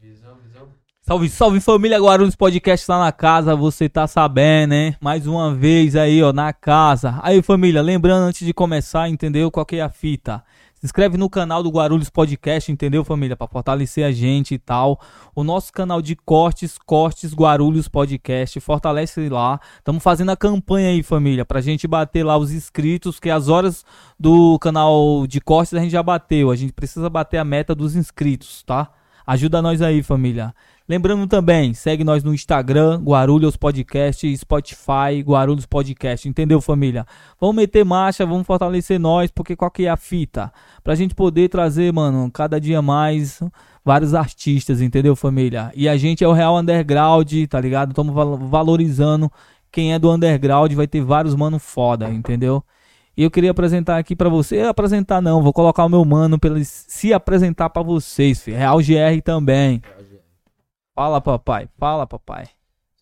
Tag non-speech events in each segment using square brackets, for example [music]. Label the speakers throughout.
Speaker 1: Visão, visão.
Speaker 2: Salve, salve família Guarulhos Podcast lá na casa, você tá sabendo, né? Mais uma vez aí, ó, na casa. Aí família, lembrando antes de começar, entendeu? Qual que é a fita? Se inscreve no canal do Guarulhos Podcast, entendeu, família? Pra fortalecer a gente e tal. O nosso canal de cortes, cortes Guarulhos Podcast, fortalece lá. Estamos fazendo a campanha aí, família, pra gente bater lá os inscritos, que as horas do canal de cortes a gente já bateu. A gente precisa bater a meta dos inscritos, tá? Ajuda nós aí, família. Lembrando também, segue nós no Instagram, Guarulhos Podcast, Spotify, Guarulhos Podcast. Entendeu, família? Vamos meter marcha, vamos fortalecer nós, porque qual que é a fita? Pra gente poder trazer, mano, cada dia mais vários artistas, entendeu, família? E a gente é o Real Underground, tá ligado? Estamos valorizando quem é do underground, vai ter vários mano foda, entendeu? E eu queria apresentar aqui pra você, eu apresentar não, vou colocar o meu mano pra ele se apresentar pra vocês, filho. Real GR também. Fala, papai. Fala, papai.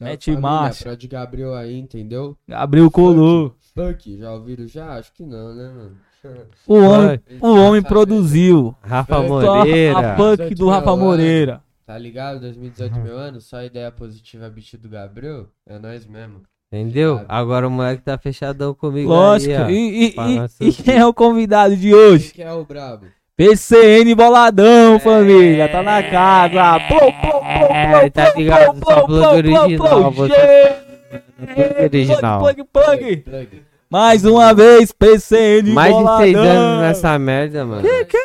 Speaker 2: Mete marcha.
Speaker 1: Fred Gabriel aí, entendeu?
Speaker 2: Gabriel Colou.
Speaker 1: Funk, já ouviram já? Acho que não, né, mano?
Speaker 2: O homem, o homem produziu.
Speaker 3: Rafa
Speaker 1: Eu
Speaker 2: Só A,
Speaker 3: Moreira.
Speaker 2: a funk do Rafa Moreira.
Speaker 1: Tá ligado? 2018 meu ano, só ideia positiva, beat do Gabriel. É nós mesmo.
Speaker 3: Entendeu?
Speaker 2: ah,
Speaker 3: Agora o moleque tá fechadão comigo.
Speaker 2: Lógico.
Speaker 3: Aí, ó.
Speaker 2: E, e-
Speaker 3: Pra
Speaker 2: e-
Speaker 3: nós
Speaker 2: e quem é o convidado de hoje?
Speaker 1: Quem que é o brabo?
Speaker 2: PCN Boladão, família. Tá na casa. Plou, plou, plou, plou,
Speaker 3: tá
Speaker 2: plou,
Speaker 3: ligado?
Speaker 2: plou, plou,
Speaker 3: Só plug
Speaker 2: plou,
Speaker 3: original,
Speaker 2: plou.
Speaker 3: você-
Speaker 2: Cheio.
Speaker 3: Original.
Speaker 2: Plug, plug, plug.
Speaker 1: Plug.
Speaker 2: Mais uma vez, PCN
Speaker 3: Mais de seis
Speaker 2: Boladão.
Speaker 3: anos nessa merda, mano.
Speaker 2: Que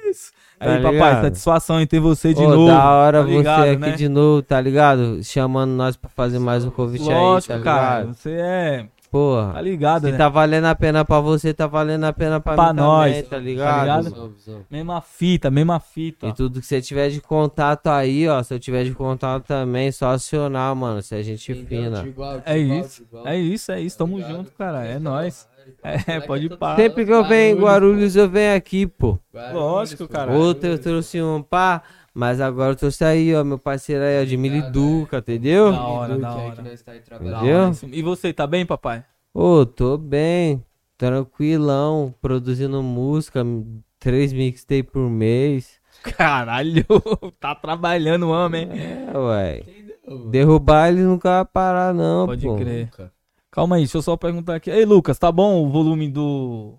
Speaker 2: que isso?
Speaker 3: Tá
Speaker 2: Aí, papai,
Speaker 3: ligado?
Speaker 2: satisfação em ter você de
Speaker 3: Ô,
Speaker 2: novo.
Speaker 3: da hora
Speaker 2: tá
Speaker 3: você
Speaker 2: ligado,
Speaker 3: aqui
Speaker 2: né?
Speaker 3: de novo, tá ligado? Chamando nós pra fazer mais um convite
Speaker 2: Lógico,
Speaker 3: aí, tá
Speaker 2: cara.
Speaker 3: ligado?
Speaker 2: Você é. Tá
Speaker 3: Porra.
Speaker 2: ligado,
Speaker 3: Se
Speaker 2: né?
Speaker 3: tá valendo a pena pra você, tá valendo a pena pra,
Speaker 2: Pra
Speaker 3: mim
Speaker 2: nós,
Speaker 3: também, tá
Speaker 2: tá
Speaker 3: ligado?
Speaker 2: ligado?
Speaker 1: Visão, visão.
Speaker 2: Mesma fita, mesma fita.
Speaker 3: E tudo que você tiver de contato aí, ó. Se eu tiver de contato também, é só acionar, mano. Se a gente
Speaker 1: Entendeu? Tipo,
Speaker 3: fina.
Speaker 1: De igual, de
Speaker 2: É
Speaker 1: igual, Tá de
Speaker 2: isso.
Speaker 1: igual.
Speaker 2: É isso, é isso.
Speaker 1: Tá
Speaker 2: Tamo
Speaker 1: ligado?
Speaker 2: junto, cara. É
Speaker 1: Esse
Speaker 2: nóis.
Speaker 1: o
Speaker 2: É,
Speaker 1: Moleque
Speaker 2: pode ir
Speaker 1: todo
Speaker 2: pá.
Speaker 3: Sempre que eu venho em Guarulhos, eu venho aqui, pô.
Speaker 1: Guarulhos,
Speaker 2: Lógico,
Speaker 1: pô.
Speaker 2: cara.
Speaker 3: Outro eu trouxe um pá, mas agora eu trouxe aí, ó, meu parceiro aí, ó, de Miliduca, entendeu?
Speaker 2: Da hora,
Speaker 1: Duque
Speaker 2: da
Speaker 1: aí
Speaker 2: hora.
Speaker 1: que
Speaker 3: né?
Speaker 1: nós tá aí trabalhando.
Speaker 3: Entendeu?
Speaker 2: E você, tá bem, papai? [laughs]
Speaker 3: Ô, tô bem, tranquilão, produzindo música, três mixtape por mês.
Speaker 2: Caralho, tá trabalhando, homem. hein?
Speaker 3: É, ué.
Speaker 1: Entendeu?
Speaker 3: Derrubar ele nunca vai parar, não,
Speaker 2: Pode
Speaker 3: pô.
Speaker 2: crer.
Speaker 1: Nunca.
Speaker 2: Calma aí, deixa eu só perguntar aqui. Ei, Lucas, tá bom o volume do.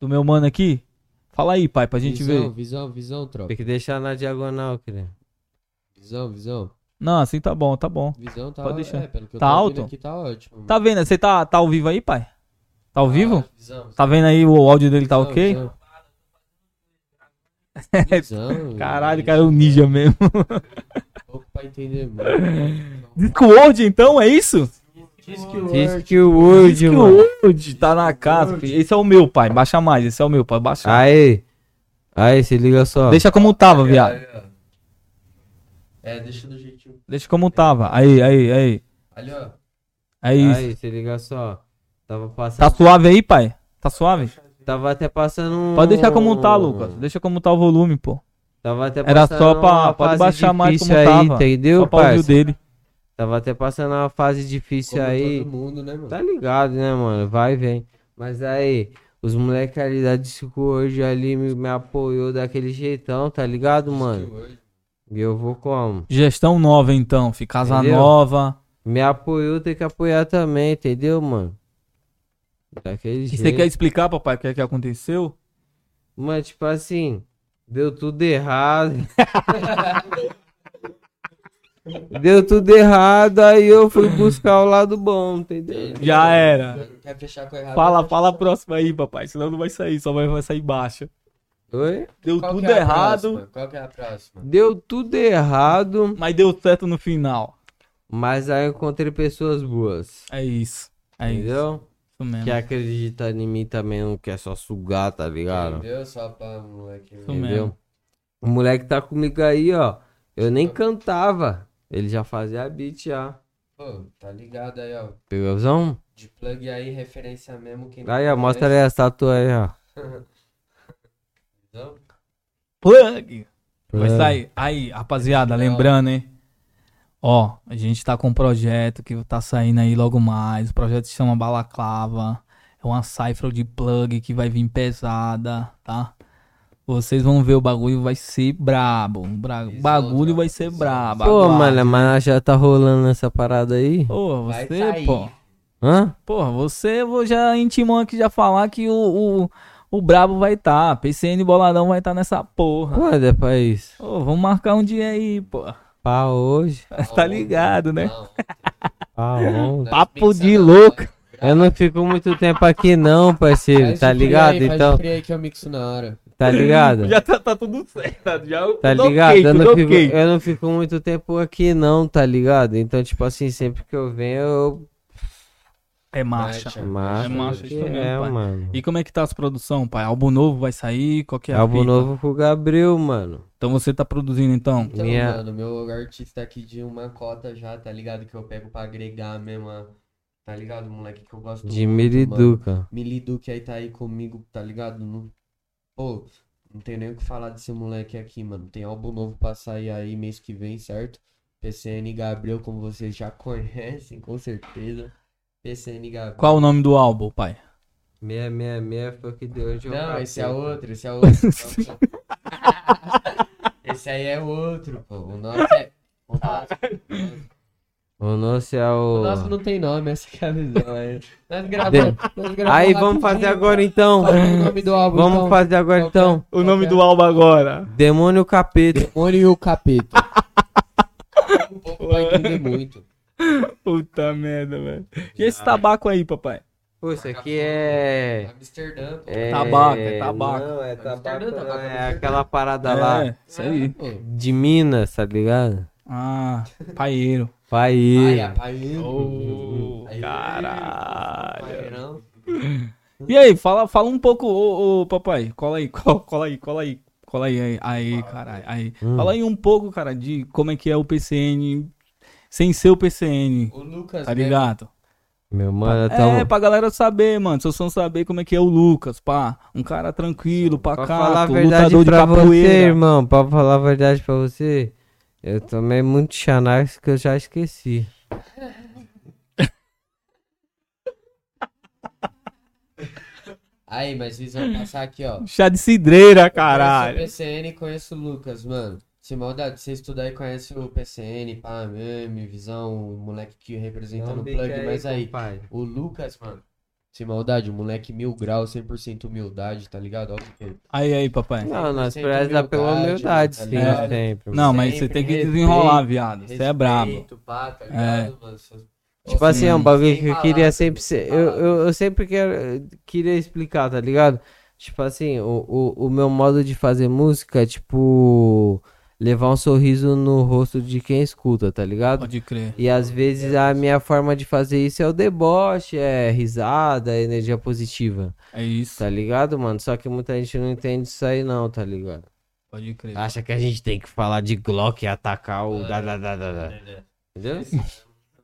Speaker 2: Do meu mano aqui? Fala aí, pai, pra gente
Speaker 1: visão,
Speaker 2: ver.
Speaker 1: Visão, visão, tropa.
Speaker 3: Tem que deixar na diagonal, querido.
Speaker 1: Visão, visão.
Speaker 2: Não, assim tá bom, tá bom.
Speaker 1: Visão tá
Speaker 2: Pode deixar.
Speaker 1: É, pelo que eu
Speaker 2: Tá
Speaker 1: tô ouvindo
Speaker 2: alto?
Speaker 1: Aqui, tá ótimo.
Speaker 2: Tá vendo? Você tá, tá ao vivo aí, pai? Tá
Speaker 3: Ah,
Speaker 2: ao vivo?
Speaker 1: Visão,
Speaker 2: Tá vendo aí o áudio dele tá
Speaker 1: visão,
Speaker 2: ok? [laughs]
Speaker 1: visão. Visão,
Speaker 2: Caralho,
Speaker 1: gente,
Speaker 2: cara, é um ninja mesmo. [laughs]
Speaker 1: Pouco pra entender, mano.
Speaker 2: Discord, então, é isso?
Speaker 1: Diz que o
Speaker 3: Diz
Speaker 1: Word
Speaker 3: que o Word, mano.
Speaker 2: Discord, tá na casa. filho. Esse é o meu, pai. Baixa mais, esse é o meu, pai. Baixa.
Speaker 3: Aí, aí, se liga só.
Speaker 2: Deixa como tava, viado.
Speaker 1: É, deixa do jeitinho.
Speaker 2: Deixa como tava. Aí, aí, aí.
Speaker 1: Ali, ó.
Speaker 2: É isso.
Speaker 3: Aí, se liga só. Tava
Speaker 2: Tá
Speaker 3: passando.
Speaker 2: suave aí, pai? Tá suave?
Speaker 3: Tava até passando um.
Speaker 2: Pode deixar como tá, Lucas. Deixa como tá o volume, pô.
Speaker 3: Tava até
Speaker 2: Era
Speaker 3: passando
Speaker 2: só pra-
Speaker 3: uma
Speaker 2: pode
Speaker 3: fase
Speaker 2: baixar mais
Speaker 3: difícil
Speaker 2: como
Speaker 3: aí,
Speaker 2: tava.
Speaker 3: Entendeu,
Speaker 2: Só pra ouvir o
Speaker 3: parça?
Speaker 2: dele.
Speaker 3: Tava até passando uma fase difícil
Speaker 1: Como
Speaker 3: aí.
Speaker 1: todo mundo, né, mano?
Speaker 3: Tá ligado, né, mano? Vai e vem. Mas aí, os moleques ali da Disco hoje ali me, me apoiou daquele jeitão, tá ligado,
Speaker 1: Diz
Speaker 3: mano?
Speaker 1: que o Word.
Speaker 3: E eu vou como?
Speaker 2: Gestão nova, então. Fi, casa
Speaker 3: Entendeu?
Speaker 2: nova.
Speaker 3: Me apoiou, tem que apoiar também, entendeu, mano? Daquele
Speaker 2: E
Speaker 3: jeito.
Speaker 2: você quer explicar, papai, o que é que aconteceu?
Speaker 3: Mas, tipo assim, deu tudo errado. deu tudo errado, aí eu fui buscar o lado bom, entendeu?
Speaker 2: Já era.
Speaker 1: Quer fechar com errado?
Speaker 2: Fala,
Speaker 1: fecha.
Speaker 2: fala a próxima aí, papai. Senão não vai sair, só vai, vai sair baixa.
Speaker 3: Oi?
Speaker 2: Deu
Speaker 1: Qual
Speaker 2: tudo
Speaker 1: que é a
Speaker 2: errado,
Speaker 1: próxima? Qual que é a próxima?
Speaker 3: Deu tudo errado,
Speaker 2: mas deu certo no final.
Speaker 3: mas aí eu encontrei pessoas boas.
Speaker 2: É isso. É isso.
Speaker 3: entendeu?
Speaker 2: isso
Speaker 3: Que
Speaker 2: mesmo.
Speaker 3: acredita em mim também, não quer só sugar, tá ligado?
Speaker 1: Entendeu? Só pra moleque.
Speaker 2: É, Isso mesmo.
Speaker 3: Entendeu? O moleque tá comigo aí, ó. Eu nem cantava. Ele já fazia a beat já.
Speaker 1: Pô, tá ligado aí, ó.
Speaker 3: Pegãozão?
Speaker 1: De plug aí, referência mesmo. Quem
Speaker 3: Aí, ó, mostra aí a estátua aí, ó.
Speaker 1: Não?
Speaker 2: Plug! Vai
Speaker 3: É.
Speaker 2: sair. Aí, rapaziada, lembrando, hein? Ó, a gente tá com um projeto que tá saindo aí logo mais. O projeto se chama Balaclava. É uma cifra de plug que vai vir pesada, tá? Vocês vão ver o bagulho, vai ser brabo. Bra...
Speaker 1: Isso,
Speaker 2: Bagulho
Speaker 1: outra.
Speaker 2: vai ser
Speaker 1: Isso.
Speaker 2: brabo.
Speaker 3: Pô,
Speaker 2: aguarde.
Speaker 3: mano, mas já tá rolando essa parada aí?
Speaker 2: Pô,
Speaker 1: Vai
Speaker 2: você,
Speaker 1: sair.
Speaker 2: pô.
Speaker 3: Hã?
Speaker 2: Porra, você vou já intimou aqui já falar que o, o, o Brabo vai tá. PCN Boladão vai tá nessa porra.
Speaker 3: Quando é pra isso?
Speaker 2: Ô, vamos marcar um dia aí, pô. [laughs]
Speaker 3: Pra hoje?
Speaker 2: Tá ligado, né?
Speaker 1: Não,
Speaker 3: Pra ontem?
Speaker 1: nós
Speaker 2: Papo
Speaker 1: pensando
Speaker 2: de
Speaker 1: agora.
Speaker 2: louco.
Speaker 3: Eu não fico muito tempo aqui não, parceiro,
Speaker 1: Faz
Speaker 3: tá
Speaker 1: de frio
Speaker 3: ligado?
Speaker 1: aí, faz de
Speaker 3: Então,
Speaker 1: frio aí que eu mixo na hora.
Speaker 3: tá ligado?
Speaker 2: Já tá, tá tudo certo. tá? Já,
Speaker 3: Tá
Speaker 2: tudo
Speaker 3: ligado?
Speaker 2: ok,
Speaker 3: eu, não
Speaker 2: tudo
Speaker 3: fico,
Speaker 2: ok.
Speaker 3: eu não fico muito tempo aqui não, tá ligado? Então, tipo assim, sempre que eu venho, eu...
Speaker 2: É marcha.
Speaker 3: Macho,
Speaker 2: macho
Speaker 3: porque
Speaker 2: isso mesmo,
Speaker 3: é,
Speaker 2: pai.
Speaker 3: mano.
Speaker 2: E como é que tá as produção, pai? Álbum novo vai sair? Qual que é a
Speaker 3: Álbum
Speaker 2: fita?
Speaker 3: novo com o Gabriel, mano.
Speaker 2: Então você tá produzindo, então?
Speaker 1: Então,
Speaker 3: Minha-
Speaker 1: mano, meu artista aqui de uma cota já, tá ligado? Que eu pego pra agregar mesmo, a- tá ligado? Moleque que eu gosto
Speaker 3: De
Speaker 1: muito, mano.
Speaker 3: Miriduca.
Speaker 1: Milidu que aí tá aí comigo, tá ligado? Não... Pô, não tem nem o que falar desse moleque aqui, mano. Tem álbum novo pra sair aí mês que vem, certo? PCN Gabriel, como vocês já [laughs] conhecem, com certeza. PCN Gabriel.
Speaker 2: Qual o nome do álbum, pai?
Speaker 3: 666 foi o que deu hoje. eu
Speaker 1: Não,
Speaker 3: passei.
Speaker 1: esse é outro, esse é [laughs] outro. esse aí é outro, pô. O nosso é. O nosso,
Speaker 3: O nosso é o...
Speaker 1: o nosso não tem nome, essa que é a visão. é. Nós
Speaker 3: De-
Speaker 1: gravamos. Nós gravamos
Speaker 3: Aí, vamos fazer
Speaker 1: rapidinho,
Speaker 3: agora então.
Speaker 1: fala o nome do álbum,
Speaker 3: Vamos
Speaker 1: então.
Speaker 3: fazer agora
Speaker 1: Qual que é?
Speaker 3: então.
Speaker 1: Qual que é?
Speaker 2: álbum agora.
Speaker 3: Demônio Capeta.
Speaker 1: Demônio e o capeta. um pouco vai entender muito.
Speaker 2: Puta merda, velho. E
Speaker 3: Ah.
Speaker 2: esse tabaco aí, papai?
Speaker 3: Pô, isso aqui é...
Speaker 1: Amsterdã, pô.
Speaker 3: é-
Speaker 2: Tabaco, é tabaco.
Speaker 3: Não, é tabaco,
Speaker 1: Amsterdã,
Speaker 3: não,
Speaker 1: tabaco,
Speaker 3: é
Speaker 1: Amsterdã.
Speaker 3: aquela parada lá
Speaker 2: É, isso aí.
Speaker 1: Pô.
Speaker 3: de Minas, tá ligado?
Speaker 2: Ah, paieiro.
Speaker 1: Ai,
Speaker 3: Pai,
Speaker 1: apai.
Speaker 2: Ô,
Speaker 1: Aí,
Speaker 2: caralho.
Speaker 1: paeirão.
Speaker 2: E aí, fala, fala um pouco, ô, ô, papai, cola aí, [laughs] cola, cola aí, cola aí, cola aí, aí, aí caralho, aí.
Speaker 3: Hum.
Speaker 2: Fala aí um pouco, cara, de como é que é o PCN, sem ser o PCN,
Speaker 1: O Lucas,
Speaker 2: tá
Speaker 1: né?
Speaker 2: ligado?
Speaker 3: meu mano,
Speaker 2: É,
Speaker 3: tamo...
Speaker 2: pra galera saber, mano, vocês vão saber como é que é o Lucas, pá, um cara tranquilo,
Speaker 3: Pra
Speaker 2: pacato,
Speaker 3: falar a verdade
Speaker 2: lutador de
Speaker 3: pra você,
Speaker 2: capoeira.
Speaker 3: irmão, pra falar a verdade pra você, eu tomei muito Xanax que eu já esqueci.
Speaker 1: Aí, mas vocês vão passar aqui, ó.
Speaker 2: Chá de cidreira, caralho.
Speaker 1: Conheço o PCN e conheço o Lucas, mano. Se maldade, você estudar e conhece o PCN, pá, meme, visão, o moleque que representa Então,
Speaker 3: Então,
Speaker 1: no plug, mas aí, o Lucas, mano. Se maldade, o moleque mil grau, 100% humildade, tá ligado? Ó, porque
Speaker 2: Aí, aí, papai.
Speaker 3: Não, nós
Speaker 1: 100%
Speaker 3: preza pela humildade,
Speaker 1: humildade, tá
Speaker 3: sim,
Speaker 2: ligado?
Speaker 3: sempre.
Speaker 2: Não, mas você
Speaker 1: Sempre
Speaker 2: tem que
Speaker 1: respeito,
Speaker 2: desenrolar, viado, você é
Speaker 1: respeito,
Speaker 2: brabo.
Speaker 1: pá, tá ligado, mano? Você-
Speaker 3: É. Tipo
Speaker 1: Ou
Speaker 3: assim, é um
Speaker 1: sem-
Speaker 3: bagulho
Speaker 1: sem
Speaker 3: que eu
Speaker 1: palavras,
Speaker 3: queria sempre
Speaker 1: sem
Speaker 3: ser. Eu, eu,
Speaker 1: palavras.
Speaker 3: eu sempre quero, queria explicar, tá ligado? Tipo assim, o, o, o meu modo de fazer música é tipo. Levar um sorriso no rosto de quem escuta, tá ligado?
Speaker 2: Pode crer.
Speaker 3: E às vezes a minha forma de fazer isso é o deboche, é risada, é energia positiva,
Speaker 2: É isso,
Speaker 3: tá ligado, mano? Só que muita gente não entende isso aí, não, tá ligado?
Speaker 2: pode crer.
Speaker 3: Acha que a gente tem que falar de Glock e atacar
Speaker 1: É.
Speaker 3: o. Da, da, da, da, da.
Speaker 1: Né, né?
Speaker 3: Entendeu?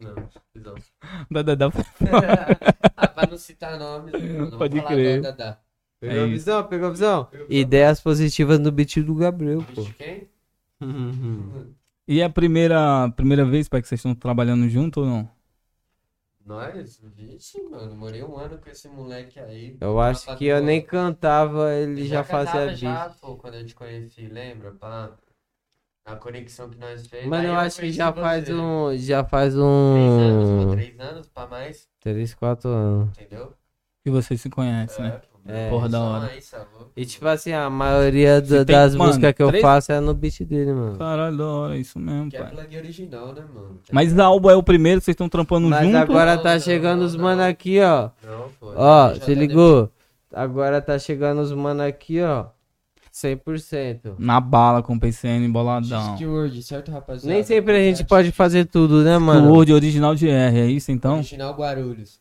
Speaker 1: Não, não.
Speaker 2: Dá, dá, dá.
Speaker 1: [laughs] ah, pra não citar nomes, mano,
Speaker 2: Pode
Speaker 1: vamos falar
Speaker 2: crer.
Speaker 1: da- da- da.
Speaker 3: Pegou a
Speaker 2: isso.
Speaker 3: visão, É pegou a visão. Ideias positivas no beat do Gabriel, [laughs] pô.
Speaker 1: De quem?
Speaker 2: E é a primeira, primeira vez, pai, que vocês estão trabalhando junto ou não?
Speaker 1: Nós? Vixe, mano, morei um ano com esse moleque aí.
Speaker 3: Eu
Speaker 1: Tá
Speaker 3: acho que eu nem cantava, ele já fazia
Speaker 1: cantava
Speaker 3: beat.
Speaker 1: já, pô, quando eu te conheci, lembra? Pá? A conexão que nós fez.
Speaker 3: Mano,
Speaker 1: tá Aí
Speaker 3: eu acho que
Speaker 1: conheci
Speaker 3: já faz
Speaker 1: você.
Speaker 3: um. Já faz
Speaker 1: Três anos, pô,
Speaker 3: um.
Speaker 1: três anos pra mais,
Speaker 3: 3, 4 anos.
Speaker 1: entendeu?
Speaker 2: Que vocês se conhecem, né?
Speaker 1: pô,
Speaker 3: É.
Speaker 2: Porra, da
Speaker 1: só
Speaker 2: hora.
Speaker 1: Aí, sabor.
Speaker 3: E tipo assim, a maioria da-
Speaker 2: tem-
Speaker 3: das
Speaker 2: mano,
Speaker 3: músicas que eu
Speaker 2: três-
Speaker 3: faço é no beat dele, mano.
Speaker 2: Caralho, da hora, isso mesmo,
Speaker 1: que é
Speaker 2: pai.
Speaker 1: plug original, né, mano?
Speaker 2: Mas o álbum é o primeiro, vocês estão trampando
Speaker 3: Mas
Speaker 2: junto?
Speaker 3: agora tá
Speaker 1: Não,
Speaker 3: chegando
Speaker 1: não,
Speaker 3: os
Speaker 1: não.
Speaker 3: mano aqui, ó.
Speaker 1: Não, pô.
Speaker 3: Ó,
Speaker 1: já
Speaker 3: se
Speaker 1: tá
Speaker 3: ligou? Agora tá chegando os mano aqui, ó. 100%.
Speaker 2: Na bala com o PCN
Speaker 1: depois.
Speaker 2: boladão.
Speaker 1: Discord, certo, rapaziada?
Speaker 3: Nem sempre a gente
Speaker 1: Chat.
Speaker 3: pode fazer tudo, né,
Speaker 2: O
Speaker 3: mano?
Speaker 2: Word original de R, é isso então?
Speaker 1: Original Guarulhos,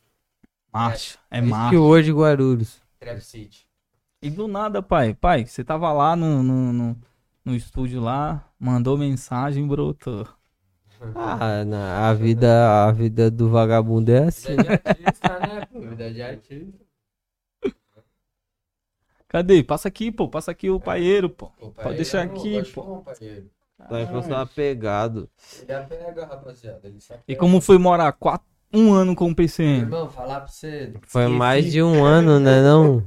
Speaker 2: Marcha, é
Speaker 3: Diz que
Speaker 2: marcha.
Speaker 3: hoje Guarulhos.
Speaker 1: Trap City.
Speaker 2: E do nada, pai, pai, você tava lá no, no, no, no estúdio lá, mandou mensagem, brotou.
Speaker 3: Ah, na- a vida, a vida do vagabundo é assim. [laughs]
Speaker 1: Vida de artista, né, pô? Vida de artista.
Speaker 2: Cadê? Passa aqui, pô, passa aqui o paieiro, pô.
Speaker 1: Pode
Speaker 2: deixar
Speaker 1: é um
Speaker 2: aqui, pô.
Speaker 3: Só que eu sou apegado.
Speaker 1: Ele apega, rapaziada. Ele se apega.
Speaker 2: E como foi morar quatro, um ano com o PCN?
Speaker 1: Irmão, falar pra você.
Speaker 3: Foi
Speaker 1: esqueci.
Speaker 3: mais de um ano, né, não?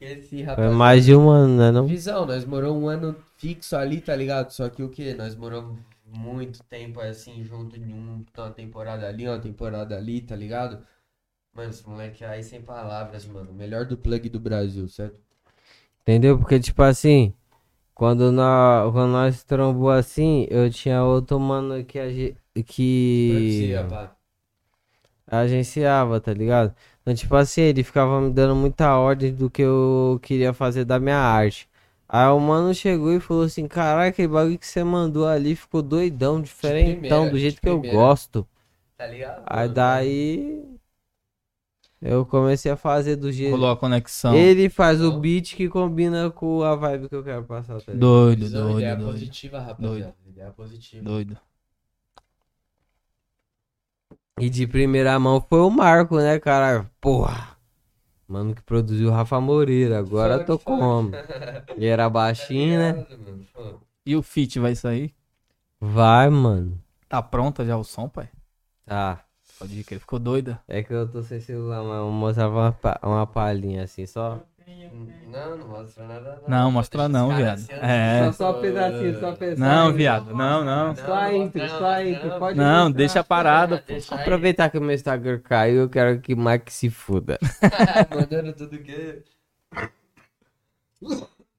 Speaker 1: Esse
Speaker 3: Foi mais de um ano, né? Não?
Speaker 1: Visão, nós moramos um ano fixo ali, tá ligado? Só que o que? Nós moramos muito tempo assim, junto em um, uma temporada ali, uma temporada ali, tá ligado? Mano, esse moleque é aí sem palavras, mano. Melhor do plug do Brasil, certo?
Speaker 3: Entendeu? Porque, tipo assim, quando nós, quando nós trombou assim, eu tinha outro mano que, agi- que
Speaker 1: Produzia, pá.
Speaker 3: agenciava, tá ligado? Então, tipo assim, ele ficava me dando muita ordem do que eu queria fazer da minha arte. Aí o mano chegou e falou assim: Caraca, aquele bagulho que você mandou ali ficou doidão, diferentão,
Speaker 1: primeira,
Speaker 3: do jeito
Speaker 1: de
Speaker 3: que eu
Speaker 1: primeira.
Speaker 3: gosto.
Speaker 1: Tá ligado?
Speaker 3: Aí
Speaker 1: mano?
Speaker 3: daí eu comecei a fazer do jeito.
Speaker 2: Colou a conexão.
Speaker 3: Ele faz o
Speaker 1: Então.
Speaker 3: beat que combina com a vibe que eu quero passar, tá ligado?
Speaker 2: Doido,
Speaker 1: Visão, ideia
Speaker 2: doido, doido.
Speaker 1: positiva, rapaziada. Ideia positiva.
Speaker 2: Doido.
Speaker 3: E de primeira mão foi o Marco, né, cara? Porra! Mano que produziu o Rafa Moreira, agora
Speaker 1: Fuck,
Speaker 3: tô
Speaker 1: fuck.
Speaker 3: com
Speaker 2: [laughs]
Speaker 3: homem. Ele era
Speaker 1: Tá
Speaker 3: baixinho, né?
Speaker 1: ligado, mano? Pô.
Speaker 2: E o fit vai sair?
Speaker 3: Vai, mano.
Speaker 2: Tá pronta já o som, pai?
Speaker 3: Tá.
Speaker 2: Pode ir que ele ficou doida.
Speaker 3: É que eu tô sem celular, mas eu mostrava uma, pa- uma palhinha assim, só.
Speaker 1: Não, não mostra nada.
Speaker 2: Não, mostra
Speaker 1: Deixa
Speaker 2: não,
Speaker 1: os caras
Speaker 2: viado.
Speaker 1: assim, ó.
Speaker 2: É.
Speaker 3: Só, só pedacinho,
Speaker 1: um
Speaker 3: só um pedacinho.
Speaker 2: Não, viado, não, não.
Speaker 3: Só a intro, só a intro. Pode
Speaker 2: Não,
Speaker 3: mostrar.
Speaker 2: deixa a parada, pô.
Speaker 1: Deixa aí.
Speaker 3: Aproveitar que o meu Instagram caiu, eu quero que o Mike se fuda.
Speaker 1: Mandando ah, tudo que.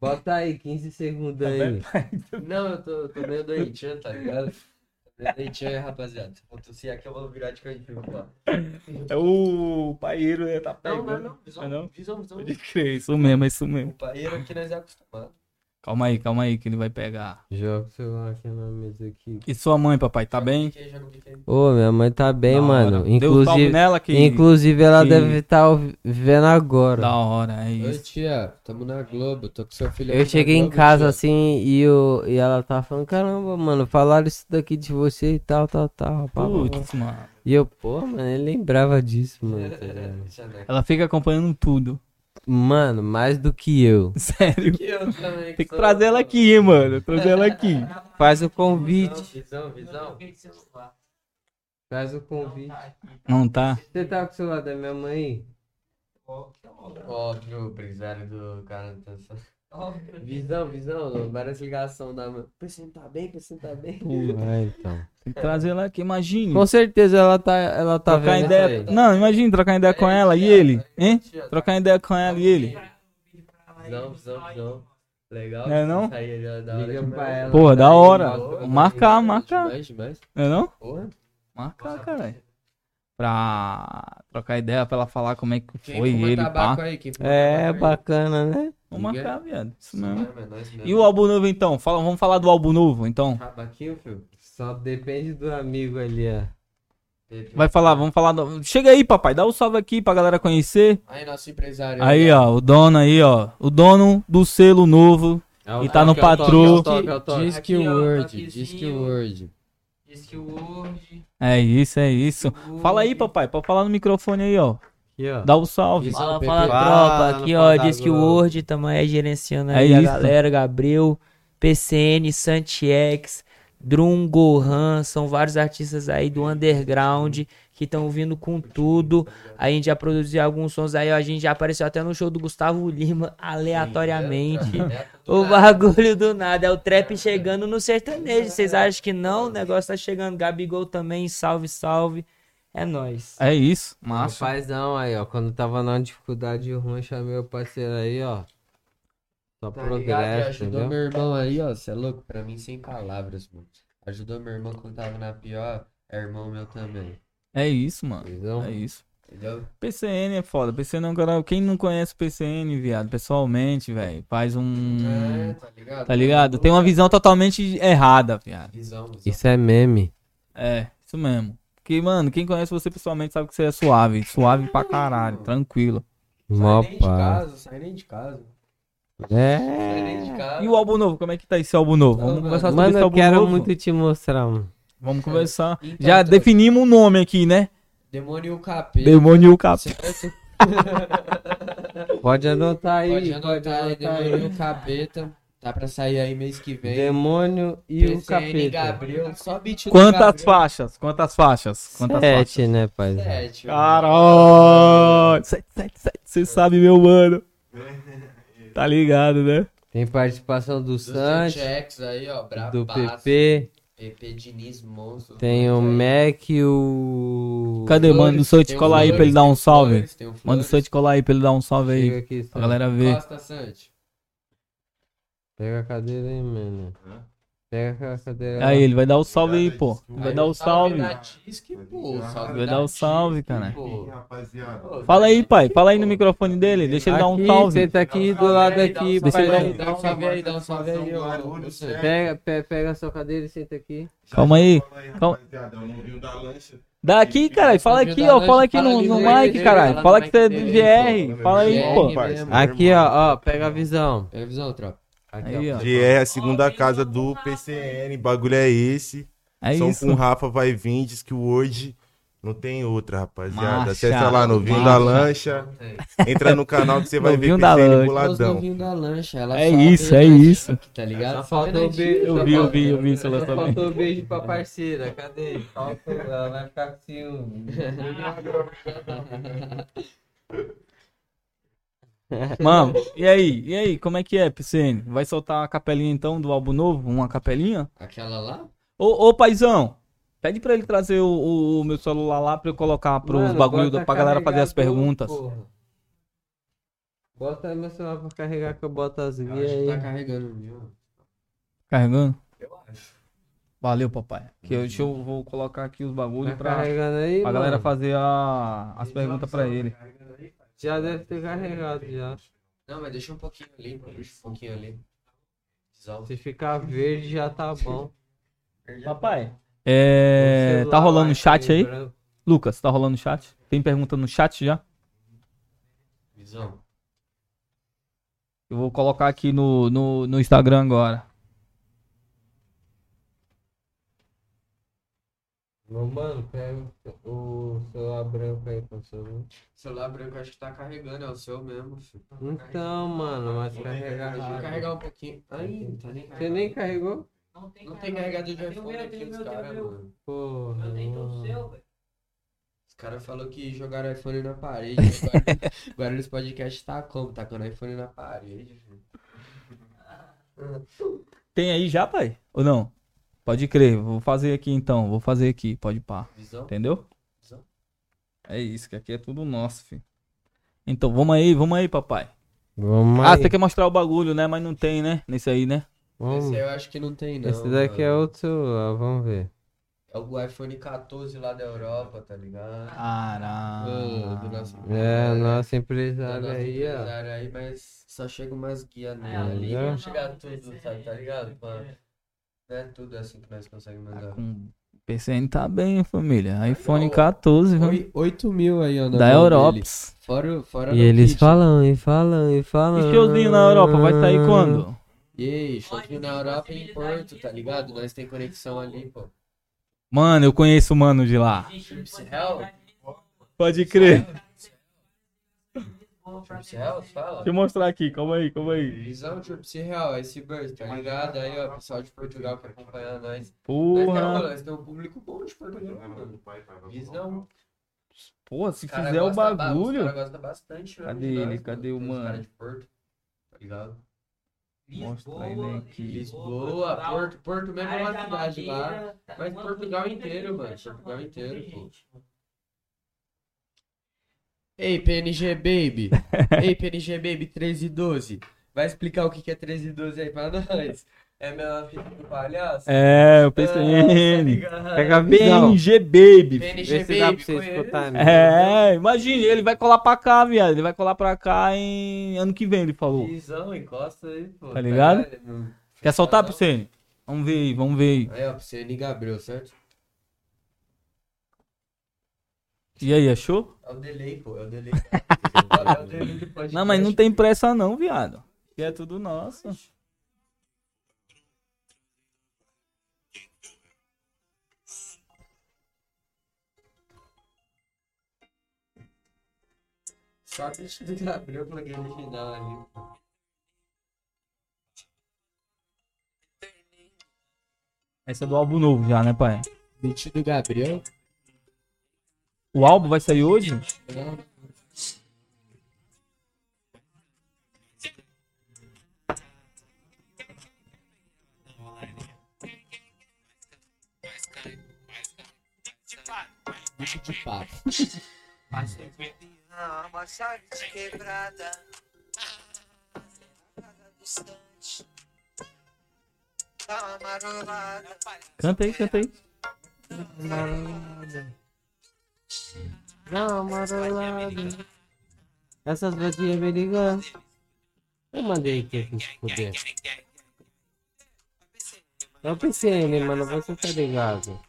Speaker 3: Bota aí, 15 segundos
Speaker 2: Tá
Speaker 3: aí.
Speaker 1: Não, eu tô, tô meio doentinho, tá ligado? Tô meio doentinho aí, rapaziada. Se eu tossir aqui, eu vou virar de cantinho, pô.
Speaker 2: É o paeiro, né? Tá
Speaker 1: Não, não, não. Visão,
Speaker 2: Não, não?
Speaker 1: visão, visão.
Speaker 2: crer, isso mesmo, é isso
Speaker 1: O
Speaker 2: mesmo.
Speaker 1: paeiro aqui nós é acostumado.
Speaker 2: Calma aí, calma aí, que ele vai pegar.
Speaker 3: Joga o celular aqui na mesa aqui.
Speaker 2: E sua mãe, papai, tá bem?
Speaker 1: Fiquei, já não fiquei.
Speaker 3: Ô, minha mãe tá bem,
Speaker 2: Da
Speaker 3: mano.
Speaker 2: hora. Deu um salve
Speaker 3: Inclusive,
Speaker 2: nela que
Speaker 3: inclusive ela
Speaker 2: que-
Speaker 3: deve estar vendo agora.
Speaker 2: da hora, é
Speaker 1: Oi,
Speaker 2: isso.
Speaker 1: tia. Tamo na Globo. Tô com seu filho aqui
Speaker 3: Eu
Speaker 1: na
Speaker 3: cheguei em
Speaker 1: Globo,
Speaker 3: casa
Speaker 1: tia.
Speaker 3: assim e, eu, e ela tá falando: caramba, mano, falaram isso daqui de você e tal, tal, tal. pá, pá, pá."
Speaker 2: Putz, mano.
Speaker 3: E eu, pô, mano, ele lembrava disso, mano. tá ligado?
Speaker 1: [laughs] Deixa, né?
Speaker 2: Ela fica acompanhando tudo. [laughs]
Speaker 3: mano, mais do que eu.
Speaker 2: Sério.
Speaker 1: Que eu também
Speaker 2: Tem que
Speaker 1: sou-
Speaker 2: trazer ela aqui, mano. Trazer ela aqui.
Speaker 3: Faz o convite.
Speaker 1: Visão, visão.
Speaker 3: Faz o convite.
Speaker 2: Não tá?
Speaker 3: Você tá com o celular da minha mãe?
Speaker 1: Óbvio, o presário do cara. tá só- Visão, visão, várias ligações da mãe. Pensei, tá bem, pensei, tá bem.
Speaker 3: Ah,
Speaker 2: é,
Speaker 3: então.
Speaker 2: Tem que trazer ela aqui, imagina.
Speaker 3: Com certeza ela tá, ela tá
Speaker 2: trocar
Speaker 3: vendo
Speaker 2: ideia.
Speaker 3: isso aí.
Speaker 2: Não, imagina trocar ideia com ela e ele. Hein?
Speaker 1: Tia, tá
Speaker 2: Trocar ideia com ela e ele.
Speaker 1: Visão, visão, visão. Legal.
Speaker 2: Não é não?
Speaker 1: Isso aí é da hora
Speaker 3: Liga
Speaker 1: demais.
Speaker 3: pra ela.
Speaker 2: Porra, da hora.
Speaker 1: Boa,
Speaker 2: Marcar,
Speaker 1: demais,
Speaker 2: marcar.
Speaker 3: né?
Speaker 1: Demais, demais.
Speaker 2: Não é não?
Speaker 1: Porra.
Speaker 2: Marcar, caralho. Pra trocar ideia, pra ela falar como é que
Speaker 1: Quem
Speaker 2: foi
Speaker 1: fuma
Speaker 2: ele,
Speaker 1: tabaco
Speaker 2: pá.
Speaker 1: aí? Quem fuma
Speaker 3: É,
Speaker 1: tabaco aí?
Speaker 3: bacana, né?
Speaker 2: Vamos marcar, viado. Isso
Speaker 1: Isso
Speaker 2: mesmo.
Speaker 1: mesmo, é nóis mesmo.
Speaker 2: E o álbum novo, então? Fala, vamos falar do álbum novo, então.
Speaker 1: Tabaquinho, filho?
Speaker 3: Só depende do amigo ali, ó.
Speaker 2: Vai falar, vamos falar. do- Chega aí, papai. Dá um salve aqui pra galera conhecer.
Speaker 1: Aí, nosso empresário.
Speaker 2: Aí, ó, o dono aí, ó. O dono do selo novo. E tá no patrô.
Speaker 1: Diz
Speaker 3: Diz
Speaker 1: que
Speaker 3: que
Speaker 1: o
Speaker 3: word, diz que word.
Speaker 1: Diz que o Word.
Speaker 2: É isso, é isso. Fala aí, papai. Pode falar no microfone aí, ó.
Speaker 3: Aqui, ó.
Speaker 2: Dá o salve.
Speaker 1: Isso.
Speaker 4: Fala,
Speaker 1: PP.
Speaker 4: fala,
Speaker 3: Fala,
Speaker 4: tropa. Aqui,
Speaker 3: fala,
Speaker 4: ó,
Speaker 3: Thiago.
Speaker 4: diz que o Word também é gerenciando
Speaker 2: É
Speaker 4: aí a
Speaker 2: isso.
Speaker 4: galera, Gabriel, PCN, Santiex, Drum, Gohan, são vários artistas aí do underground que estão vindo com tudo. A gente já produziu alguns sons aí, ó, a gente já apareceu até no show do Gustavo Lima, aleatoriamente.
Speaker 2: [laughs]
Speaker 4: O bagulho do nada, é o trap chegando no sertanejo. Vocês acham que não? O negócio tá chegando. Gabigol também, salve, salve. É nóis.
Speaker 2: É isso.
Speaker 3: Rapazão
Speaker 2: Massa.
Speaker 3: aí, ó. Quando tava na dificuldade ruim, chamei o parceiro aí, ó. Só
Speaker 1: Tá ligado? E
Speaker 3: progresso,
Speaker 1: ajudou
Speaker 3: entendeu?
Speaker 1: meu irmão aí, ó. Você é louco? Pra mim, sem palavras, mano. Ajudou meu irmão quando tava na pior. É irmão meu também.
Speaker 2: É isso, mano.
Speaker 3: Visão.
Speaker 2: É isso.
Speaker 1: Entendeu?
Speaker 2: PCN é foda. PCN é um canal. Quem não conhece o PCN, viado, pessoalmente, velho, faz um.
Speaker 1: É, tá ligado?
Speaker 2: Tá ligado? Tem uma visão totalmente errada, viado.
Speaker 1: Visão, visão.
Speaker 3: Isso é meme.
Speaker 2: É, isso mesmo. Porque, mano, quem conhece você pessoalmente sabe que você é suave. Suave pra caralho, tranquilo.
Speaker 3: Mó
Speaker 1: Sai nem de
Speaker 3: paz.
Speaker 1: casa, sai nem de casa. Sai nem
Speaker 3: É.
Speaker 1: de casa.
Speaker 2: E o álbum novo, como é que tá esse álbum novo? Vamos
Speaker 1: Não,
Speaker 2: conversar sobre
Speaker 3: Mano,
Speaker 2: esse
Speaker 3: eu
Speaker 2: álbum
Speaker 3: quero
Speaker 2: novo.
Speaker 3: muito te mostrar, mano.
Speaker 2: Vamos conversar.
Speaker 1: Então,
Speaker 2: Já
Speaker 1: então,
Speaker 2: definimos um nome aqui, né?
Speaker 1: Demônio e o capeta.
Speaker 2: Demônio e o Capeta.
Speaker 1: Você conhece-
Speaker 3: Pode anotar aí.
Speaker 1: Pode anotar aí, Demônio e o capeta. Tá pra sair aí mês que vem.
Speaker 3: Demônio e
Speaker 1: PCN
Speaker 3: o capeta.
Speaker 1: Gabriel, só beat do
Speaker 2: Quantas
Speaker 1: Gabriel.
Speaker 2: faixas? Quantas faixas? Quantas
Speaker 3: Sete, né,
Speaker 1: É.
Speaker 3: pai?
Speaker 2: Ah,
Speaker 1: Sete, mano.
Speaker 2: Caralho! 777, você sabe, meu mano. Tá ligado, né?
Speaker 3: Tem participação do
Speaker 1: Dos
Speaker 3: Santos,
Speaker 1: Sanchex aí, ó, brabo.
Speaker 3: do PP,
Speaker 1: PP Diniz, monstro.
Speaker 3: tem
Speaker 2: um
Speaker 3: o
Speaker 1: Flores
Speaker 3: Mac, o...
Speaker 2: Cadê,
Speaker 1: aí.
Speaker 2: mano? O Santos
Speaker 1: Tem o
Speaker 2: colar aí pra ele
Speaker 1: Flores,
Speaker 2: dar
Speaker 1: tem
Speaker 2: um
Speaker 1: o
Speaker 2: salve.
Speaker 1: Flores, tem o
Speaker 2: Manda o
Speaker 1: Flores.
Speaker 2: Santos colar aí pra ele dar um salve
Speaker 3: Chega
Speaker 2: aí.
Speaker 3: aqui,
Speaker 2: Pra
Speaker 3: Santos.
Speaker 2: galera ver.
Speaker 1: Costa, Santi.
Speaker 3: Pega a cadeira aí, mano.
Speaker 5: Hã?
Speaker 3: Pega a cadeira
Speaker 2: Aí,
Speaker 3: lá.
Speaker 2: ele vai dar o salve aí,
Speaker 5: Obrigado,
Speaker 2: pô.
Speaker 5: desculpa.
Speaker 2: Ele vai
Speaker 1: Aí,
Speaker 2: dar o salve.
Speaker 1: na Tisque, pô, salve
Speaker 2: Vai
Speaker 1: na
Speaker 2: dar o
Speaker 1: Tisque,
Speaker 2: salve, cara.
Speaker 1: pô.
Speaker 5: Ih, rapaziada.
Speaker 2: Fala aí, pai. Fala aí no microfone dele. Deixa ele dar um
Speaker 3: Aqui,
Speaker 2: salve.
Speaker 3: Senta aqui do lado
Speaker 1: Aí, dá um
Speaker 3: aqui,
Speaker 1: salve
Speaker 2: pai.
Speaker 1: aí, Dá um salve aí, dá um salve aí, ó.
Speaker 5: Barulho,
Speaker 1: Você.
Speaker 5: certo.
Speaker 3: Pega, pe- pega a sua cadeira e senta aqui.
Speaker 5: Já
Speaker 2: Calma aí.
Speaker 5: fala
Speaker 2: Calma-
Speaker 5: rapaziada, eu não vi o da lancha.
Speaker 2: Daqui, caralho. Fala aqui, ó. Fala aqui no, no mic, caralho. Fala que você é do GR. Fala aí, pô.
Speaker 3: Aqui, ó, ó, pega a visão.
Speaker 1: Televisão, É, tropa.
Speaker 3: Aqui,
Speaker 2: Aí, ó.
Speaker 5: GR, é a segunda casa do PCN, bagulho é esse.
Speaker 2: É
Speaker 5: São
Speaker 2: isso.
Speaker 5: com Rafa vai vir, diz que o Word não tem outra, rapaziada.
Speaker 2: Marcha,
Speaker 5: Acessa lá no Vinho da Lancha, entra no canal que você vai ver
Speaker 2: Novinho da
Speaker 5: PCN
Speaker 2: Lancha.
Speaker 1: Os
Speaker 5: boladão.
Speaker 1: novinhos É, da lancha, ela
Speaker 2: É
Speaker 1: sabe
Speaker 2: isso, é
Speaker 1: da
Speaker 2: isso.
Speaker 1: Tisque, Tá ligado?
Speaker 3: Só
Speaker 1: Sabe
Speaker 3: faltou
Speaker 1: da
Speaker 3: o beijo,
Speaker 1: Tisque,
Speaker 2: Eu
Speaker 3: só
Speaker 2: vi, eu
Speaker 3: faltou-
Speaker 2: vi, eu vi. Seu
Speaker 3: só
Speaker 2: lançamento.
Speaker 3: Faltou um beijo
Speaker 1: [laughs]
Speaker 3: pra parceira, cadê? Faltou, ela vai ficar com ciúme.
Speaker 2: Mano, e aí? E aí? Como é que é, PCN? Vai soltar uma capelinha então do álbum novo? Uma capelinha?
Speaker 1: Aquela lá?
Speaker 2: Ô, ô paizão, pede pra ele trazer o, o- o meu celular lá pra eu colocar pros
Speaker 3: Mano,
Speaker 2: bagulho
Speaker 3: bota
Speaker 2: da, pra galera fazer as
Speaker 3: carregador,
Speaker 2: perguntas.
Speaker 3: porra. Bota meu celular pra carregar que eu boto as
Speaker 1: Eu
Speaker 3: guias
Speaker 1: acho que tá
Speaker 3: aí.
Speaker 1: carregando, viu?
Speaker 2: Carregando? Valeu, papai. Que eu, deixa eu vou colocar aqui os bagulhos
Speaker 3: Tá
Speaker 2: pra,
Speaker 3: carregando aí,
Speaker 2: pra galera
Speaker 3: mano?
Speaker 2: fazer a- as perguntas pra ele.
Speaker 3: Já deve ter carregado já.
Speaker 1: Não, mas deixa um pouquinho ali, mano. Deixa um pouquinho ali. Desalto.
Speaker 3: Se ficar verde já tá bom.
Speaker 2: Papai. É,
Speaker 3: O
Speaker 2: tá
Speaker 3: celular
Speaker 2: rolando
Speaker 3: vai
Speaker 2: o chat
Speaker 3: sair
Speaker 2: aí?
Speaker 3: branco.
Speaker 2: Lucas, tá rolando o chat? Tem pergunta no chat já?
Speaker 1: Visão.
Speaker 2: Eu vou colocar aqui no, no, no Instagram agora.
Speaker 3: Ô, mano, pega o celular branco aí, por favor.
Speaker 1: O celular branco acho que tá carregando, é o seu mesmo, filho. Tá
Speaker 3: Então, mano, mas carregar.
Speaker 1: Deixa eu carregar um pouquinho. Ai, não tá nem
Speaker 3: Você
Speaker 1: carregando.
Speaker 3: nem carregou?
Speaker 1: Não tem carregador de iPhone aqui, os caras, mano.
Speaker 3: Porra. mano.
Speaker 1: Os caras falaram que jogaram iPhone na
Speaker 3: [laughs]
Speaker 1: parede. Agora, agora eles podcast tá como? Tacando iPhone na parede, filho.
Speaker 2: Tem aí já, pai? Ou não? Pode crer, vou fazer aqui então, vou fazer aqui, pode pá.
Speaker 1: Visão?
Speaker 2: Entendeu?
Speaker 1: Visão.
Speaker 2: É isso, que aqui é tudo nosso, filho. Então, vamos aí, vamos aí, papai.
Speaker 3: Vamos
Speaker 2: Ah,
Speaker 3: aí.
Speaker 2: você quer mostrar o bagulho, né? Mas não tem, né? Nesse aí, né?
Speaker 3: Vamos.
Speaker 1: Esse aí eu acho que não tem, não.
Speaker 3: Esse daqui é
Speaker 1: mano.
Speaker 3: outro celular, vamos ver.
Speaker 1: É o iPhone 14 lá da Europa, tá ligado? Ô, do nosso-
Speaker 2: Caralho.
Speaker 3: Ah, É, nosso
Speaker 1: Da
Speaker 3: empresário
Speaker 1: Tá nossa
Speaker 3: aí, ó.
Speaker 1: empresária aí, mas só chega umas guias nele
Speaker 3: Ah,
Speaker 1: ali.
Speaker 3: entendeu?
Speaker 1: Não chega tudo, sabe? Tá ligado? Mano? Não é tudo assim que nós conseguimos
Speaker 2: Tá
Speaker 1: mandar.
Speaker 2: com... PCN tá bem, família. iPhone 14, viu?
Speaker 1: 8 mil aí, ó. na
Speaker 2: Da
Speaker 1: mão
Speaker 2: Europa.
Speaker 1: dele. Fora, o- fora
Speaker 3: E
Speaker 1: no
Speaker 3: eles
Speaker 1: kit.
Speaker 3: falam, e falam, e falam.
Speaker 2: E showzinho na Europa, vai sair quando?
Speaker 1: E aí, showzinho na Europa e em Porto, tá ligado? Nós tem conexão ali, pô.
Speaker 2: Mano, eu conheço o mano de lá.
Speaker 1: Trips Hell?
Speaker 2: Pode crer. Deixa
Speaker 1: Trips Hell, fala.
Speaker 2: eu mostrar aqui, calma aí, calma aí.
Speaker 1: Visão Trips Hell, esse burst, tá ligado? Aí, ó, pessoal de Portugal que acompanha nós. Nós tem,
Speaker 2: Porra.
Speaker 1: mano, nós tem um público bom de Portugal, mano. Visão.
Speaker 2: Pô, se
Speaker 1: Os cara
Speaker 2: fizer o
Speaker 1: gosta ba-
Speaker 2: bagulho.
Speaker 1: Os caras gostam bastante, né, mano,
Speaker 2: Cadê
Speaker 1: de
Speaker 2: ele?
Speaker 1: nós,
Speaker 2: Cadê o
Speaker 1: mano? Tem
Speaker 2: mano?
Speaker 1: uns cara de Porto, tá ligado?
Speaker 2: Mostra ele aqui.
Speaker 1: né, Lisboa, Porto, Porto mesmo é uma cidade lá.
Speaker 4: tá
Speaker 1: Mas Portugal inteiro, mano. Portugal inteiro, pô. Ei,
Speaker 2: [laughs]
Speaker 1: PNG Baby. Ei, PNG Baby 13 e 12. Vai explicar o que que é 13 e 12 aí pra [laughs] nós? É meu filho do palhaço?
Speaker 2: É, o
Speaker 1: Ah, tá [laughs]
Speaker 2: PCN.
Speaker 1: ligado.
Speaker 3: Pega a visão.
Speaker 2: PNG Baby. filho.
Speaker 1: PNG
Speaker 3: Vê se dá pra
Speaker 1: Baby,
Speaker 3: vocês
Speaker 1: conhece?
Speaker 3: escutarem.
Speaker 2: É, imagina, ele vai colar pra cá, viado. Ele vai colar pra cá em ano que vem, ele falou.
Speaker 1: Visão, encosta aí, pô.
Speaker 2: né? Tá ligado?
Speaker 1: ligado?
Speaker 2: Quer soltar, PCN? Vamos ver aí, vamos ver
Speaker 1: Aí, ó, Piscine Gabriel, certo?
Speaker 2: aí. E aí, achou?
Speaker 1: É o delay, pô. É o delay. [laughs] É o delay do podcast.
Speaker 2: Não, mas não tem pressa não, viado. Que é tudo nosso.
Speaker 1: Só que Piscine Gabriel, pluguei no final ali, pô.
Speaker 2: Essa é do álbum novo já, né, pai?
Speaker 1: Beat do Gabriel.
Speaker 2: O álbum vai sair hoje?
Speaker 1: Isso de papo.
Speaker 2: Canta aí, canta aí.
Speaker 3: Não, marolada. Essas bandinhas me ligam. Eu mandei aqui pra se fuder. É o PCN, mano, você tá ligado.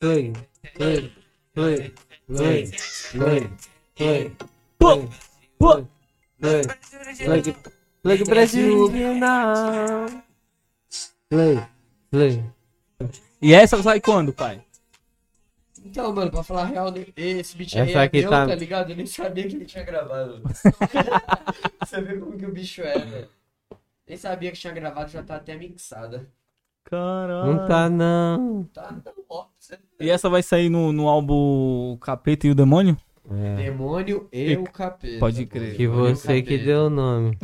Speaker 3: Play, play, play, play, play, play,
Speaker 2: Pô, pô.
Speaker 3: play, play, play do Brasil, não. Play, play.
Speaker 2: E essa sai quando, pai?
Speaker 1: Então, mano, pra falar a real, né, esse bicho
Speaker 3: Essa
Speaker 1: aí é
Speaker 3: aqui
Speaker 1: meu,
Speaker 3: tá-
Speaker 1: tá... ligado? Eu nem sabia que ele
Speaker 2: [laughs]
Speaker 1: tinha gravado. Você vê como que o bicho é, velho. Nem sabia que tinha gravado, já tá até mixada.
Speaker 2: Caralho.
Speaker 3: Não tá, não.
Speaker 1: Tá, tá ó, você-
Speaker 2: E essa vai sair no, no álbum Capeta e o Demônio?
Speaker 3: É.
Speaker 1: Demônio e o capeta.
Speaker 2: Pode crer.
Speaker 3: Que
Speaker 1: Demônio e o
Speaker 3: você que
Speaker 1: capeta.
Speaker 3: deu o nome.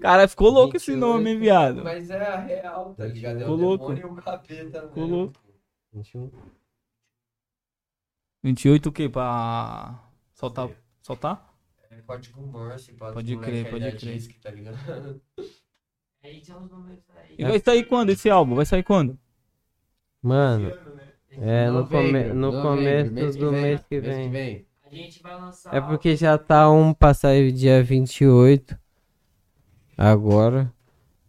Speaker 2: Cara, ficou louco esse
Speaker 1: 28.
Speaker 2: nome, hein, viado?
Speaker 1: Mas é a real, tá ligado? É o
Speaker 2: Ficou louco.
Speaker 1: demônio e o capeta,
Speaker 2: Ficou
Speaker 1: mano.
Speaker 2: louco. 28 o quê? Pra soltar? Soltar?
Speaker 1: É código Morse,
Speaker 2: Pode crer, pode crer.
Speaker 1: Disque, tá ligado?
Speaker 2: E vai sair quando esse álbum? Vai sair quando?
Speaker 3: Mano, [laughs] é no, come
Speaker 1: Novembro,
Speaker 3: no
Speaker 1: novembro,
Speaker 3: começo
Speaker 1: mês que
Speaker 3: do
Speaker 1: vem, né? Mês que
Speaker 3: mês que vem.
Speaker 1: vem.
Speaker 4: A gente vai lançar.
Speaker 3: É porque já tá um pra sair dia 28 agora.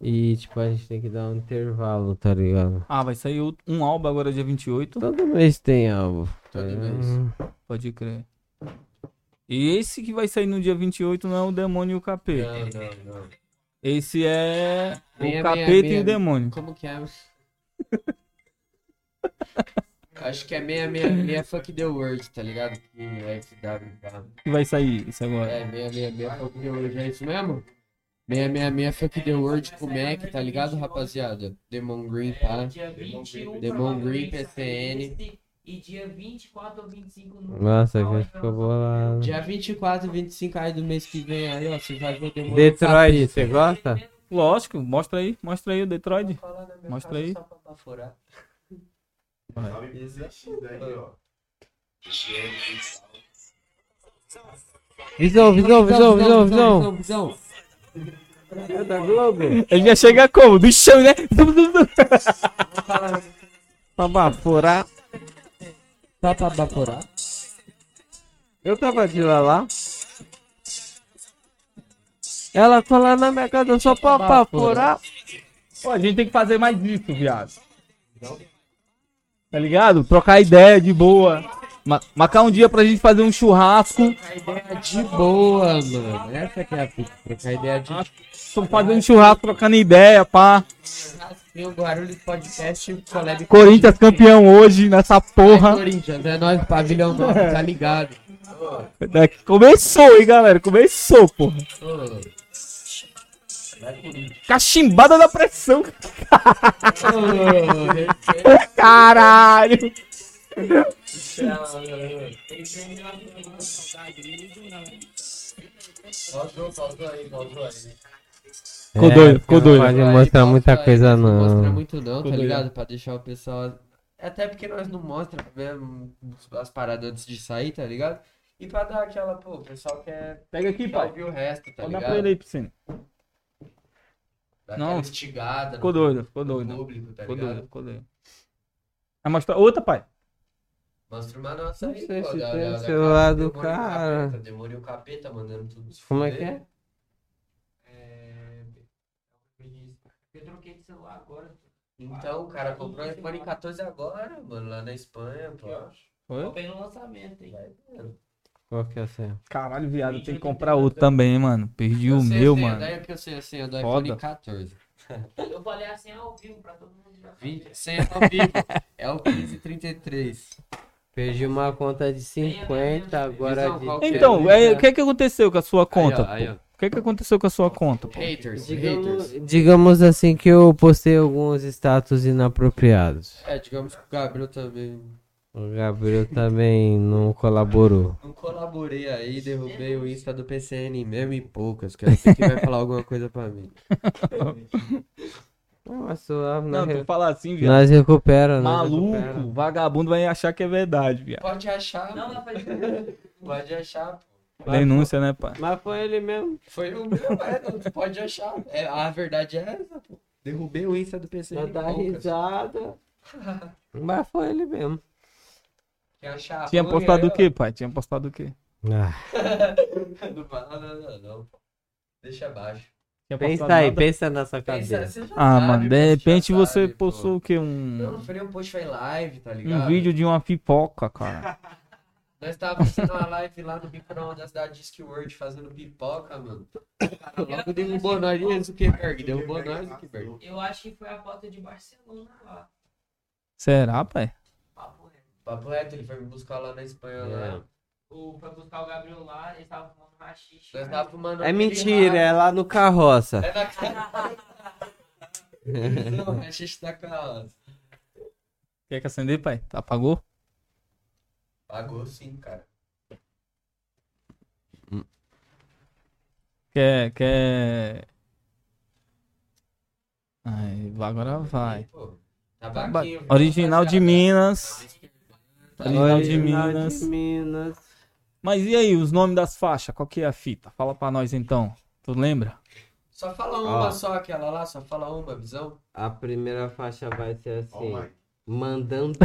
Speaker 3: E tipo, a gente tem que dar um intervalo, tá ligado?
Speaker 2: Ah, vai sair outro- um álbum agora dia 28.
Speaker 3: Todo mês tem álbum. tá
Speaker 1: Todo
Speaker 3: ligado?
Speaker 1: mês.
Speaker 2: Pode crer. E esse que vai sair no dia 28 não é o Demônio e o Capeta.
Speaker 1: Não, não, não.
Speaker 2: Esse é
Speaker 1: Meia,
Speaker 2: o
Speaker 1: meia,
Speaker 2: Capeta e
Speaker 1: meia.
Speaker 2: o Demônio.
Speaker 1: Como que é? [laughs] Acho que é 666 Fuck the World, tá ligado? Que é FW. tá?
Speaker 2: Que vai sair isso agora.
Speaker 1: É, 666 Fuck the World, é isso mesmo? 666 Fuck the World com Mac, tá ligado, rapaziada? Demon Green, pá.
Speaker 4: Dia 21
Speaker 1: Tá? Demon Green,
Speaker 4: provavelmente,
Speaker 1: PCN.
Speaker 4: E dia 24 ou 25 no
Speaker 3: Nossa,
Speaker 4: canal,
Speaker 3: que
Speaker 4: aí vai
Speaker 3: ficou
Speaker 4: lançar.
Speaker 3: bolado.
Speaker 1: Dia 24, 25 aí do mês que vem, aí, ó, você vai ver o Demon
Speaker 3: Detroit, você gosta?
Speaker 2: Lógico, mostra aí, mostra aí o Detroit. Mostra aí.
Speaker 3: Visão, visão, visão, visão, visão.
Speaker 1: visão.
Speaker 3: Da Globo.
Speaker 2: Ele já chega como? Do chão, né?
Speaker 3: [laughs] Pra baforar.
Speaker 1: Tá pra evaporar?
Speaker 3: Eu tava de lá lá. Ela falando na minha casa só Tá pra baforar.
Speaker 2: Pô, a gente tem que fazer mais isso, viado. Tá ligado? Trocar ideia de boa. Ma- marcar um dia pra gente fazer um churrasco.
Speaker 1: Trocar ideia de boa, mano. Essa que é a fita. Trocar ideia de
Speaker 2: Tô fazendo um churrasco, trocando ideia, pá.
Speaker 1: Meu Guarulhos Podcast Collab
Speaker 2: Corinthians campeão hoje nessa
Speaker 1: É
Speaker 2: porra.
Speaker 1: Corinthians, é nóis, pavilhão novo, tá ligado?
Speaker 2: É, Começou, hein, galera? Começou, porra.
Speaker 1: Ô,
Speaker 2: Cachimbada da pressão.
Speaker 1: ô, respeita,
Speaker 2: Caralho.
Speaker 1: pausou, pausou aí, pausou aí.
Speaker 2: É, Ficou doido, ficou
Speaker 3: porque não
Speaker 2: doido.
Speaker 3: Pode mostrar muita coisa,
Speaker 1: Não mostra
Speaker 3: não.
Speaker 1: muito não, tá
Speaker 2: Tudo
Speaker 1: ligado? Pra deixar o pessoal... É Até porque nós não mostra mesmo as paradas antes de sair, tá ligado? E pra dar aquela, pô, o pessoal quer
Speaker 2: Pega aqui,
Speaker 1: já ouvir o resto, tá
Speaker 2: Pode dar pra ele
Speaker 1: ligado?
Speaker 2: aí, piscina.
Speaker 1: Dá
Speaker 2: Não.
Speaker 1: aquela instigada
Speaker 2: Ficou
Speaker 1: no-
Speaker 2: doido, ficou
Speaker 1: no
Speaker 2: doido.
Speaker 1: público, tá
Speaker 2: Ficou doido,
Speaker 1: ligado?
Speaker 2: ficou doido. Vai mostrar outra, pai?
Speaker 1: Mostra uma nossa
Speaker 3: Não
Speaker 1: aí,
Speaker 3: sei
Speaker 1: pô,
Speaker 3: se
Speaker 1: da-
Speaker 3: tem
Speaker 1: da-
Speaker 3: o
Speaker 1: da
Speaker 3: celular
Speaker 1: casa
Speaker 3: do
Speaker 1: Demônio e o
Speaker 3: cara.
Speaker 1: Capeta, Demônio e o capeta mandando tudo se
Speaker 3: Como é que
Speaker 1: fuder.
Speaker 3: é?
Speaker 1: É,
Speaker 4: Eu troquei de celular agora.
Speaker 1: Então, o cara comprou o iPhone 14 agora, mano, lá na Espanha, pô.
Speaker 4: Tô
Speaker 2: Foi?
Speaker 4: bem no lançamento, hein?
Speaker 3: Qual que é a senha?
Speaker 2: Caralho, viado, tem que comprar outro também, hein, mano. Perdi o meu, mano.
Speaker 1: Daí que eu sei a senha do
Speaker 2: Foda.
Speaker 1: iPhone 14.
Speaker 4: Eu falei assim ao vivo pra todo mundo já.
Speaker 1: Vinte- Senha ao vivo. é o 1533.
Speaker 3: Perdi uma conta de 50, agora
Speaker 1: Visão, qual que
Speaker 3: de.
Speaker 1: é?
Speaker 2: Então, é, o que é que aconteceu com a sua conta?
Speaker 1: aí, ó.
Speaker 2: pô? O que é que aconteceu com a sua conta? pô?
Speaker 1: Haters,
Speaker 3: Digamos,
Speaker 1: haters.
Speaker 3: digamos assim que eu postei alguns status inapropriados.
Speaker 1: É, digamos que o Gabriel também.
Speaker 3: O Gabriel também não colaborou.
Speaker 1: Não colaborei aí, derrubei o Insta do é PCN mesmo e poucas. Quero ver quem vai falar alguma coisa pra mim.
Speaker 3: Nossa, ah,
Speaker 2: Não,
Speaker 3: nós,
Speaker 2: tu
Speaker 3: re-
Speaker 2: fala assim, viado.
Speaker 3: nós recupera, nós recupera.
Speaker 2: Maluco, vagabundo vai achar que é verdade, viado.
Speaker 1: Pode achar.
Speaker 4: Não,
Speaker 1: pô.
Speaker 4: não, faz-
Speaker 1: Pode achar. pô.
Speaker 2: Denúncia, né, pai?
Speaker 3: Mas foi ele mesmo.
Speaker 1: Foi o meu, é, não, tu pode achar. É, a verdade é essa, pô. Derrubei o Insta do PC.
Speaker 3: Já
Speaker 1: em
Speaker 3: dá
Speaker 1: poucas.
Speaker 3: risada. Mas foi ele mesmo.
Speaker 1: Quer achar?
Speaker 2: Tinha
Speaker 1: ruim,
Speaker 2: postado
Speaker 1: aí,
Speaker 2: o quê, pai? Tinha postado o quê?
Speaker 1: ó. [laughs] Não fala nada, não, pô. Deixa abaixo.
Speaker 2: Tinha postado
Speaker 3: Pensa aí,
Speaker 2: nada?
Speaker 3: pensa na sua
Speaker 1: Pensa,
Speaker 3: cabeça.
Speaker 1: você
Speaker 2: Tá
Speaker 1: já
Speaker 2: Ah,
Speaker 1: sabe,
Speaker 2: mano,
Speaker 1: pô,
Speaker 2: de
Speaker 1: você já
Speaker 2: repente você
Speaker 1: sabe, pô.
Speaker 2: postou o quê?
Speaker 1: Não, não
Speaker 2: Um,
Speaker 1: foi nem um post, foi live, tá ligado?
Speaker 2: um vídeo de uma pipoca, cara.
Speaker 1: Nós tava fazendo uma live lá no micro-ondas da Discworld fazendo pipoca, mano. Logo derrubou um nós, e o Zuckerberg? Derrubou nós, Zuckerberg.
Speaker 4: Eu acho que foi a foto de Barcelona lá.
Speaker 2: Será, pai?
Speaker 4: Papo reto.
Speaker 1: Papo reto, ele foi me buscar lá na Espanha,
Speaker 3: É.
Speaker 1: lá.
Speaker 4: O, pra buscar o Gabriel lá, ele tava fumando rachista.
Speaker 1: Nós tava fumando...
Speaker 3: É
Speaker 1: aquele
Speaker 3: mentira,
Speaker 1: rato.
Speaker 3: é lá no carroça.
Speaker 1: É na cara. Não, a gente tá com a...
Speaker 2: Quer que acender, pai? Apagou?
Speaker 1: Pagou sim, cara.
Speaker 2: Quer, quer... Aí, agora vai. Tá
Speaker 1: Pô, tabaquinho. viu, Tá
Speaker 2: Original de
Speaker 1: rapaziada?
Speaker 2: Minas. Original de
Speaker 3: Original
Speaker 2: Minas.
Speaker 3: de Minas.
Speaker 2: Mas e aí, os nomes das faixas? Qual que é a fita? Fala pra nós então. Tu lembra?
Speaker 1: Só fala uma
Speaker 3: Ó.
Speaker 1: só, aquela lá, só fala uma, visão.
Speaker 3: A primeira faixa vai ser
Speaker 5: Ó,
Speaker 3: assim.
Speaker 5: mãe.
Speaker 3: Mandando.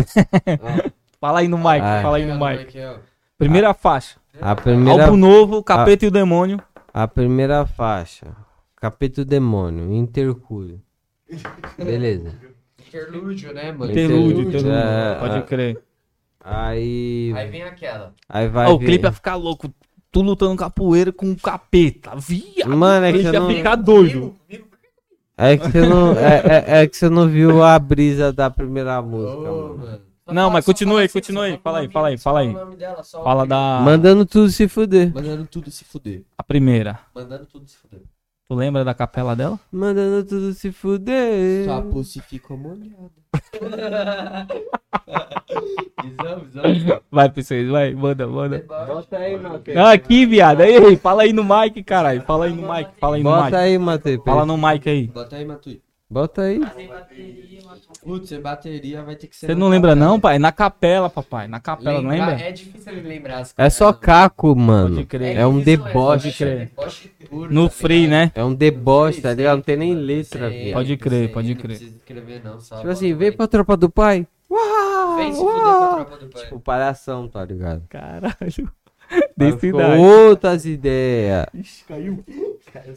Speaker 2: Fala aí no mic,
Speaker 3: Ah,
Speaker 2: fala aí
Speaker 1: Pega
Speaker 2: no
Speaker 1: no
Speaker 2: mic.
Speaker 1: mic, ó.
Speaker 2: Primeira faixa.
Speaker 3: A primeira
Speaker 2: Álbum novo, Capeta e o Demônio.
Speaker 3: A primeira faixa. Capítulo Demônio, Intercúlio. Beleza.
Speaker 1: Interlúdio, né, mano?
Speaker 2: Interlúdio,
Speaker 3: Interlúdio,
Speaker 2: interlúdio.
Speaker 3: é,
Speaker 2: Pode
Speaker 3: é.
Speaker 2: crer.
Speaker 3: Aí.
Speaker 1: Aí vem aquela.
Speaker 3: Aí vai.
Speaker 2: Ó, Ah, o
Speaker 3: vir-
Speaker 2: clipe ia ficar louco. Tu lutando capoeira com o capeta. Viado.
Speaker 3: Mano, é que
Speaker 2: ele
Speaker 3: eu
Speaker 2: ia
Speaker 3: não-
Speaker 2: ficar doido.
Speaker 3: É que você não. É, é- é que você não viu a brisa da primeira música,
Speaker 1: Ô,
Speaker 3: mano.
Speaker 1: mano. Só
Speaker 2: Não,
Speaker 1: fala-
Speaker 2: mas
Speaker 1: só
Speaker 2: continua
Speaker 1: fala
Speaker 2: aí,
Speaker 1: assim,
Speaker 2: continua
Speaker 1: só
Speaker 2: aí.
Speaker 1: o
Speaker 2: Fala aí,
Speaker 1: nome-
Speaker 2: fala aí,
Speaker 1: só
Speaker 2: fala aí.
Speaker 1: O nome dela, só o
Speaker 2: Fala
Speaker 1: nome dela.
Speaker 2: da
Speaker 3: Mandando tudo se fuder.
Speaker 1: Mandando tudo se fuder.
Speaker 2: a primeira.
Speaker 1: Mandando tudo se fuder.
Speaker 2: Tu lembra da capela dela?
Speaker 3: Mandando tudo se fuder.
Speaker 1: Sua pussy ficou molhada. [laughs] visão, visão.
Speaker 2: Vai, vocês, vai, manda, manda. Ah,
Speaker 1: Deboche.
Speaker 3: Bota aí, Matheus.
Speaker 2: Aqui, viado. Aí, fala aí no mic, caralho. Fala aí no mic, fala aí no
Speaker 3: Bota
Speaker 2: mic.
Speaker 3: aí, Matheus.
Speaker 2: Fala no mic aí.
Speaker 1: Bota aí, Matui.
Speaker 3: Bota aí.
Speaker 4: Sem bateria, mano.
Speaker 1: Putz, sem bateria vai ter que ser.
Speaker 2: Você
Speaker 1: na
Speaker 2: não lembra
Speaker 1: capela.
Speaker 2: não, pai? Na capela, papai. Na capela, não
Speaker 1: Lembrar-
Speaker 2: lembra?
Speaker 1: É difícil ele lembrar as
Speaker 3: É só caco, mano.
Speaker 2: Pode crer.
Speaker 3: É um
Speaker 2: Pode
Speaker 3: deboche.
Speaker 2: crer.
Speaker 1: Deboche puro,
Speaker 2: No
Speaker 1: tá
Speaker 2: free,
Speaker 1: ligado?
Speaker 2: né?
Speaker 3: É um deboche, tá ligado? Não tem nem letra,
Speaker 1: Sei,
Speaker 3: viu?
Speaker 2: Pode crer,
Speaker 1: sei,
Speaker 2: pode
Speaker 1: não
Speaker 2: crer.
Speaker 1: precisa escrever, não, só
Speaker 3: Tipo
Speaker 1: bota
Speaker 3: assim,
Speaker 1: lá.
Speaker 3: vem pra tropa do pai. Uau!
Speaker 1: Vem se
Speaker 3: uau.
Speaker 1: fuder com a tropa do pai.
Speaker 3: Tipo, palhação, tá ligado?
Speaker 2: Caralho.
Speaker 3: Aí
Speaker 2: Desse
Speaker 3: ficou
Speaker 2: idade.
Speaker 3: outras ideias.
Speaker 2: Ixi, caiu.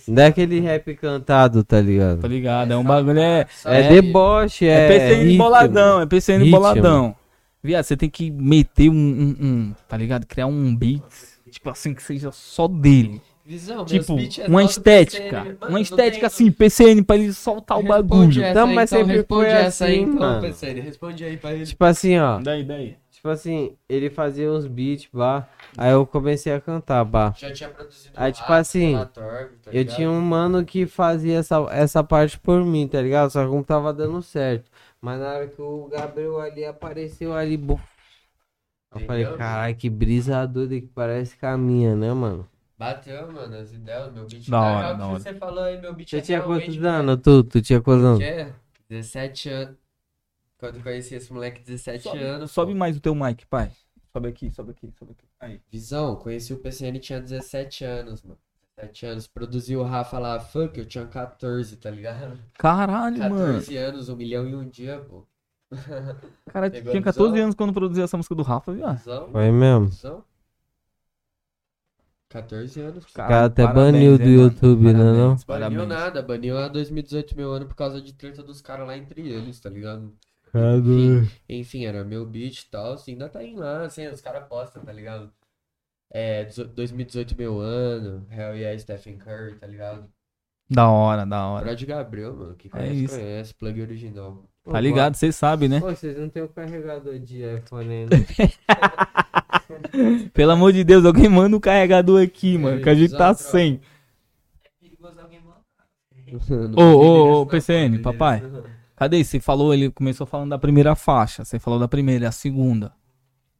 Speaker 3: Não é aquele rap cantado, tá ligado?
Speaker 2: Tô ligado, é um bagulho, é...
Speaker 1: Só
Speaker 3: É
Speaker 1: que-
Speaker 3: deboche, é.
Speaker 2: É PCN
Speaker 3: ritmo.
Speaker 2: boladão, é PCN
Speaker 3: Ritmo.
Speaker 2: boladão. Viado, você tem que meter um, um- um, tá ligado? Criar um beat, tipo assim, que seja só dele.
Speaker 1: Visão, meus
Speaker 2: Tipo,
Speaker 1: beats é
Speaker 2: uma
Speaker 1: só do
Speaker 2: estética.
Speaker 1: PCN, mano, não
Speaker 2: uma estética
Speaker 1: tem-
Speaker 2: assim, PCN, pra ele soltar o
Speaker 1: Responde
Speaker 2: bagulho.
Speaker 1: essa
Speaker 3: Então,
Speaker 1: aí,
Speaker 3: mas sempre
Speaker 1: responde
Speaker 3: foi
Speaker 1: essa aí,
Speaker 3: assim,
Speaker 1: então,
Speaker 3: mano.
Speaker 1: PCN, responde aí pra ele.
Speaker 3: Tipo assim, ó.
Speaker 2: Daí, daí.
Speaker 3: Tipo assim, ele fazia uns beats, bah. Aí eu comecei a cantar, bah.
Speaker 1: Já tinha produzido
Speaker 3: Aí, tipo
Speaker 1: lá,
Speaker 3: assim,
Speaker 1: lá, Torb, tá
Speaker 3: Eu
Speaker 1: ligado?
Speaker 3: tinha um mano que fazia essa, essa parte por mim, tá ligado? Só que não tava dando certo. Mas na hora que o Gabriel ali apareceu ali, buf. Eu falei,
Speaker 1: Entendeu?
Speaker 3: caralho, que brisa doida que parece caminha, né, mano?
Speaker 1: Bateu, mano, as ideias, meu beat.
Speaker 2: Da
Speaker 1: Ah,
Speaker 2: hora,
Speaker 1: é o que
Speaker 2: da hora.
Speaker 1: Você falou aí, meu beat
Speaker 3: Você
Speaker 1: é
Speaker 3: tinha
Speaker 1: realmente
Speaker 3: quantos anos, tu? Tu tinha quantos anos?
Speaker 1: Tinha 17 anos. Quando eu conheci esse moleque, 17
Speaker 2: Sobe,
Speaker 1: anos.
Speaker 2: sobe
Speaker 1: pô.
Speaker 2: mais o teu mic, pai. Sobe aqui, sobe aqui, sobe aqui. Aí.
Speaker 1: Visão, conheci o PCN tinha 17 anos, mano. 17 anos. Produziu o Rafa lá, funk, eu tinha 14, tá ligado?
Speaker 2: Caralho, mano.
Speaker 1: 14 anos, um milhão e um dia, pô.
Speaker 2: Cara,
Speaker 1: Pegou a
Speaker 2: tinha 14
Speaker 1: visão?
Speaker 2: anos quando produziu essa música do Rafa, viu?
Speaker 1: Visão,
Speaker 3: Foi mesmo.
Speaker 1: visão. 14 anos.
Speaker 3: O cara até
Speaker 2: né,
Speaker 3: baniu do YouTube, né, não?
Speaker 1: Baniu
Speaker 2: Parabéns.
Speaker 1: nada, baniu a 2018 meu ano por causa de treta dos caras lá entre eles, tá ligado?
Speaker 3: Caralho.
Speaker 1: Enfim, era meu beat e tal, assim, ainda tá em lá, assim, os caras postam, tá ligado? É, 18 2018 meu ano, Hell yeah, Stephen Curry, tá ligado?
Speaker 2: Da hora, da hora.
Speaker 1: Hora de Gabriel, mano, que conhece,
Speaker 2: É isso.
Speaker 1: conhece, plug original.
Speaker 2: Tá ligado, vocês sabem, né?
Speaker 3: Pô, vocês não tem o carregador de iPhone ainda.
Speaker 2: Pelo amor de Deus, alguém manda o carregador aqui, mano, que a gente tá
Speaker 1: Exato, ó.
Speaker 3: [laughs]
Speaker 2: sem.
Speaker 4: Perigoso alguém mandar.
Speaker 1: Não
Speaker 2: Ô, ô,
Speaker 1: tem
Speaker 2: ô,
Speaker 1: endereço,
Speaker 2: PCN,
Speaker 1: não,
Speaker 2: papai. Cadê? Você falou, ele começou falando da primeira faixa. Você falou da primeira, a segunda.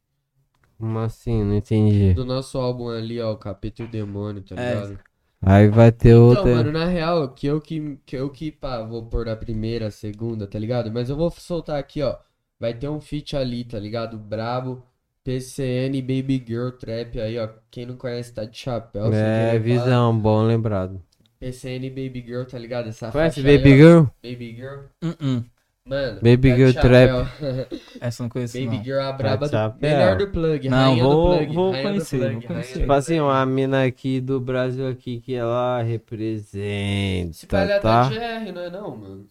Speaker 3: [laughs] Como assim? Não entendi.
Speaker 1: Do nosso álbum ali, ó, o Capítulo Demônio, tá
Speaker 2: É.
Speaker 1: ligado?
Speaker 3: Aí vai ter
Speaker 1: Então,
Speaker 3: outra.
Speaker 1: mano, na real, que eu que, que eu que, pá, vou pôr a primeira, a segunda, tá ligado? Mas eu vou soltar aqui, ó. Vai ter um feat ali, tá ligado? Brabo. PCN Baby Girl Trap aí, ó. Quem não conhece tá de chapéu. sem
Speaker 3: é,
Speaker 1: querer falar.
Speaker 3: visão, bom lembrado.
Speaker 1: PCN Baby Girl, tá é ligado? Essa
Speaker 3: Conhece
Speaker 1: faixa aí,
Speaker 3: Baby
Speaker 1: ó.
Speaker 3: Girl?
Speaker 1: Baby Girl.
Speaker 3: Uh-uh.
Speaker 2: Hum,
Speaker 1: Mano,
Speaker 3: Baby
Speaker 1: tá de
Speaker 3: Girl tá
Speaker 1: chapéu.
Speaker 2: Essa eu não conheço.
Speaker 1: [laughs] Baby
Speaker 2: não.
Speaker 1: Girl, a braba do...
Speaker 3: de chapéu.
Speaker 1: Melhor do plug,
Speaker 2: Não,
Speaker 1: rainha
Speaker 2: vou-
Speaker 1: do plug.
Speaker 2: vou
Speaker 1: rainha do
Speaker 2: conhecer,
Speaker 1: plug,
Speaker 2: vou
Speaker 1: rainha
Speaker 2: conhecer.
Speaker 1: do
Speaker 3: Tipo assim,
Speaker 1: plug.
Speaker 3: uma mina aqui do Brasil aqui que ela
Speaker 1: Se
Speaker 3: representa,
Speaker 1: palhar
Speaker 3: tá?
Speaker 1: tá GR, não é não, mano?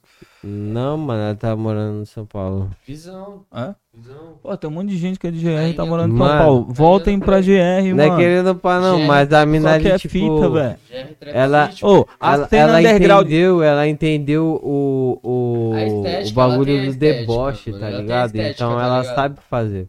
Speaker 3: Não, mano, ela tá morando em São Paulo.
Speaker 1: Visão,
Speaker 2: Hã?
Speaker 1: visão.
Speaker 2: Pô, tem um monte de gente que é de GR e tá
Speaker 1: Aí,
Speaker 2: morando em São
Speaker 3: mano.
Speaker 2: Paulo. Voltem pra GR,
Speaker 3: Não é
Speaker 2: mano.
Speaker 3: querendo pá, não,
Speaker 1: Gente,
Speaker 3: mas a mina
Speaker 2: Qual que
Speaker 3: ali,
Speaker 2: é a
Speaker 3: tipo...
Speaker 2: fita, velho?
Speaker 1: GR Trap
Speaker 3: Ela-
Speaker 1: City,
Speaker 2: Ô, a
Speaker 3: Ela,
Speaker 2: cena
Speaker 3: ela
Speaker 2: underground...
Speaker 3: entendeu, ela entendeu o, o,
Speaker 1: A estética,
Speaker 3: o
Speaker 1: ela tem a
Speaker 3: bagulho do
Speaker 1: estética,
Speaker 3: deboche,
Speaker 1: mano,
Speaker 3: tá
Speaker 1: ela tem a
Speaker 3: ligado?
Speaker 1: estética,
Speaker 3: então
Speaker 1: tá
Speaker 3: ela
Speaker 1: ligado?
Speaker 3: sabe fazer.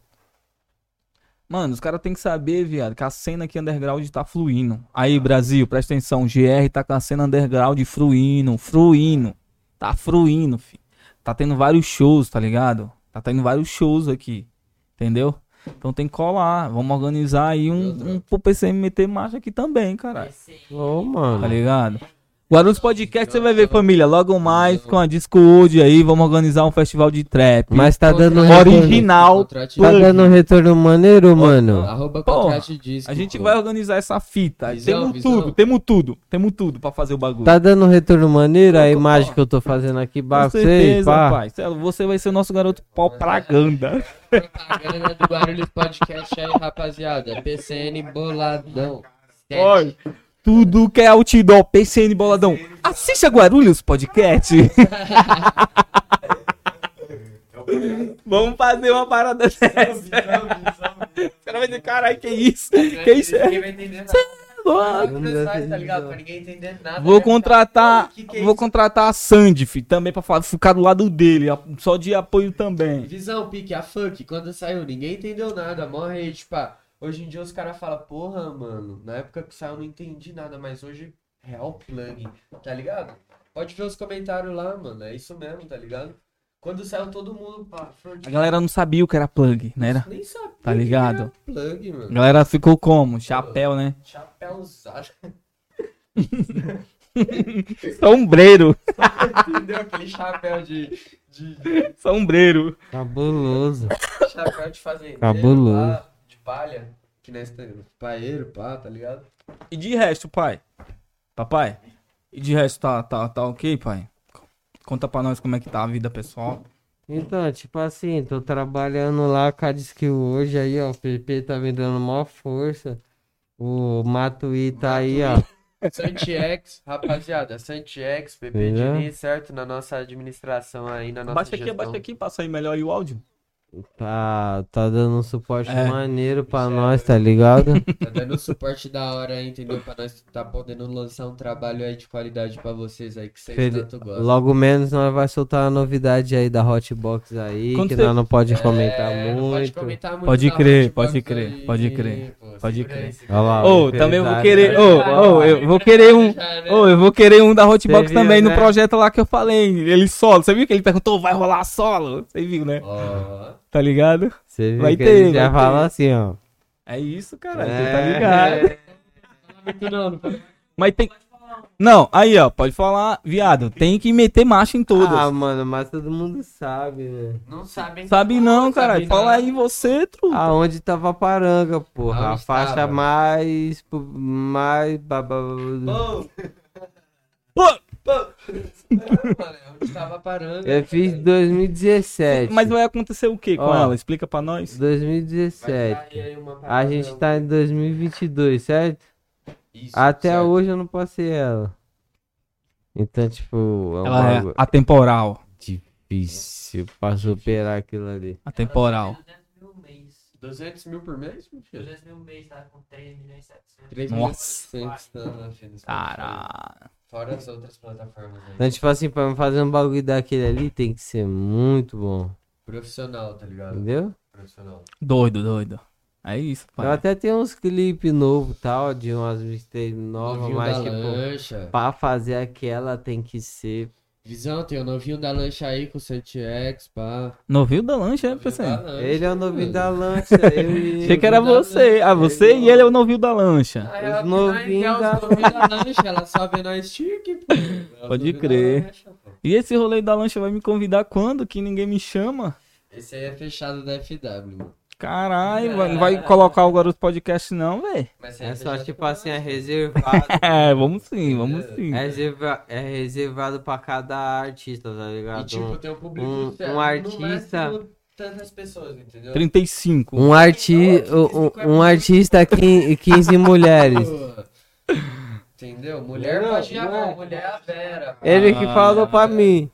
Speaker 2: Mano, os caras têm que saber, viado, que a cena aqui underground tá fluindo. Aí, Brasil, presta atenção. GR tá com a cena underground fluindo, fluindo. Tá fluindo, fi. Tá tendo vários shows, tá ligado? Tá tendo vários shows aqui. Entendeu? Então tem que colar. Vamos organizar aí um, um pro PCM meter marcha aqui também, caralho.
Speaker 3: Ô,
Speaker 2: Tá
Speaker 3: mano.
Speaker 2: ligado? Guarulhos Podcast você vai ver, família. Logo mais com a Disco Hood aí, vamos organizar um festival de trap.
Speaker 3: Mas tá dando um
Speaker 1: Contrate-
Speaker 3: retorno,
Speaker 2: Original,
Speaker 1: Contrate
Speaker 3: tá
Speaker 1: Disco.
Speaker 3: dando um retorno maneiro, mano.
Speaker 1: Arroba
Speaker 2: Porra,
Speaker 1: contrate disco.
Speaker 2: A gente
Speaker 1: pô.
Speaker 2: vai organizar essa fita.
Speaker 1: Visão,
Speaker 2: temos
Speaker 1: visão.
Speaker 2: tudo, temos tudo, temos tudo pra fazer o bagulho.
Speaker 3: Tá dando um retorno maneiro a imagem que eu tô fazendo aqui,
Speaker 2: Com
Speaker 3: baixo, sei,
Speaker 2: certeza,
Speaker 3: pá.
Speaker 2: pai. Celo, Você vai ser o nosso garoto propaganda.
Speaker 1: Propaganda do Guarulhos Podcast aí, rapaziada. PCN boladão. Sete.
Speaker 2: Oi. Tudo que é outdoor, PCN Boladão. Assista Guarulhos Podcast. [laughs] Vamos fazer uma parada dessa. O cara vai dizer, caralho, que isso? Que isso é?
Speaker 1: Ninguém vai entender nada.
Speaker 2: louco?
Speaker 1: Não sai, tá ligado? Pra ninguém entender nada.
Speaker 2: Vou
Speaker 1: né,
Speaker 2: contratar,
Speaker 1: cara? Que que é
Speaker 2: vou
Speaker 1: isso?
Speaker 2: contratar a Sandy, fi, também pra fa- ficar do lado dele, a- só de apoio também.
Speaker 1: Visão, pique, a funk, quando saiu, ninguém entendeu nada. Morre aí, tipo, ah, hoje em dia os caras falam, porra, mano, na época que saiu eu não entendi nada, mas hoje é o plug, tá ligado? Pode ver os comentários lá, mano, é isso mesmo, tá ligado? Quando saiu todo mundo, pá, funk.
Speaker 2: A galera não sabia o que era plug, né? Era-
Speaker 1: nem sabia
Speaker 2: Tá
Speaker 1: que
Speaker 2: ligado?
Speaker 1: era Plug,
Speaker 2: A
Speaker 1: mano.
Speaker 2: galera ficou como? Chapéu, né?
Speaker 1: Chapéuzado.
Speaker 3: [laughs]
Speaker 2: Sombreiro,
Speaker 1: Entendeu? Aquele chapéu de. de, de-
Speaker 2: sombreiro.
Speaker 3: Cabuloso.
Speaker 1: chapéu de fazendeiro.
Speaker 3: Cabuloso.
Speaker 1: pá, de palha. Que nós temos. Paeiro, pá, tá ligado?
Speaker 2: E de resto, pai? Papai? E de resto, tá, tá, tá ok, pai? Conta pra nós como é que tá a vida pessoal.
Speaker 3: Então, tipo assim, tô trabalhando lá com a Skill hoje aí, ó. O PP tá me dando maior força. O Matuí tá aí, ó.
Speaker 1: Santiex, rapaziada, Santiex, PP
Speaker 3: Entendeu?
Speaker 1: Diniz, certo? Na nossa administração aí, na nossa
Speaker 2: Baixa aqui,
Speaker 1: gestão.
Speaker 2: abaixa aqui pra sair melhor aí o áudio.
Speaker 3: Tá, tá dando um suporte
Speaker 2: É.
Speaker 3: maneiro pra nós, tá ligado?
Speaker 1: [laughs] Tá dando suporte da hora aí, entendeu? Pra nós tá podendo lançar um trabalho aí de qualidade pra vocês aí, que vocês
Speaker 3: Feli-
Speaker 1: tanto gostam.
Speaker 3: Logo menos nós vai soltar a novidade aí da Hotbox aí,
Speaker 2: Quando
Speaker 3: que
Speaker 2: você-
Speaker 3: nós não pode comentar
Speaker 1: É, não
Speaker 3: muito.
Speaker 1: pode comentar muito
Speaker 2: Pode
Speaker 1: da
Speaker 2: crer,
Speaker 1: Hotbox
Speaker 2: pode crer,
Speaker 1: aí,
Speaker 2: pode crer,
Speaker 1: pô,
Speaker 2: pode
Speaker 1: segura
Speaker 2: crer.
Speaker 1: aí,
Speaker 3: Olha
Speaker 1: segura
Speaker 3: lá,
Speaker 1: aí.
Speaker 2: Ô,
Speaker 3: o
Speaker 2: também vou
Speaker 3: empresário
Speaker 2: querer.
Speaker 3: vai-
Speaker 2: Ô, ô, eu vou querer um.
Speaker 1: né?
Speaker 2: Ô, eu vou querer um da Hotbox
Speaker 3: Você viu,
Speaker 2: também no
Speaker 3: né?
Speaker 2: projeto lá que eu falei. Ele solo. Você viu que ele perguntou, vai rolar solo? Você viu, né?
Speaker 1: Ó.
Speaker 2: Tá ligado?
Speaker 3: Você viu
Speaker 2: Vai
Speaker 3: que
Speaker 2: ter,
Speaker 3: ele
Speaker 2: vai
Speaker 3: já
Speaker 2: ter.
Speaker 3: fala assim, ó.
Speaker 2: É isso, caralho.
Speaker 3: É.
Speaker 2: Você tá ligado.
Speaker 1: Muito não, não pode
Speaker 2: Mas tem. Não, aí, ó, pode falar, viado. Tem que meter marcha em todas.
Speaker 3: [laughs] Ah, mano, mas todo mundo sabe, né?
Speaker 1: Não sabem.
Speaker 2: Sabe não,
Speaker 1: Sabe
Speaker 2: caralho.
Speaker 1: não.
Speaker 2: Fala aí você, truta.
Speaker 3: Aonde tava paranga, porra.
Speaker 1: Aonde
Speaker 3: a faixa
Speaker 1: tava?
Speaker 3: mais. pu- Mais. ba- ba-
Speaker 1: né?
Speaker 3: ba-
Speaker 2: Pô,
Speaker 1: Eu estava parando.
Speaker 3: Eu fiz 2017.
Speaker 2: mas vai acontecer o que com
Speaker 3: é, Ó.
Speaker 2: ela? Explica pra nós.
Speaker 3: 2017. A
Speaker 1: né?
Speaker 3: gente tá em 2022, certo?
Speaker 1: Isso,
Speaker 3: Até
Speaker 1: certo.
Speaker 3: hoje eu não passei ela. Então, tipo, é um
Speaker 2: Ela é
Speaker 3: bagulho
Speaker 2: atemporal.
Speaker 3: difícil pra superar aquilo ali.
Speaker 2: Atemporal.
Speaker 1: 200 mil por mês? tá? mentira.
Speaker 2: Nossa.
Speaker 1: 3.700 tá na Fina Spotify.
Speaker 2: Caralho.
Speaker 1: Fora as outras plataformas aí.
Speaker 3: Então, tipo assim, pra eu fazer um bagulho daquele ali tem que ser muito bom.
Speaker 1: Profissional, tá ligado?
Speaker 3: Entendeu?
Speaker 1: Profissional.
Speaker 2: Doido, doido. É isso, pai.
Speaker 3: Eu até tenho uns clipes novos e tal, de umas mixtapes novas,
Speaker 1: Novinho
Speaker 3: mas
Speaker 1: da
Speaker 3: tipo.
Speaker 1: lancha.
Speaker 3: Pra fazer aquela tem que ser
Speaker 1: Visão, tem o novinho da lancha aí com o Santiex, pá.
Speaker 2: Novinho da lancha, é,
Speaker 1: Novinho da
Speaker 2: PCN?
Speaker 1: lancha,
Speaker 3: Ele é o novinho
Speaker 1: mano. [laughs]
Speaker 3: da lancha. Eu e...
Speaker 2: Achei que era
Speaker 1: Novinho da
Speaker 2: você. Ah, você e ele é o novinho da lancha.
Speaker 1: Na real, que
Speaker 3: novinhos
Speaker 1: nós Ah, é os
Speaker 3: da-
Speaker 1: novinhos da lancha, ela só vê nós chique, pô. É os
Speaker 2: Pode
Speaker 1: novinhos da
Speaker 2: crer.
Speaker 1: lancha, pô.
Speaker 2: E esse rolê da lancha vai me convidar quando? Que ninguém me chama?
Speaker 1: Esse aí é fechado da FW, mano.
Speaker 2: Caralho, mano, não vai colocar o Garoto Podcast não, velho.
Speaker 1: Mas esse aí
Speaker 3: É só,
Speaker 1: fechado
Speaker 3: tipo
Speaker 1: da
Speaker 3: assim, é
Speaker 1: lancha.
Speaker 3: reservado.
Speaker 1: [laughs]
Speaker 2: É, vamos sim, vamos sim.
Speaker 3: É reserva- é reservado pra cada artista, tá ligado?
Speaker 1: E tipo, tem um público
Speaker 3: um-
Speaker 1: certo,
Speaker 3: um
Speaker 1: no
Speaker 3: artista-
Speaker 1: máximo, é tantas pessoas, entendeu?
Speaker 2: 35.
Speaker 3: Um, arti
Speaker 1: é
Speaker 3: um, um artista quin- 15 mulheres.
Speaker 1: Tipo, Entendeu? Mulher
Speaker 3: Não,
Speaker 1: pode ir a
Speaker 3: não
Speaker 1: mão,
Speaker 3: é.
Speaker 1: mulher é a Vera.
Speaker 3: Ele
Speaker 1: Ah.
Speaker 3: que falou pra mim.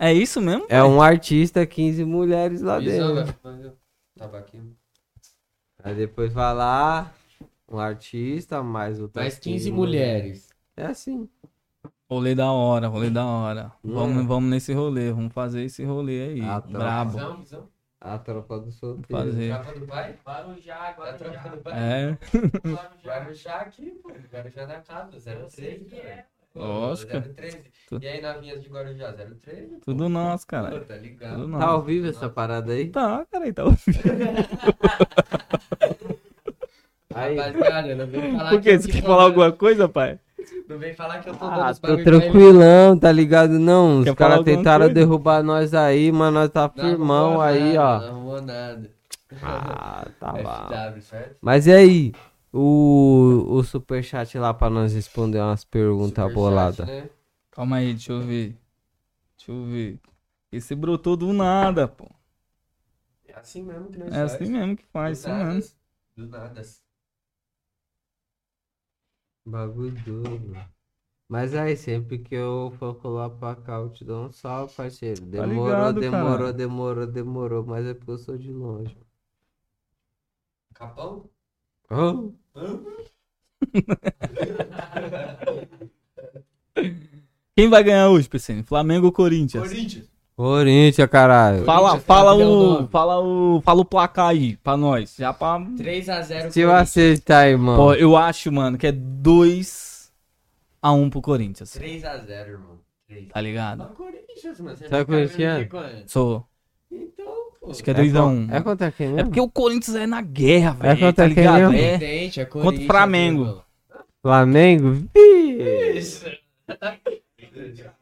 Speaker 2: É isso mesmo?
Speaker 3: É um artista 15 mulheres lá
Speaker 1: né?
Speaker 3: dentro.
Speaker 1: Tava aqui.
Speaker 3: Aí depois vai lá, um artista mais o
Speaker 1: Mais 15 mulheres.
Speaker 3: É assim.
Speaker 2: Rolê da hora, rolê da hora. Vamos, vamos nesse rolê, vamos fazer esse rolê aí.
Speaker 3: Hum. Ah, tá.
Speaker 2: Brabo.
Speaker 1: Visão, visão.
Speaker 3: A tropa do solteiro.
Speaker 2: Fazer.
Speaker 1: Tropa do pai? Guarujá, Guarujá.
Speaker 2: É,
Speaker 1: Guarujá aqui, pô. Guarujá na casa, 03, cara. Pô,
Speaker 2: Lógica.
Speaker 1: 013.
Speaker 2: Tu-
Speaker 1: E aí, navinhas de Guarujá, 013? pô.
Speaker 2: tudo nosso, cara.
Speaker 1: Pô, Tá ligado?
Speaker 2: Tudo
Speaker 3: Tá ao
Speaker 2: nosso.
Speaker 3: vivo essa parada aí?
Speaker 2: Tá, cara, tá ouvindo.
Speaker 3: Aí.
Speaker 1: Rapaziada, não vem
Speaker 2: [laughs]
Speaker 1: falar
Speaker 2: Por quê?
Speaker 1: eu
Speaker 2: Você
Speaker 1: que
Speaker 2: quer
Speaker 1: tô
Speaker 2: falar
Speaker 1: dando-
Speaker 2: alguma coisa, pai?
Speaker 1: Não vem falar que eu tô dando
Speaker 3: Ah,
Speaker 1: os
Speaker 3: tô
Speaker 1: bagulho pra né? ele.
Speaker 3: tranquilão, tá ligado? Não, os
Speaker 2: Quer falar
Speaker 3: caras
Speaker 2: alguma
Speaker 3: tentaram
Speaker 2: coisa?
Speaker 3: derrubar nós aí, mas nós tá
Speaker 1: Não né? arrumou
Speaker 3: firmão aí,
Speaker 1: nada,
Speaker 3: ó.
Speaker 1: Não arrumou nada.
Speaker 3: Ah,
Speaker 1: [laughs]
Speaker 3: tá lá.
Speaker 1: FW, certo?
Speaker 3: Mas e aí? O, o superchat lá pra nós responder umas perguntas
Speaker 1: Superchat,
Speaker 3: boladas.
Speaker 1: né?
Speaker 2: Calma aí, deixa eu ver. Deixa eu ver. Esse brotou do nada, pô.
Speaker 1: É assim mesmo que nós
Speaker 2: É assim mesmo que faz,
Speaker 1: do
Speaker 2: isso
Speaker 1: nada,
Speaker 2: mesmo.
Speaker 1: Do nada.
Speaker 3: Bagulho doido. Mas aí, sempre que eu for colar pra cá, eu te dou um salve, parceiro. Demorou,
Speaker 2: Tá ligado,
Speaker 3: demorou,
Speaker 2: cara.
Speaker 3: demorou, demorou, mas é porque eu sou de longe.
Speaker 1: Capão?
Speaker 3: Hã?
Speaker 2: Quem vai ganhar hoje, PCN? Flamengo ou Corinthians?
Speaker 1: Corinthians.
Speaker 3: Corinthians, caralho.
Speaker 2: Fala,
Speaker 1: Corinthians,
Speaker 2: fala
Speaker 1: campeão
Speaker 2: o,
Speaker 1: nove.
Speaker 2: fala o, fala o placar aí pra nós. Já pra.
Speaker 1: 3x0.
Speaker 3: Se eu acertar, irmão.
Speaker 2: Pô, eu acho, mano, que é 2 a 1 pro Corinthians.
Speaker 1: 3x0, irmão. 3.
Speaker 2: Tá ligado?
Speaker 1: Só Corinthians, mano. Você
Speaker 3: Só
Speaker 1: não tá
Speaker 3: corintiano?
Speaker 1: vendo que quando?
Speaker 2: Sou.
Speaker 1: Então, pô.
Speaker 2: Acho que é
Speaker 3: É
Speaker 2: 2 a
Speaker 3: con-
Speaker 2: 1.
Speaker 3: É contra quem
Speaker 2: É
Speaker 3: mesmo?
Speaker 2: porque o Corinthians é na guerra, velho.
Speaker 3: contra
Speaker 2: Tá
Speaker 3: quem
Speaker 2: ligado?
Speaker 3: mesmo?
Speaker 2: É.
Speaker 1: Contente, é
Speaker 2: o
Speaker 1: Corinthians,
Speaker 2: Flamengo.
Speaker 1: irmão.
Speaker 3: Flamengo? Ih,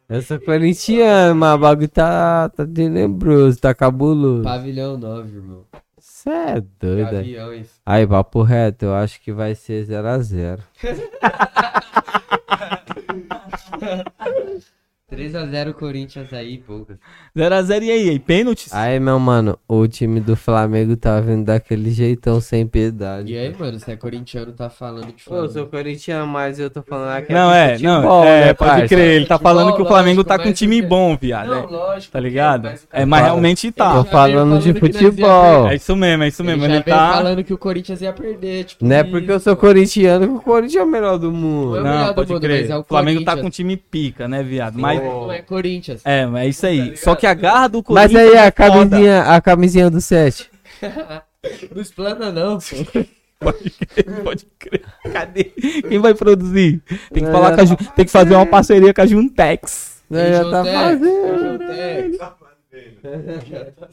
Speaker 3: eu sou corintiano, mas o bagulho tá, tá tenebroso, tá cabuloso.
Speaker 1: Pavilhão 9, irmão.
Speaker 3: Cê é doido. aí.
Speaker 1: Gaviões.
Speaker 3: Aí, papo reto, eu acho que vai ser 0x0.
Speaker 1: 3x0 Corinthians aí, pô.
Speaker 2: É. 0x0 e aí, aí? Pênaltis?
Speaker 3: Aí, meu mano, o time do Flamengo tá vindo daquele jeitão sem piedade.
Speaker 1: E aí, mano, se é corintiano, tá falando de
Speaker 3: Pô, eu sou
Speaker 1: Flamengo.
Speaker 3: corintiano, mas eu tô falando aqui.
Speaker 2: Não, é, não,
Speaker 3: futebol,
Speaker 2: é,
Speaker 3: né,
Speaker 2: pode
Speaker 3: parça?
Speaker 2: crer. Ele tá
Speaker 1: Futebol,
Speaker 2: falando que o Flamengo
Speaker 1: lógico,
Speaker 2: tá com um
Speaker 1: mas
Speaker 2: time
Speaker 1: o que-
Speaker 2: bom, viado.
Speaker 1: Não,
Speaker 2: é,
Speaker 1: lógico.
Speaker 2: tá ligado?
Speaker 1: mas o cara
Speaker 2: É, mas
Speaker 1: fala-
Speaker 2: realmente
Speaker 1: Ele
Speaker 2: tá.
Speaker 3: Tô
Speaker 1: já veio
Speaker 3: falando de
Speaker 1: falando que nós ia
Speaker 3: futebol.
Speaker 2: É isso mesmo, é isso
Speaker 1: Ele
Speaker 2: mesmo.
Speaker 1: já
Speaker 2: Ele
Speaker 1: veio
Speaker 2: tá.
Speaker 1: falando que o Corinthians ia perder, tipo...
Speaker 3: Não é porque eu sou corintiano que o Corinthians é o melhor do
Speaker 1: Não é
Speaker 3: mundo.
Speaker 1: o melhor
Speaker 2: Não,
Speaker 1: do
Speaker 2: pode
Speaker 1: mundo,
Speaker 2: crer.
Speaker 1: mas é o
Speaker 2: o Flamengo tá
Speaker 1: Corinthians.
Speaker 2: com um time pica, né, viado? Mas.
Speaker 1: Não é Corinthians.
Speaker 2: É, mas é isso aí. Só que a garra do
Speaker 3: Mas
Speaker 2: Corinthians.
Speaker 3: aí,
Speaker 2: é
Speaker 3: a
Speaker 2: foda.
Speaker 3: camisinha, a camisinha do 7.
Speaker 1: Não explana não,
Speaker 3: [laughs]
Speaker 1: pô.
Speaker 2: Pode crer, pode crer. Cadê? Quem vai produzir? Tem que
Speaker 3: Não,
Speaker 2: falar
Speaker 3: não,
Speaker 2: com a Ju- Tem que fazer uma parceria com a Juntex.
Speaker 3: Né, já tá fazendo.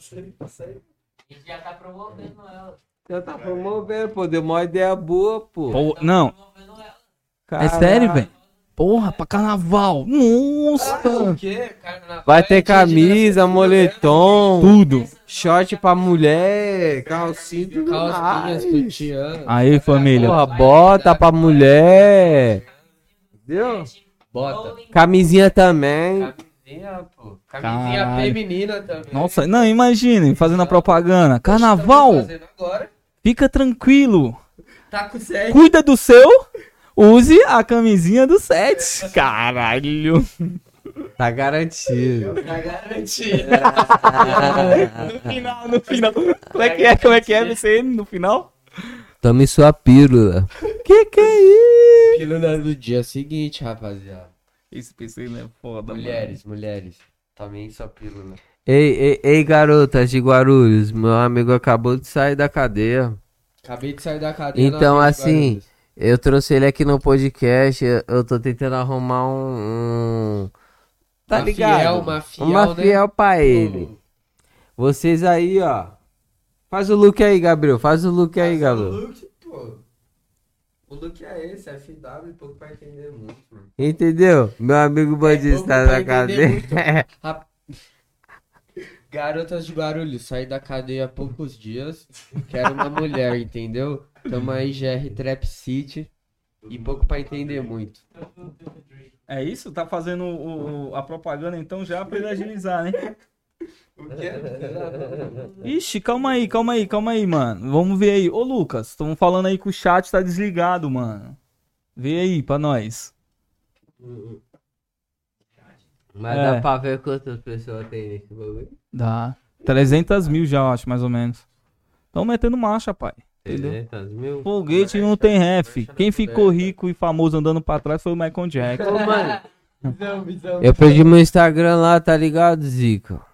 Speaker 4: A gente já tá promovendo ela.
Speaker 3: Já tá promovendo, pô. Deu uma ideia boa, pô.
Speaker 2: Pô, não,
Speaker 4: Promovendo ela.
Speaker 2: é sério, velho. Porra, pra carnaval. Nossa.
Speaker 1: é
Speaker 3: Vai ter camisa, moletom,
Speaker 2: Tudo.
Speaker 3: short pra mulher, calcinha, tudo
Speaker 1: Calcinhas,
Speaker 3: mais.
Speaker 1: sutiã,
Speaker 2: Aí, família.
Speaker 3: Porra, bota pra mulher. Entendeu?
Speaker 1: bota.
Speaker 3: Camisinha também.
Speaker 1: Camisinha, pô. Camisinha
Speaker 2: Caralho.
Speaker 1: feminina também.
Speaker 2: Nossa, não, imaginem, fazendo a propaganda. Carnaval,
Speaker 1: Estamos Tá fazendo agora.
Speaker 2: fica tranquilo.
Speaker 1: Tá com sede.
Speaker 2: Cuida do seu. Use a camisinha do set. Caralho.
Speaker 3: Tá garantido.
Speaker 1: Tá garantido.
Speaker 2: [laughs] No final, no final. Como é que é? Como é que é, VCN? No final?
Speaker 3: Tome sua pílula.
Speaker 2: Que que é isso?
Speaker 1: Pílula do dia seguinte, rapaziada.
Speaker 2: Esse PCN é foda, mano.
Speaker 1: Mulheres, mulheres. Também só pílula.
Speaker 3: Ei, ei, ei, garotas de Guarulhos. Meu amigo acabou de sair da cadeia.
Speaker 1: Acabei de sair da cadeia.
Speaker 3: Então,
Speaker 1: não,
Speaker 3: assim,
Speaker 1: Guarulhos.
Speaker 3: Eu trouxe ele aqui no podcast. Eu, eu tô tentando arrumar um, um- tá
Speaker 1: Uma
Speaker 3: ligado?
Speaker 1: Fiel, uma fiel,
Speaker 3: Uma
Speaker 1: né?
Speaker 3: fiel pra ele. Vocês aí, ó. Faz o look aí, Gabriel. Faz o look aí,
Speaker 1: tá
Speaker 3: Gabriel.
Speaker 1: O look é esse, FW, pouco pra entender muito, mano.
Speaker 3: Entendeu? Meu amigo bandido
Speaker 1: pouco
Speaker 3: está
Speaker 1: É pra
Speaker 3: tá na
Speaker 1: entender
Speaker 3: [laughs] cadeia.
Speaker 1: Garotas de Guarulhos, saí da cadeia há poucos dias. Quero uma
Speaker 3: [laughs]
Speaker 1: mulher, entendeu? Tamo aí, GR Trap City. E pouco pra entender muito.
Speaker 2: É isso? Tá fazendo o- o- a propaganda então já pra ele agilizar, né? [laughs] Ixi, calma aí, calma aí, calma aí, mano. Vamos ver aí. Ô, Lucas, estamos falando aí que o chat tá desligado, mano. Vê aí pra nós.
Speaker 3: Mas
Speaker 2: É.
Speaker 3: dá pra ver quantas pessoas tem nesse bagulho?
Speaker 2: Dá. 300 mil já, eu acho, mais ou menos. Estão metendo marcha, pai.
Speaker 1: É.
Speaker 3: 300 mil?
Speaker 2: Foguete não tem ref. Quem ficou rico e famoso andando pra trás foi o Michael Jackson.
Speaker 3: Eu perdi meu Instagram lá, tá ligado, Zico?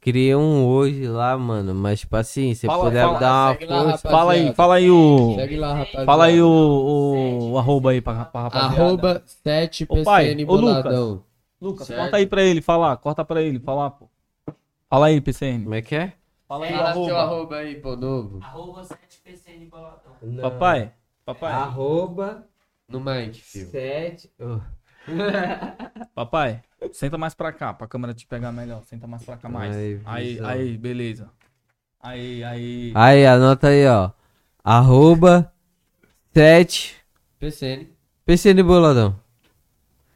Speaker 3: Criei um hoje lá, mano. Mas, tipo assim, se
Speaker 2: Fala,
Speaker 3: puder
Speaker 2: fala,
Speaker 3: dar uma
Speaker 1: segue lá,
Speaker 3: força.
Speaker 1: rapaz.
Speaker 2: Fala aí, fala aí o.
Speaker 1: Segue lá, rapaziada.
Speaker 2: Fala aí o, o, o arroba aí pra, pra rapaziada.
Speaker 1: Arroba 7
Speaker 2: Ô, pai,
Speaker 1: PCN
Speaker 2: ô, Lucas.
Speaker 1: Boladão.
Speaker 2: Lucas,
Speaker 1: Certo.
Speaker 2: corta aí pra ele falar, corta pra ele falar, pô. Fala aí, PCN.
Speaker 3: Como é que é?
Speaker 2: Fala aí,
Speaker 1: Fala seu
Speaker 2: arroba.
Speaker 1: arroba aí, pô, novo.
Speaker 4: Arroba 7PCN Boladão.
Speaker 2: Papai, papai,
Speaker 3: Arroba
Speaker 1: No mic, filho.
Speaker 3: 7.
Speaker 1: Oh.
Speaker 2: papai, senta mais pra cá, pra câmera te pegar melhor. Senta mais pra cá mais.
Speaker 3: Aí,
Speaker 2: Aí,
Speaker 3: visão.
Speaker 2: aí, beleza. Aí, aí.
Speaker 3: Aí, anota aí, ó. Arroba 7.
Speaker 1: PCN.
Speaker 3: PCN Boladão.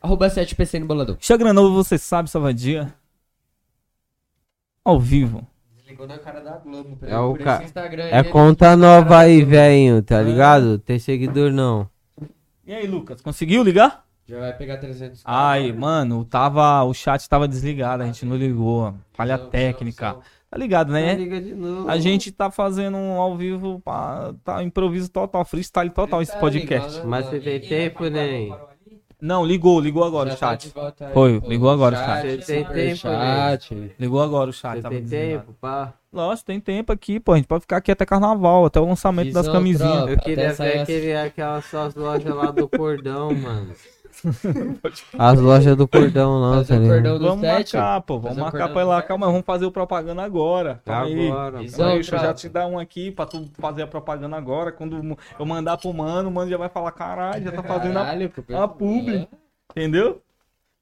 Speaker 1: Arroba 7 PCN Boladão.
Speaker 2: Instagram novo, você sabe, Savadia. Ao vivo.
Speaker 1: Desligou na cara da Globo.
Speaker 3: É o
Speaker 1: por
Speaker 3: ca-
Speaker 1: esse Instagram aí,
Speaker 3: É
Speaker 1: ele-
Speaker 3: conta nova aí, velho, tá
Speaker 2: É.
Speaker 3: ligado? Tem seguidor não.
Speaker 2: E aí, Lucas, conseguiu ligar?
Speaker 1: Já vai pegar 300.
Speaker 2: Ai, mano, tava, o chat tava desligado, a gente não ligou. Falha técnica. Tá ligado, né?
Speaker 3: Liga de novo.
Speaker 2: A gente tá fazendo um ao vivo, pá, tá improviso total, freestyle total esse podcast.
Speaker 3: Mas você tem tempo, né?
Speaker 2: Não, ligou, ligou agora
Speaker 1: tá
Speaker 2: o chat. Foi, ligou agora o chat.
Speaker 3: Você tem tempo,
Speaker 1: Chat.
Speaker 2: Ligou agora o chat,
Speaker 3: Você
Speaker 2: tava
Speaker 3: tem
Speaker 2: desligado.
Speaker 3: tempo, pá.
Speaker 2: Lógico, tem tempo aqui, pô, a gente pode ficar aqui até carnaval, até o lançamento das
Speaker 1: Visão,
Speaker 2: camisinhas.
Speaker 1: tropa.
Speaker 3: Eu queria
Speaker 1: Até sair
Speaker 3: ver
Speaker 1: as-
Speaker 3: aquele, aquelas suas lojas lá do [laughs] cordão, mano. As lojas do cordão lá,
Speaker 1: Fazer
Speaker 3: tá
Speaker 1: o
Speaker 3: ligado?
Speaker 1: cordão do
Speaker 2: Vamos
Speaker 1: 7.
Speaker 2: marcar, pô, vamos
Speaker 1: Fazer um
Speaker 2: marcar
Speaker 1: cordão
Speaker 2: pra ir lá.
Speaker 1: do
Speaker 2: Calma, vamos fazer o propaganda agora.
Speaker 3: Tá
Speaker 2: Calma aí.
Speaker 3: Agora,
Speaker 1: Isso.
Speaker 2: Calma aí,
Speaker 1: Não,
Speaker 2: deixa eu já
Speaker 1: tropa.
Speaker 2: te dar um aqui pra tu fazer a propaganda agora. Quando eu mandar pro mano, o mano já vai falar, caralho, já tá fazendo a...
Speaker 1: Caralho, cupê.
Speaker 2: publi. Entendeu?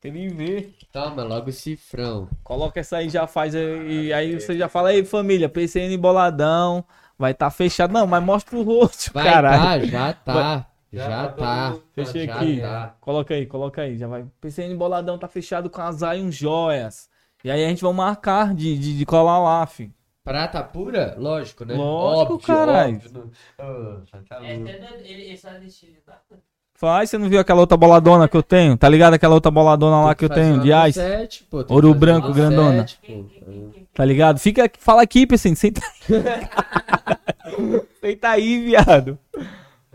Speaker 2: Ele vê.
Speaker 1: né? Toma, logo o cifrão.
Speaker 2: Coloca essa aí, já faz. aí- E aí você já fala, aí família, PCN boladão. Vai tá fechado. Não, mas mostra o rosto,
Speaker 1: Vai
Speaker 2: caralho.
Speaker 1: tá, já tá. Já tá.
Speaker 2: Fechei
Speaker 1: já
Speaker 2: aqui.
Speaker 1: tá.
Speaker 2: Coloca aí, coloca aí. Já vai. PCN boladão tá fechado com as Zion Joias. E aí a gente vai marcar de, de, de colar lá, fi.
Speaker 1: Prata pura? Lógico, né?
Speaker 2: Lógico,
Speaker 1: Óbvio,
Speaker 2: caralho.
Speaker 1: óbvio. Ah, tá louco.
Speaker 4: Esse é o destino, tá?
Speaker 2: Faz, você não viu aquela outra boladona que eu tenho? Tá ligado aquela outra boladona lá que eu
Speaker 1: Tem
Speaker 2: tenho,
Speaker 1: fazer
Speaker 2: de
Speaker 1: uma do
Speaker 2: ice?
Speaker 1: sete, pô, tem que
Speaker 2: Ouro
Speaker 1: fazer
Speaker 2: branco,
Speaker 1: uma do
Speaker 2: grandona.
Speaker 1: sete, pô.
Speaker 2: Tá ligado? Fica, aqui- fala aqui, PCN, senta [laughs] aí. senta aí, viado.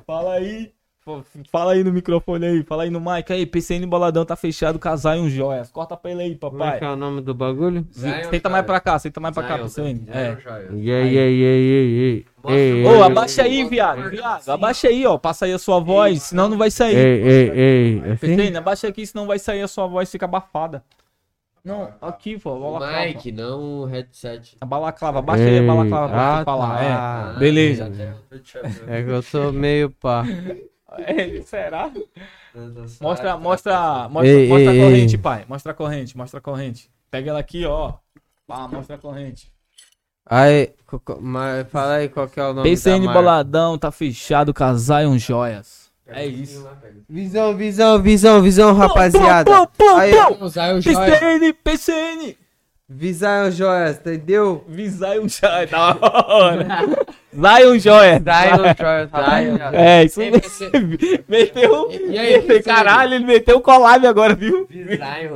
Speaker 2: Fala aí. Pô, Fala aí no microfone aí, fala aí no mic aí, PCN Boladão tá fechado, casar e um joias. Corta pra ele aí,
Speaker 3: Como é
Speaker 2: papai.
Speaker 3: que é o nome do bagulho?
Speaker 1: Zion,
Speaker 2: Senta mais
Speaker 1: cara.
Speaker 2: pra cá, senta mais pra cá,
Speaker 1: Zion,
Speaker 2: PCN.
Speaker 1: Zion,
Speaker 2: É.
Speaker 1: joia.
Speaker 3: E aí, e aí, e aí, e aí,
Speaker 1: Mostra
Speaker 3: ei,
Speaker 1: o-
Speaker 2: Ô,
Speaker 1: Ei,
Speaker 2: abaixa aí,
Speaker 1: ei,
Speaker 2: viado.
Speaker 1: ei,
Speaker 2: Viado, abaixa aí, ó. Passa aí a sua voz, senão não vai
Speaker 3: ei,
Speaker 2: sair.
Speaker 3: ei, ei, ei, assim?
Speaker 2: PCN, abaixa aqui, senão vai sair a sua voz, fica abafada. Não, aqui, pô. balaclava.
Speaker 1: Mike, não o headset.
Speaker 2: A balaclava, abaixa aí a
Speaker 3: Ei,
Speaker 2: balaclava pra
Speaker 3: ah,
Speaker 2: você falar. É.
Speaker 3: tá.
Speaker 2: beleza.
Speaker 3: É que eu sou meio pá.
Speaker 2: [laughs] É, será? Mostra,
Speaker 1: Mostra,
Speaker 2: mostra, mostra,
Speaker 3: Ei,
Speaker 2: mostra
Speaker 3: ei,
Speaker 2: a corrente,
Speaker 3: ei.
Speaker 2: pai. Mostra a corrente, mostra a corrente. Pega ela aqui, ó. Pá, mostra a corrente.
Speaker 3: Aí, co- co- mas fala aí qual que é o nome
Speaker 2: PCN
Speaker 3: da marca.
Speaker 2: Boladão, tá fechado, Casaion Joias. É isso.
Speaker 3: Visão, visão, visão, visão, rapaziada.
Speaker 2: Pum, pum, pum,
Speaker 3: Aí,
Speaker 2: pum.
Speaker 1: Usar o joia.
Speaker 2: PCN, PCN.
Speaker 3: visão, joias, entendeu?
Speaker 2: Visaion um Joias, da [laughs] hora. Zion um Joias.
Speaker 3: Zion, joias, rapaziada.
Speaker 2: É, isso
Speaker 1: Ei,
Speaker 2: mesmo.
Speaker 1: você-
Speaker 2: Meteu.
Speaker 1: E aí, PCN?
Speaker 2: caralho, ele meteu o collab agora, viu?
Speaker 3: É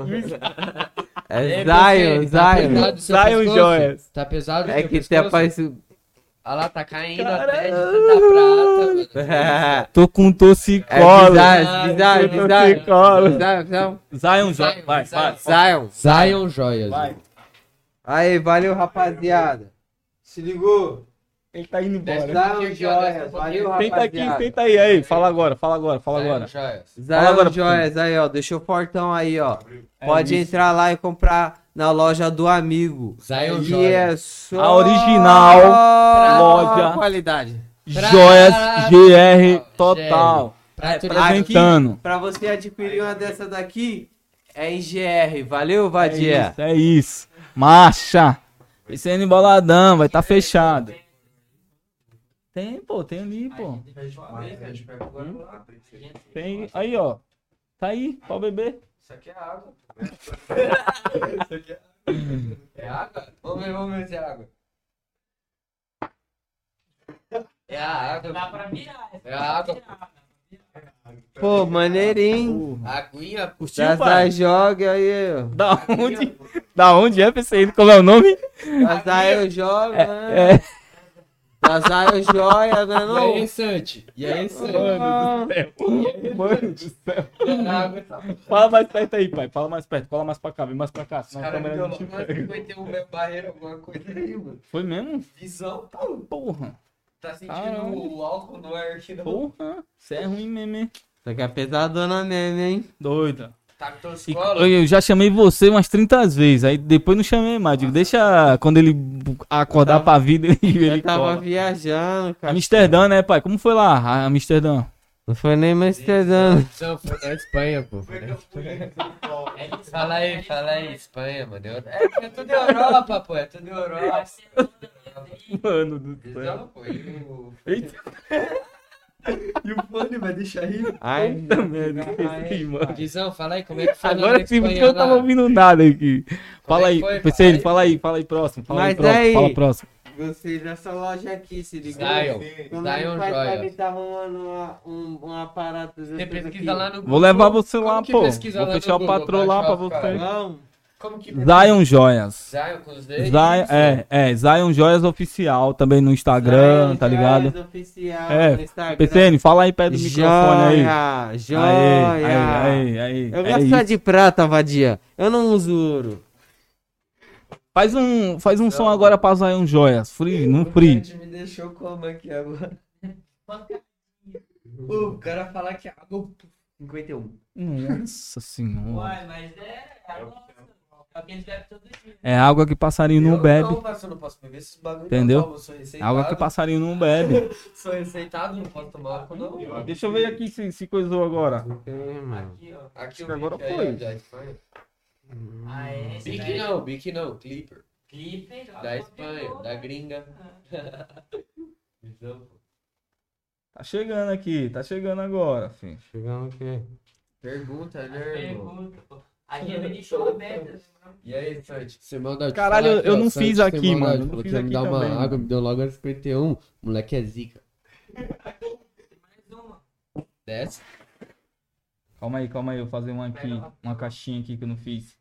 Speaker 1: Ei,
Speaker 2: É
Speaker 3: Zion,
Speaker 1: PCN, tá
Speaker 3: Zion.
Speaker 1: pesado seu
Speaker 2: Zion
Speaker 1: pescoço?
Speaker 2: joias.
Speaker 1: Tá pesado
Speaker 3: [laughs]
Speaker 2: né?
Speaker 3: É
Speaker 1: seu
Speaker 3: que tem
Speaker 1: pescoço?
Speaker 3: a paz...
Speaker 1: Olha lá, tá caindo até de
Speaker 2: Caralho.
Speaker 1: tanta prata. mano.
Speaker 3: É
Speaker 2: Tô com toxicolo.
Speaker 3: bizarro, bizarro,
Speaker 2: Tô com
Speaker 3: bizarro.
Speaker 2: toxicolo. Zion
Speaker 3: Zion, Zion.
Speaker 2: Joias. Vai, vai.
Speaker 3: Zion.
Speaker 1: Zion Joias.
Speaker 2: Vai.
Speaker 3: Aí, valeu, rapaziada. Se ligou?
Speaker 2: Ele tá indo embora.
Speaker 1: Dá um
Speaker 3: Zion
Speaker 1: joia,
Speaker 3: Joias,
Speaker 1: valeu,
Speaker 3: valeu,
Speaker 2: Tenta aqui,
Speaker 3: rapaziada.
Speaker 2: tenta aí, aí. Fala agora, fala agora, fala agora.
Speaker 1: Joias.
Speaker 2: Fala agora,
Speaker 3: Zion Joias, aí, ó. Deixou fortão aí, ó.
Speaker 2: É
Speaker 3: Pode
Speaker 2: isso.
Speaker 3: entrar lá e comprar na loja do amigo.
Speaker 1: Zion
Speaker 3: E
Speaker 1: Joias.
Speaker 3: é só
Speaker 2: A original loja.
Speaker 3: Qualidade.
Speaker 2: Joias
Speaker 1: Pra-
Speaker 2: GR Total. É,
Speaker 1: Pra tu-
Speaker 2: Apresentando.
Speaker 3: Pra você adquirir uma dessa daqui, é em GR. Valeu,
Speaker 2: É
Speaker 3: Vadia?
Speaker 2: isso, é isso. Marcha. Pensando em boladão, vai tá fechado. Tem, pô, tem ali, pô. Hum? Tem, aí, ó. Tá aí, pode beber.
Speaker 1: Isso aqui é água. Isso aqui é água. É água? Vamos ver, vamos ver se é água. É a água. Dá pra virar. É a água.
Speaker 3: Pô, maneirinho.
Speaker 1: Aguinha, pô.
Speaker 2: Curtiu,
Speaker 3: Das da
Speaker 2: pai?
Speaker 3: Joga aí, ó.
Speaker 2: Da onde? Da onde é, pensei? Como é o nome?
Speaker 3: Das da eu é jogo, né?
Speaker 2: É.
Speaker 3: Das da eu joia, né?
Speaker 1: E aí,
Speaker 3: Não.
Speaker 1: Santi? E aí, Santi?
Speaker 2: Mano do céu. Mano do céu.
Speaker 1: É a água.
Speaker 2: Fala mais perto aí, pai. Fala mais perto. Cola mais pra cá, vem tá mais pra cá.
Speaker 1: Os
Speaker 2: Senão a
Speaker 1: caras me
Speaker 2: câmera
Speaker 1: deu
Speaker 2: não te
Speaker 1: logo uma
Speaker 2: pega.
Speaker 1: 51 meu barreiro, alguma coisa aí, mano.
Speaker 2: Foi mesmo?
Speaker 1: Visão, tá-
Speaker 2: Porra.
Speaker 1: tá sentindo
Speaker 2: Caralho.
Speaker 1: o álcool no ar aqui né, no
Speaker 2: Porra. Você é ruim mesmo, hein?
Speaker 3: Só que é pesadona mesmo, hein?
Speaker 2: Doida.
Speaker 1: Tá com tua
Speaker 2: E
Speaker 1: escola?
Speaker 2: eu já chamei você umas 30 vezes. Aí depois não chamei mais. Digo, deixa quando ele acordar
Speaker 1: Tá.
Speaker 2: pra vida, [laughs] ele, ele
Speaker 3: Eu tava
Speaker 2: cola.
Speaker 3: viajando, cara.
Speaker 2: Amsterdã, né, pai? Como foi lá, a- Amsterdã?
Speaker 3: Não foi nem mais pesadona.
Speaker 1: Não, foi na Espanha, pô. Foi na Espanha. Fala aí, fala aí, Espanha, mano. Eu- É, é tudo Europa, pô. É tudo Europa.
Speaker 2: Mano do
Speaker 1: Visão, pô. E
Speaker 2: [laughs]
Speaker 1: o
Speaker 2: Eita,
Speaker 1: e o fone vai deixar aí?
Speaker 3: Ai,
Speaker 2: merda. Esse, mano.
Speaker 1: Visão, fala aí como é que foi na
Speaker 2: Agora sim,
Speaker 1: Espanha
Speaker 2: porque eu tava
Speaker 1: lá?
Speaker 2: ouvindo nada aqui. Fala
Speaker 1: é que
Speaker 2: aí,
Speaker 1: foi,
Speaker 2: pensei,
Speaker 1: pai?
Speaker 2: fala aí, fala aí próximo. Fala aí
Speaker 3: Mas
Speaker 2: próximo,
Speaker 3: aí-
Speaker 2: fala próximo.
Speaker 3: gostei dessa loja aqui, se ligou?
Speaker 1: Zion,
Speaker 3: Como
Speaker 1: Zion
Speaker 3: meu pai tá
Speaker 1: Joia.
Speaker 3: me tá arrumando uma, um, um aparato
Speaker 1: Você
Speaker 3: dessas
Speaker 1: pesquisa
Speaker 3: aqui.
Speaker 1: lá no Google.
Speaker 2: Vou levar você
Speaker 1: Como
Speaker 2: lá,
Speaker 1: que
Speaker 2: pô. Vou
Speaker 1: pesquisa lá no
Speaker 2: fechar o
Speaker 1: Google,
Speaker 2: patrão lá pra
Speaker 1: baixar os
Speaker 2: você.
Speaker 1: caras?
Speaker 3: Vamos.
Speaker 1: Como que
Speaker 2: Zion Joias.
Speaker 1: Zion com os dedos?
Speaker 2: Zion, é, é, Zion Joias Oficial também no Instagram,
Speaker 3: Zion
Speaker 2: tá
Speaker 3: Joias
Speaker 2: ligado?
Speaker 3: Oficial
Speaker 2: É,
Speaker 3: no Instagram.
Speaker 2: PCN, fala aí perto do microfone aí.
Speaker 3: Joia,
Speaker 2: Aí,
Speaker 3: joia.
Speaker 2: aí, aí, aí.
Speaker 3: Eu
Speaker 2: é
Speaker 3: gosto
Speaker 2: isso.
Speaker 3: só de prata, vadia. Eu não uso ouro.
Speaker 2: Faz um, faz um som agora pra Zion Joias. Free, no
Speaker 1: O
Speaker 2: free.
Speaker 1: Sandy me deixou como aqui agora? [laughs] Pô, o cara falar que é água 51.
Speaker 2: Nossa senhora.
Speaker 4: Uai, mas é. É a nossa. É o que eles bebem todo dia.
Speaker 2: É água que passarinho não
Speaker 1: eu
Speaker 2: bebe.
Speaker 1: Não, parceiro, não posso beber esses bagulho.
Speaker 2: Entendeu?
Speaker 1: Não, eu sou receitado.
Speaker 2: Água que passarinho não bebe.
Speaker 1: Sou receitado, não posso tomar álcool, não.
Speaker 2: Deixa eu ver aqui se, se coisou agora.
Speaker 1: Aqui
Speaker 2: Acho
Speaker 1: o
Speaker 2: que agora
Speaker 1: bico aí,
Speaker 2: foi.
Speaker 1: ó, é da Espanha.
Speaker 4: Ah, é esse
Speaker 1: Bic
Speaker 4: daí.
Speaker 1: não, Bic não, Clipper.
Speaker 4: Clipper, ó,
Speaker 1: Da
Speaker 4: copiou,
Speaker 1: Espanha, da
Speaker 4: né?
Speaker 1: gringa. Então, pô,
Speaker 2: Tá chegando aqui, tá chegando agora, filho.
Speaker 3: Chegando aqui.
Speaker 1: Pergunta,
Speaker 4: A
Speaker 1: né, irmão?
Speaker 4: Pergunta, pô. A gente deixou aberta.
Speaker 1: E aí, Santi? Você manda te
Speaker 2: Caralho,
Speaker 1: falar
Speaker 2: eu
Speaker 1: ó,
Speaker 2: não
Speaker 1: Santi,
Speaker 2: fiz
Speaker 1: você
Speaker 2: aqui,
Speaker 1: manda,
Speaker 2: mano, eu não
Speaker 1: falou que
Speaker 2: fiz
Speaker 1: ia me
Speaker 2: aqui
Speaker 1: dar uma
Speaker 2: também,
Speaker 1: água,
Speaker 2: mano.
Speaker 1: me deu logo a 51. Moleque é zica.
Speaker 4: Mais uma.
Speaker 1: Desce.
Speaker 2: Calma aí, calma aí, eu vou fazer uma aqui, uma caixinha aqui que eu não fiz.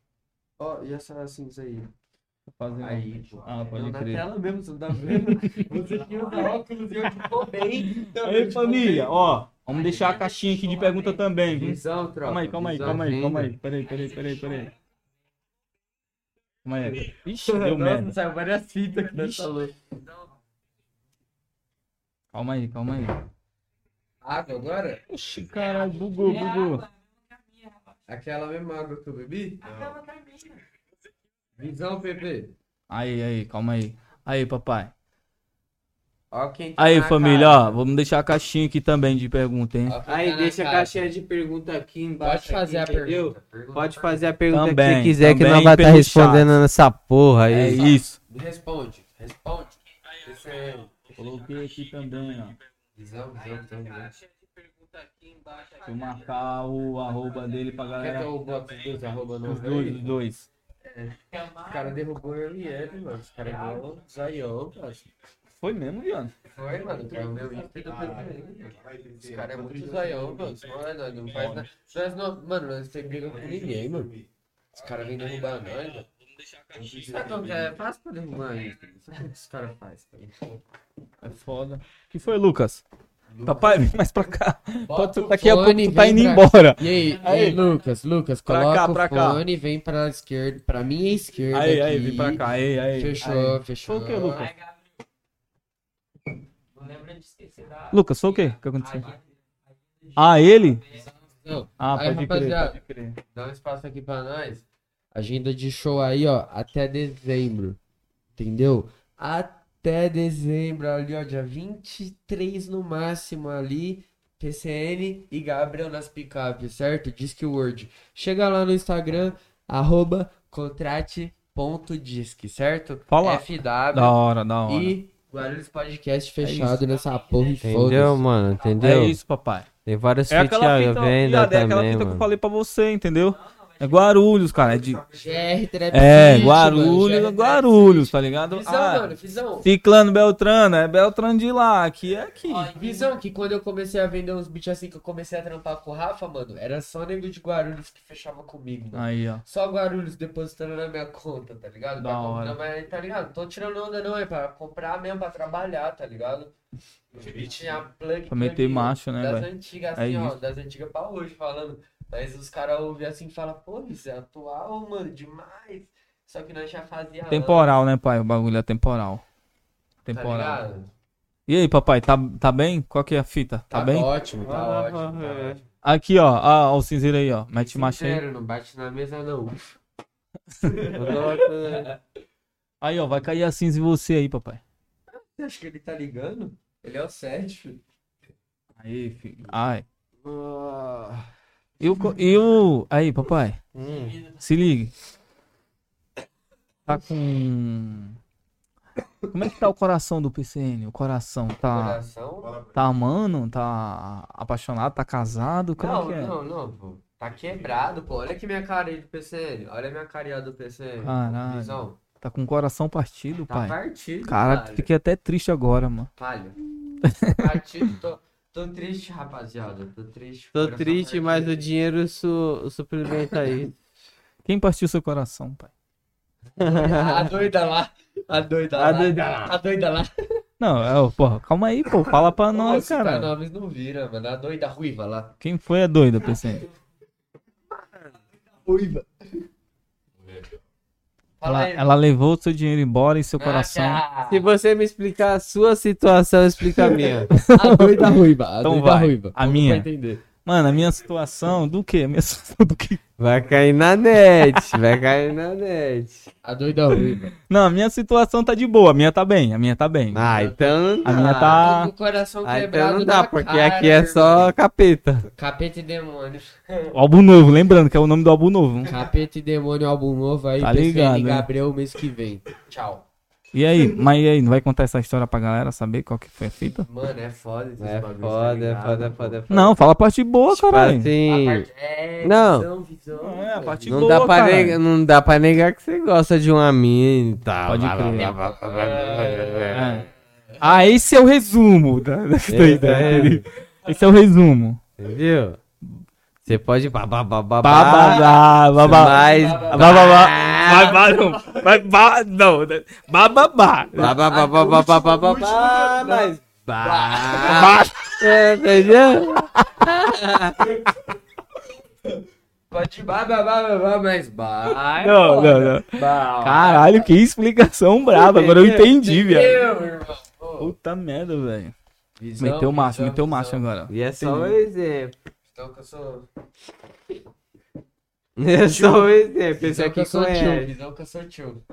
Speaker 1: Ó, e essa cinza aí?
Speaker 2: Vou fazer uma-
Speaker 1: Aí, pô.
Speaker 2: Tá Ah,
Speaker 1: Não,
Speaker 2: pode
Speaker 1: na
Speaker 2: crer.
Speaker 1: tela mesmo, você não tá vendo?
Speaker 2: [laughs]
Speaker 1: Você que usa óculos e eu te Então, roubei.
Speaker 2: Aí, família, ó, vamos deixar a caixinha aqui de pergunta também, viu?
Speaker 1: Visão, tropa.
Speaker 2: Calma aí, calma aí, calma aí, calma aí. Peraí, peraí, peraí, peraí. Calma aí. Ixi,
Speaker 1: tá
Speaker 2: deu merda.
Speaker 1: saiu várias fitas que nós
Speaker 2: Ixi.
Speaker 1: falou.
Speaker 2: Calma aí, calma aí.
Speaker 1: Água agora?
Speaker 2: Ixi, caralho, bugou, bugou.
Speaker 1: Aquela mesma água que eu bebi?
Speaker 4: Acaba com a minha.
Speaker 1: Visão, Pepe.
Speaker 2: Aí, aí, calma aí. Aí, papai.
Speaker 1: Ó quem tá
Speaker 2: Aí,
Speaker 1: na
Speaker 2: família,
Speaker 1: casa.
Speaker 2: ó, vamos deixar a caixinha aqui também de pergunta, hein?
Speaker 1: Ó quem tá
Speaker 3: Aí,
Speaker 1: na
Speaker 3: deixa a
Speaker 1: casa.
Speaker 3: caixinha de pergunta aqui embaixo.
Speaker 1: Pode fazer a
Speaker 3: aqui, entendeu?
Speaker 1: pergunta. pergunta.
Speaker 3: Pode fazer a pergunta que
Speaker 2: Também,
Speaker 3: você quiser, que
Speaker 2: também
Speaker 3: não vai estar
Speaker 2: pelo
Speaker 3: respondendo nessa porra aí.
Speaker 2: É isso.
Speaker 1: Responde, responde. Esse é-
Speaker 2: Coloquei aqui também, ó.
Speaker 1: Visão, visão, visão, visão.
Speaker 2: Deixa eu marcar o arroba dele pra
Speaker 1: Quer que
Speaker 2: galera.
Speaker 1: eu bote os dois arroba no
Speaker 2: Os dois, os dois.
Speaker 1: Os caras derrubou eu e ele, mano. Os caras derrubou o Zaion, parceiro.
Speaker 2: Foi mesmo, Viano?
Speaker 1: Foi, mano. Pegou meu Insta e do PPM. Os caras é muito zoião, mano. Isso não é nada, não faz nada. Nós não, mano, nós não tem briga com ninguém, mano. Os caras vêm derrubar nós, mano. Sabe como que é fácil pra derrubar isso? Sabe o que os caras fazem?
Speaker 2: É foda. que foi, Lucas? Papai, vem mais pra cá.
Speaker 1: Bota
Speaker 2: Tu-
Speaker 1: o
Speaker 2: daqui a pouco
Speaker 1: fone,
Speaker 2: tu tá
Speaker 1: vem
Speaker 2: indo
Speaker 1: pra-
Speaker 2: embora.
Speaker 1: E aí,
Speaker 2: Aí.
Speaker 1: aí, Lucas, Lucas,
Speaker 2: Pra
Speaker 1: coloca
Speaker 2: cá,
Speaker 1: o
Speaker 2: pra cá.
Speaker 1: fone, vem pra esquerda, pra minha esquerda
Speaker 2: Aí,
Speaker 1: aqui.
Speaker 2: aí, é, vem pra cá. Aí, aí.
Speaker 1: Fechou,
Speaker 2: Aí.
Speaker 1: fechou.
Speaker 2: Foi o que, Lucas?
Speaker 4: Vai, Gabriel.
Speaker 2: Lucas, sou o quê? O que aconteceu? Ah, ele?
Speaker 1: Não.
Speaker 2: Ah,
Speaker 1: Aí,
Speaker 2: pode crer,
Speaker 1: rapaziada.
Speaker 2: pode crer.
Speaker 1: Dá um espaço aqui pra nós. Agenda de show aí, ó, até dezembro. Entendeu? Até dezembro, ali, ó, dia 23 no máximo ali. PCN e Gabriel nas picapes, certo? Disque Word. Chega lá no Instagram, arroba contrate.disque, certo?
Speaker 2: Fala. Da
Speaker 1: FW
Speaker 2: hora, da hora.
Speaker 1: e Guarulhos Podcast fechado nessa porra e
Speaker 3: Entendeu,
Speaker 1: foda
Speaker 3: mano? Entendeu?
Speaker 2: É isso, papai.
Speaker 3: Tem vários
Speaker 2: É
Speaker 3: feat
Speaker 2: aquela
Speaker 3: à
Speaker 2: fita,
Speaker 3: venda
Speaker 2: viado, é aquela
Speaker 3: também,
Speaker 2: fita que eu
Speaker 3: mano.
Speaker 2: falei pra você, entendeu? É Guarulhos, cara. É, de...
Speaker 1: GR Trap
Speaker 2: é
Speaker 1: City,
Speaker 2: Guarulhos,
Speaker 1: mano, GR Trap
Speaker 2: Guarulhos,
Speaker 1: City.
Speaker 2: tá ligado?
Speaker 1: Visão,
Speaker 2: Ah,
Speaker 1: mano, visão.
Speaker 2: Ciclano Beltrano, é Beltrano de lá, aqui é aqui.
Speaker 1: Visão, que quando eu comecei a vender uns beats assim, que eu comecei a trampar com o Rafa, mano, era só nego de Guarulhos que fechava comigo, mano.
Speaker 2: Aí, ó.
Speaker 1: Só Guarulhos depositando na minha conta, tá ligado?
Speaker 2: Da
Speaker 1: Pra
Speaker 2: hora.
Speaker 1: comprar, mas, tá ligado? Tô tirando onda não, é pra comprar mesmo, pra trabalhar, tá ligado? E tinha plug,
Speaker 2: Pra meter
Speaker 1: plug
Speaker 2: macho, né,
Speaker 1: Das
Speaker 2: velho?
Speaker 1: antigas,
Speaker 2: É
Speaker 1: assim, ó,
Speaker 2: isso.
Speaker 1: das antigas pra hoje, falando. Mas os caras ouvem assim e falam, pô, isso é atual, mano, demais. Só que nós já fazia
Speaker 2: Temporal, né, pai? O bagulho é temporal.
Speaker 1: antes, tá
Speaker 2: Temporal.
Speaker 1: ligado?
Speaker 2: e aí, papai, tá, tá bem? Qual que é a fita? Tá,
Speaker 1: Tá,
Speaker 2: bem?
Speaker 1: ótimo, tá
Speaker 3: Ah,
Speaker 1: ótimo, tá
Speaker 3: é.
Speaker 1: ótimo.
Speaker 2: Aqui, ó. Ah, ó, o cinzeiro aí, ó. Mete macho aí.
Speaker 1: Sincero, não bate na
Speaker 2: [laughs]
Speaker 1: mesa, não.
Speaker 2: Aí, ó, vai cair a cinza em você aí, papai.
Speaker 1: Você acha que ele tá ligando? Ele é o Sérgio.
Speaker 2: Aí, filho. Ai.
Speaker 1: Ah,
Speaker 2: E o. co- E o... Aí, papai.
Speaker 1: Hum.
Speaker 2: Se liga. Tá com. Como é que tá o coração do PCN? O coração tá.
Speaker 1: Coração?
Speaker 2: Tá amando? Tá apaixonado? Tá casado? Como é
Speaker 1: Não,
Speaker 2: que é?
Speaker 1: não, não, pô. Tá quebrado, pô. Olha que minha cara aí do PCN. Olha a minha carinha do PCN.
Speaker 2: Caralho.
Speaker 1: Visão.
Speaker 2: Tá com o coração partido,
Speaker 1: Tá
Speaker 2: pai.
Speaker 1: partido,
Speaker 2: Cara,
Speaker 1: palha.
Speaker 2: fiquei até triste agora, mano. [laughs]
Speaker 1: Palha. Partido, tô, tô triste, rapaziada. Tô triste.
Speaker 3: Tô
Speaker 1: coração tá
Speaker 3: triste,
Speaker 1: partido.
Speaker 3: mas o dinheiro su
Speaker 1: [laughs]
Speaker 3: suplementa aí.
Speaker 2: Quem partiu seu coração, pai?
Speaker 1: A doida lá. A doida lá.
Speaker 3: A doida lá.
Speaker 1: A doida lá.
Speaker 2: Não, é, ó, porra, calma aí, pô. Fala pra nós,
Speaker 1: Nossa,
Speaker 2: cara.
Speaker 1: nomes não vira, mano. A doida ruiva lá.
Speaker 2: Quem foi é doida, PCN?
Speaker 1: Ruiva. Fala
Speaker 2: Ela,
Speaker 1: aí.
Speaker 2: ela levou seu dinheiro embora e seu coração.
Speaker 1: Ah,
Speaker 3: Se você me explicar a sua situação, explica a minha.
Speaker 2: [laughs]
Speaker 1: A doida ruiva. A
Speaker 2: Então
Speaker 1: doida
Speaker 2: vai,
Speaker 1: ruiva.
Speaker 2: a
Speaker 1: Todo mundo
Speaker 2: minha.
Speaker 1: vai entender.
Speaker 2: Mano, a minha situação do quê? A minha [laughs] situação do quê?
Speaker 3: Vai cair na net, vai cair na net.
Speaker 1: A doida ruiva.
Speaker 2: Não, a minha situação tá de boa. A minha tá bem, a minha tá bem.
Speaker 3: Ah, então não
Speaker 2: A minha
Speaker 3: dá.
Speaker 1: Tô
Speaker 2: tá.
Speaker 1: com o coração
Speaker 3: Ah, então
Speaker 1: quebrado
Speaker 3: não dá,
Speaker 1: na
Speaker 3: porque
Speaker 1: cara,
Speaker 3: aqui é
Speaker 1: irmão.
Speaker 3: só capeta.
Speaker 1: Capeta e Demônio.
Speaker 2: O álbum novo, lembrando que é o nome do álbum novo.
Speaker 1: Capeta e Demônio, álbum novo aí.
Speaker 2: Tá
Speaker 1: PCN
Speaker 2: ligado, né?
Speaker 1: Gabriel, mês que vem. Tchau.
Speaker 2: E aí,
Speaker 3: [laughs]
Speaker 2: mas e aí, não vai contar essa história pra galera saber qual que foi a fita?
Speaker 1: Mano, é foda esses
Speaker 3: É
Speaker 1: bagulhos,
Speaker 3: foda,
Speaker 1: tá
Speaker 3: é
Speaker 1: ligado?
Speaker 3: foda, é foda, é foda.
Speaker 2: Não, fala a parte boa,
Speaker 3: Tipo
Speaker 2: caralho.
Speaker 1: A
Speaker 3: assim,
Speaker 1: parte- É,
Speaker 3: Não.
Speaker 1: visão, visão.
Speaker 2: É, a parte
Speaker 3: não
Speaker 2: boa.
Speaker 3: dá, pra
Speaker 2: caralho.
Speaker 3: negar, não dá pra negar que você gosta de uma mina e tal.
Speaker 2: Pode
Speaker 3: Blá, blá,
Speaker 2: crer.
Speaker 3: blá, blá, blá, blá, blá, blá.
Speaker 2: É. Ah, esse é o resumo. Da, [laughs] da, da ideia.
Speaker 3: Entendeu?
Speaker 2: Esse é o resumo.
Speaker 3: Entendeu? Você pode babá, babá, babá,
Speaker 2: Bababá, babá.
Speaker 3: mas
Speaker 2: Bababá. Babá, não. Babá, não. Bababá.
Speaker 3: babá, babá, babá, babá, babá, mas babá.
Speaker 2: Babá.
Speaker 3: É, Entendeu?
Speaker 1: Pode babá, mas bah.
Speaker 2: Não, não, não. Caralho, que explicação braba. Agora eu entendi, velho.
Speaker 1: Meu, irmão. Pô,
Speaker 2: Puta merda, velho.
Speaker 1: visão,
Speaker 2: Meteu o macho,
Speaker 1: visão,
Speaker 2: meteu o
Speaker 1: visão.
Speaker 2: macho agora.
Speaker 3: E é só um exemplo.
Speaker 1: Então que eu sou.
Speaker 3: É só um exemplo. Esse
Speaker 1: Visão que
Speaker 3: aqui
Speaker 1: eu sou é tio.
Speaker 3: conhece.
Speaker 1: Visão que eu sou tio.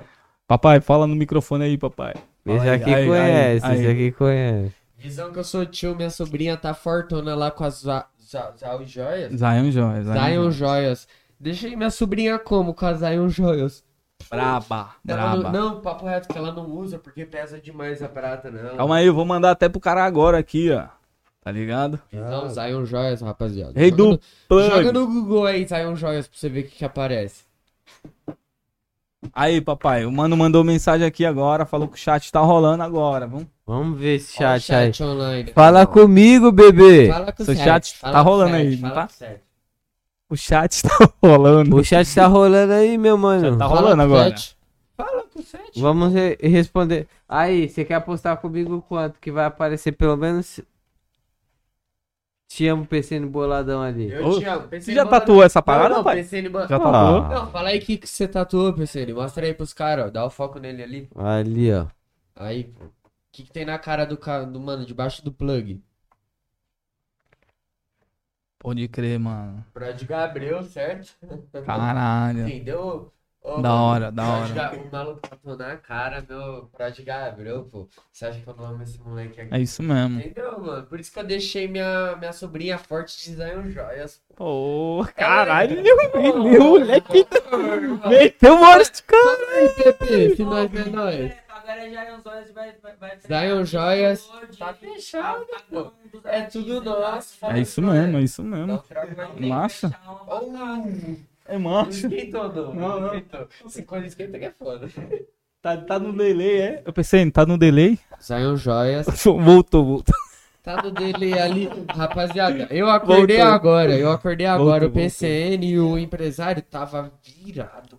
Speaker 2: Papai, fala no microfone aí, papai.
Speaker 3: Esse
Speaker 2: Ai,
Speaker 3: aqui
Speaker 2: ai,
Speaker 3: conhece,
Speaker 2: ai,
Speaker 3: esse
Speaker 2: ai.
Speaker 3: aqui conhece.
Speaker 1: Visão que eu sou tio. Minha sobrinha tá fortona lá com as za- za- za- joias.
Speaker 2: Zion Joy, Zion,
Speaker 1: Zion
Speaker 2: Joy.
Speaker 1: Joias. Deixei minha sobrinha como com a Zion Joias.
Speaker 2: Braba,
Speaker 1: Ela
Speaker 2: braba.
Speaker 1: Não, não, papo reto, que ela não usa porque pesa demais a prata, não.
Speaker 2: Calma aí, eu vou mandar até pro cara agora aqui, ó. Tá ligado?
Speaker 1: Não, Zion Joias, rapaziada.
Speaker 2: Rei
Speaker 1: Joga
Speaker 2: do
Speaker 1: no- Joga
Speaker 2: plug.
Speaker 1: no Google aí, Zion Joias, pra você ver o que, que aparece.
Speaker 2: Aí, papai, o mano mandou mensagem aqui agora, falou que o chat tá rolando agora, vamos.
Speaker 3: Vamos ver esse
Speaker 1: Ó,
Speaker 3: chat aí.
Speaker 1: online.
Speaker 3: Fala comigo, bebê.
Speaker 1: Fala com o
Speaker 2: Seu
Speaker 1: Sérgio,
Speaker 2: chat
Speaker 1: fala
Speaker 2: tá
Speaker 1: com o
Speaker 2: rolando
Speaker 1: Sérgio,
Speaker 2: aí, não
Speaker 1: fala
Speaker 2: tá?
Speaker 1: com o Sérgio.
Speaker 2: O chat [laughs] tá rolando.
Speaker 3: O chat tá rolando aí, meu mano.
Speaker 2: Tá
Speaker 1: Fala
Speaker 2: rolando
Speaker 1: com o
Speaker 2: agora.
Speaker 1: Sérgio. Fala com o Sérgio.
Speaker 3: Vamos re- responder. Aí, você quer apostar comigo quanto? Que vai aparecer pelo menos. Te amo, PC no boladão ali.
Speaker 1: Eu
Speaker 2: Ô,
Speaker 1: te amo.
Speaker 2: Você já tatuou essa parada,
Speaker 1: não,
Speaker 2: pai?
Speaker 1: pensei em botar-
Speaker 2: Já
Speaker 3: Ah.
Speaker 2: tatuou?
Speaker 1: Não, fala aí o que, que você tatuou, Percene. Mostra aí pros caras, ó. Dá o foco nele ali.
Speaker 3: Ali, ó.
Speaker 1: Aí, pô. que, que tem na cara do, ca- do mano, debaixo do plug?
Speaker 2: Pode crer, mano.
Speaker 1: Pra de Gabriel, certo?
Speaker 2: Tá Caralho.
Speaker 1: Entendeu? Ô,
Speaker 2: É. Da
Speaker 1: mano,
Speaker 2: hora, da
Speaker 1: Prodigy
Speaker 2: hora.
Speaker 1: Ga- O maluco tatuou na cara, meu, pra de Gabriel, pô. Você acha que eu não amo esse moleque aqui?
Speaker 2: É isso mesmo.
Speaker 1: Entendeu, mano? Por isso que eu deixei minha, minha sobrinha forte de Zion Joias.
Speaker 2: Ô, [laughs]
Speaker 1: caralho,
Speaker 2: moleque meteu mosca.
Speaker 1: Fala aí, Pepe, se nós é nós.
Speaker 4: Agora já é uns olhos, vai, vai, vai
Speaker 1: Zion Joias, tá fechado, pô. É tudo nosso.
Speaker 2: É isso mesmo, é isso
Speaker 1: Não
Speaker 2: mesmo.
Speaker 1: troca mais ninguém.
Speaker 2: Massa.
Speaker 1: Oh,
Speaker 2: É massa.
Speaker 1: esquentou, não.
Speaker 2: Não, não.
Speaker 1: Esquentou. Se quando esquenta que é foda.
Speaker 2: Tá, tá no delay, é? Eu pensei, tá no delay? [laughs]
Speaker 1: Zion Joias.
Speaker 2: Voltou, voltou.
Speaker 1: Tá no dele ali, rapaziada. Eu acordei
Speaker 2: Voltou.
Speaker 1: agora, eu acordei
Speaker 2: Voltou,
Speaker 1: agora. o
Speaker 2: voltou.
Speaker 1: PCN e o empresário tava virado.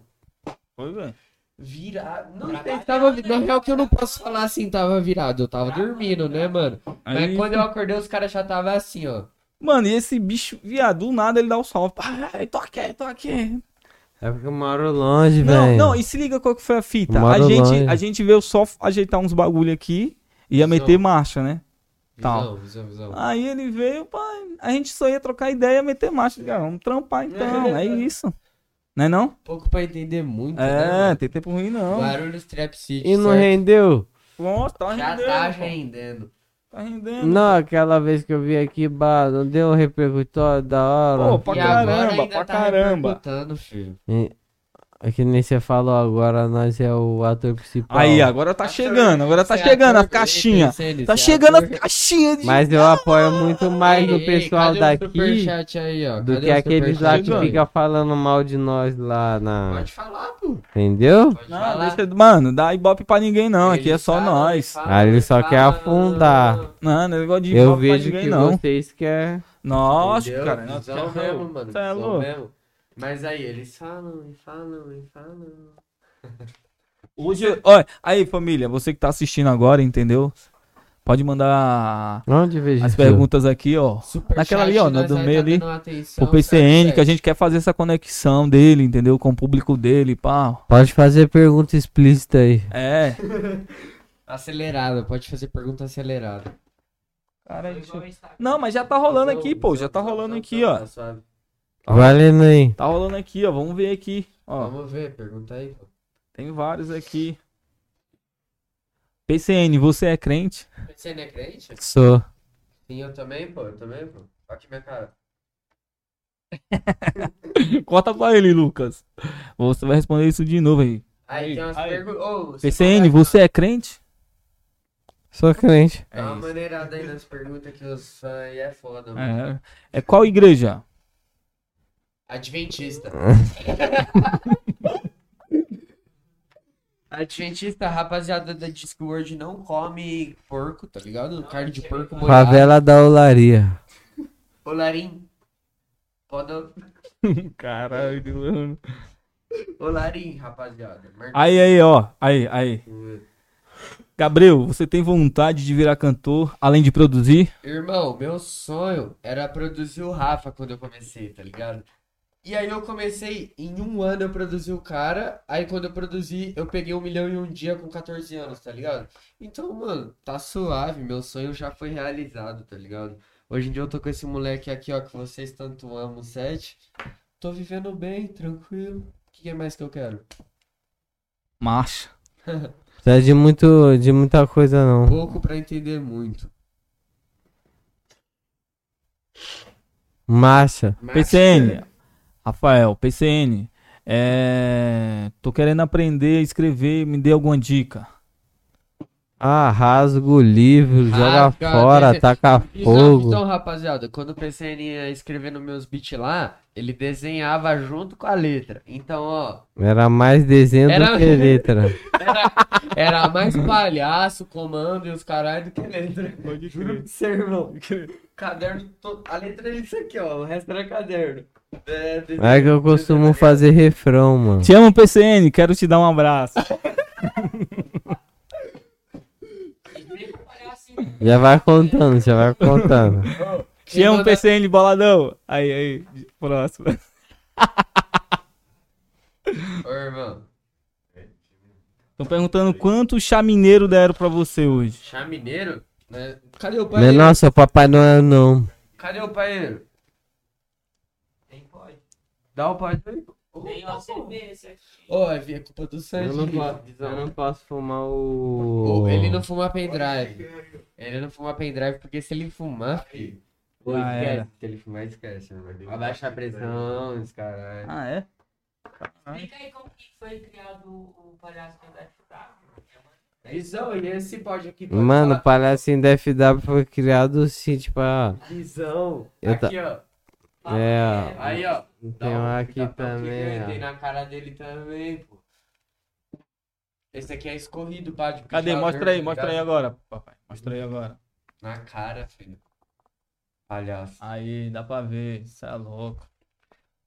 Speaker 2: Foi, velho.
Speaker 1: Virado. Não, ele tava, vi- na real, que eu não posso falar assim, tava virado. Eu tava dormindo, né, mano? Mas
Speaker 2: Aí-
Speaker 1: quando eu acordei, os caras já tava assim, ó.
Speaker 2: Mano, e esse bicho, viado, do nada ele dá o salve. Ah, Ai, tô aqui, tô aqui.
Speaker 3: É porque eu moro longe,
Speaker 2: Não,
Speaker 3: velho.
Speaker 2: não, e se liga qual que foi a fita. A
Speaker 3: Mara
Speaker 2: gente,
Speaker 3: Lange.
Speaker 2: a gente veio só ajeitar uns bagulho aqui e ia
Speaker 1: Visão.
Speaker 2: meter marcha, né? Tá.
Speaker 1: Visão, visão, visão.
Speaker 2: Aí ele veio, pai, a gente só ia trocar ideia, meter marcha. Cara, vamos trampar então, é isso. Não é não?
Speaker 1: Um Pouco pra entender muito, né?
Speaker 2: É, então.
Speaker 1: mano?
Speaker 2: tem tempo ruim não.
Speaker 1: Guarulhos Trap City,
Speaker 3: E não
Speaker 1: certo?
Speaker 3: rendeu?
Speaker 2: Nossa, tá
Speaker 1: Já
Speaker 2: rendendo.
Speaker 1: tá
Speaker 2: pô,
Speaker 1: rendendo.
Speaker 2: Tá rendendo.
Speaker 3: Não, aquela vez que eu vim aqui, bah, não deu um repercutório da hora.
Speaker 2: Pô, pra
Speaker 1: e agora
Speaker 2: caramba,
Speaker 1: ainda
Speaker 2: pra
Speaker 1: tá
Speaker 2: caramba.
Speaker 1: repercutando, filho.
Speaker 3: E- É que nem você falou agora, nós é o ator principal.
Speaker 2: Aí, agora tá chegando, agora tá
Speaker 1: Você é
Speaker 2: chegando
Speaker 1: ator,
Speaker 2: as caixinhas.
Speaker 1: PCN,
Speaker 2: Tá
Speaker 1: você é
Speaker 2: chegando
Speaker 1: ator,
Speaker 2: as caixinhas de...
Speaker 3: Mas eu apoio muito mais
Speaker 1: Ei,
Speaker 3: o
Speaker 1: ei,
Speaker 3: pessoal
Speaker 1: cadê o
Speaker 3: daqui
Speaker 1: superchat aí, ó?
Speaker 3: do
Speaker 1: Cadê
Speaker 3: que
Speaker 1: o
Speaker 3: aqueles lá
Speaker 1: superchat?
Speaker 3: que ficam falando mal de nós lá na.
Speaker 1: Pode falar, pô.
Speaker 3: Entendeu?
Speaker 1: Pode
Speaker 2: Não,
Speaker 1: falar.
Speaker 2: deixa- Mano, dá ibope pra ninguém não, aqui é
Speaker 1: Ele
Speaker 2: só
Speaker 1: fala,
Speaker 2: nós.
Speaker 1: fala,
Speaker 3: Aí Ah, ele só quer afundar.
Speaker 2: Não, não é negócio de
Speaker 3: Eu
Speaker 2: ibope pra
Speaker 3: vejo
Speaker 2: ninguém
Speaker 3: que é-
Speaker 2: não.
Speaker 3: vocês querem.
Speaker 2: Nossa,
Speaker 1: Entendeu?
Speaker 2: cara. Nossa,
Speaker 1: Visão
Speaker 2: que
Speaker 1: mesmo,
Speaker 2: arroba.
Speaker 1: mano.
Speaker 2: Cê é
Speaker 1: visão
Speaker 2: louco.
Speaker 1: mesmo. Mas aí, eles falam e falam e falam.
Speaker 2: Hoje, eu- olha, aí família, você que tá assistindo agora, entendeu? Pode mandar
Speaker 3: Onde vejo
Speaker 2: as
Speaker 3: isso?
Speaker 2: perguntas aqui, ó. Naquela ali, ó,
Speaker 1: nós
Speaker 2: do
Speaker 1: vai
Speaker 2: meio
Speaker 1: tá
Speaker 2: ali,
Speaker 1: dando atenção,
Speaker 2: Pro PCN,
Speaker 1: certo?
Speaker 2: que a gente quer fazer essa conexão dele, entendeu? Com o público dele, pá.
Speaker 3: Pode fazer pergunta explícita aí.
Speaker 2: É.
Speaker 1: Acelerada, pode fazer pergunta acelerada.
Speaker 2: Cara, Não, mas já tá rolando aqui, pô. Já tá rolando aqui, ó.
Speaker 3: Vai lendo aí.
Speaker 2: Tá rolando aqui, ó. Vamos ver aqui. Ó,
Speaker 1: Vamos ver, pergunta aí, pô.
Speaker 2: tem vários aqui. PCN, você é crente? [laughs]
Speaker 1: PCN é crente?
Speaker 3: Sou.
Speaker 1: Sim, eu também, pô. Eu também, pô. Olha aqui minha cara.
Speaker 2: Corta pra ele, Lucas. Você vai responder isso de novo aí.
Speaker 1: Aí,
Speaker 2: Aí,
Speaker 1: tem umas
Speaker 2: aí.
Speaker 1: perguntas. Ô, você
Speaker 2: PCN,
Speaker 1: mandar-
Speaker 2: você é crente?
Speaker 3: Sou crente.
Speaker 2: É
Speaker 1: Dá uma
Speaker 2: isso.
Speaker 1: maneirada aí nas perguntas que os fãs aí é foda, mano.
Speaker 2: É. É qual igreja?
Speaker 1: Adventista. [laughs] Adventista, rapaziada da Discord não come porco, tá ligado? Carne de porco molhada.
Speaker 3: Favela da Olaria.
Speaker 1: Olarim. Poda...
Speaker 2: [laughs] Caralho, mano.
Speaker 1: Olarim, rapaziada. Merda.
Speaker 2: Aí, aí, ó. Aí, aí. Gabriel, você tem vontade de virar cantor, além de produzir?
Speaker 1: Irmão, meu sonho era produzir o Rafa quando eu comecei, tá ligado? E aí eu comecei, em um ano eu produzi o cara, aí quando eu produzi, eu peguei um milhão em um dia com 14 anos, tá ligado? Então, mano, tá suave, meu sonho já foi realizado, tá ligado? Hoje em dia eu tô com esse moleque aqui, ó, que vocês tanto amam, sete. Tô vivendo bem, tranquilo. O que é mais que eu quero?
Speaker 2: Marcha.
Speaker 3: Não é de, muito, de muita coisa, não.
Speaker 1: Pouco pra entender muito.
Speaker 3: Marcha.
Speaker 1: Mas-
Speaker 2: PCN. Rafael, PCN. É... Tô querendo aprender a escrever, me dê alguma dica.
Speaker 3: Ah, rasga o livro, joga
Speaker 1: Rasga,
Speaker 3: fora,
Speaker 1: deixa-
Speaker 3: taca
Speaker 1: Então,
Speaker 3: fogo.
Speaker 1: Então, rapaziada, quando o PCN ia escrevendo meus beats lá, ele desenhava junto com a letra. Então, ó,
Speaker 3: Era mais desenho
Speaker 1: Era-
Speaker 3: do que letra.
Speaker 1: [laughs]
Speaker 3: [laughs]
Speaker 1: era, era mais palhaço, comando e os caralho do que letra. Pode crer. irmão. Caderno, to- a letra é isso aqui, ó. O resto era caderno. É, desenho-
Speaker 3: É que eu costumo fazer refrão, mano.
Speaker 2: Te amo, PCN. Quero te dar um abraço.
Speaker 3: Já vai contando, já vai contando.
Speaker 2: Te amo,
Speaker 1: manda-
Speaker 2: PCN, boladão. Aí, aí. Próximo.
Speaker 1: Ô, irmão.
Speaker 2: Estão perguntando quanto chamineiro deram pra você hoje.
Speaker 1: Chamineiro? Né? Cadê o
Speaker 3: Não é
Speaker 1: paeiro?
Speaker 3: nossa, Papai Noel não.
Speaker 1: Cadê o paeiro? Dá o paeiro aí. Ô, é culpa do Sandy. mano.
Speaker 3: posso fumar
Speaker 1: Ô,
Speaker 3: o.
Speaker 1: Ele não fuma pendrive. Ele não fuma pendrive porque se ele fumar, filho. Pô,
Speaker 2: Já
Speaker 1: esquece.
Speaker 2: era.
Speaker 1: Se ele fumar, esquece, mano. Abaixa a pressão, esse caralho.
Speaker 2: Ah, é?
Speaker 4: Explica aí como que foi criado o palhaço André Furtado.
Speaker 1: Visão, e esse pode aqui. pode
Speaker 3: Mano,
Speaker 1: falar.
Speaker 3: o palhaço em DFW foi criado assim, tipo, ah,
Speaker 1: Visão.
Speaker 3: Eu
Speaker 1: Aqui, ó.
Speaker 3: É,
Speaker 1: Ah, Aí, ó. Dá
Speaker 3: tem
Speaker 1: um
Speaker 3: um aqui
Speaker 1: tapão
Speaker 3: também, ah.
Speaker 1: gigante aí
Speaker 3: ó.
Speaker 1: na cara dele também, pô. Esse aqui é escorrido, pá. de
Speaker 2: Cadê?
Speaker 1: puxar
Speaker 2: Mostra
Speaker 1: verde,
Speaker 2: aí,
Speaker 1: tá
Speaker 2: mostra aí
Speaker 1: ligado?
Speaker 2: agora, papai. Mostra aí agora.
Speaker 1: Na cara, filho. Palhaço.
Speaker 2: Aí, dá pra ver. Isso é louco.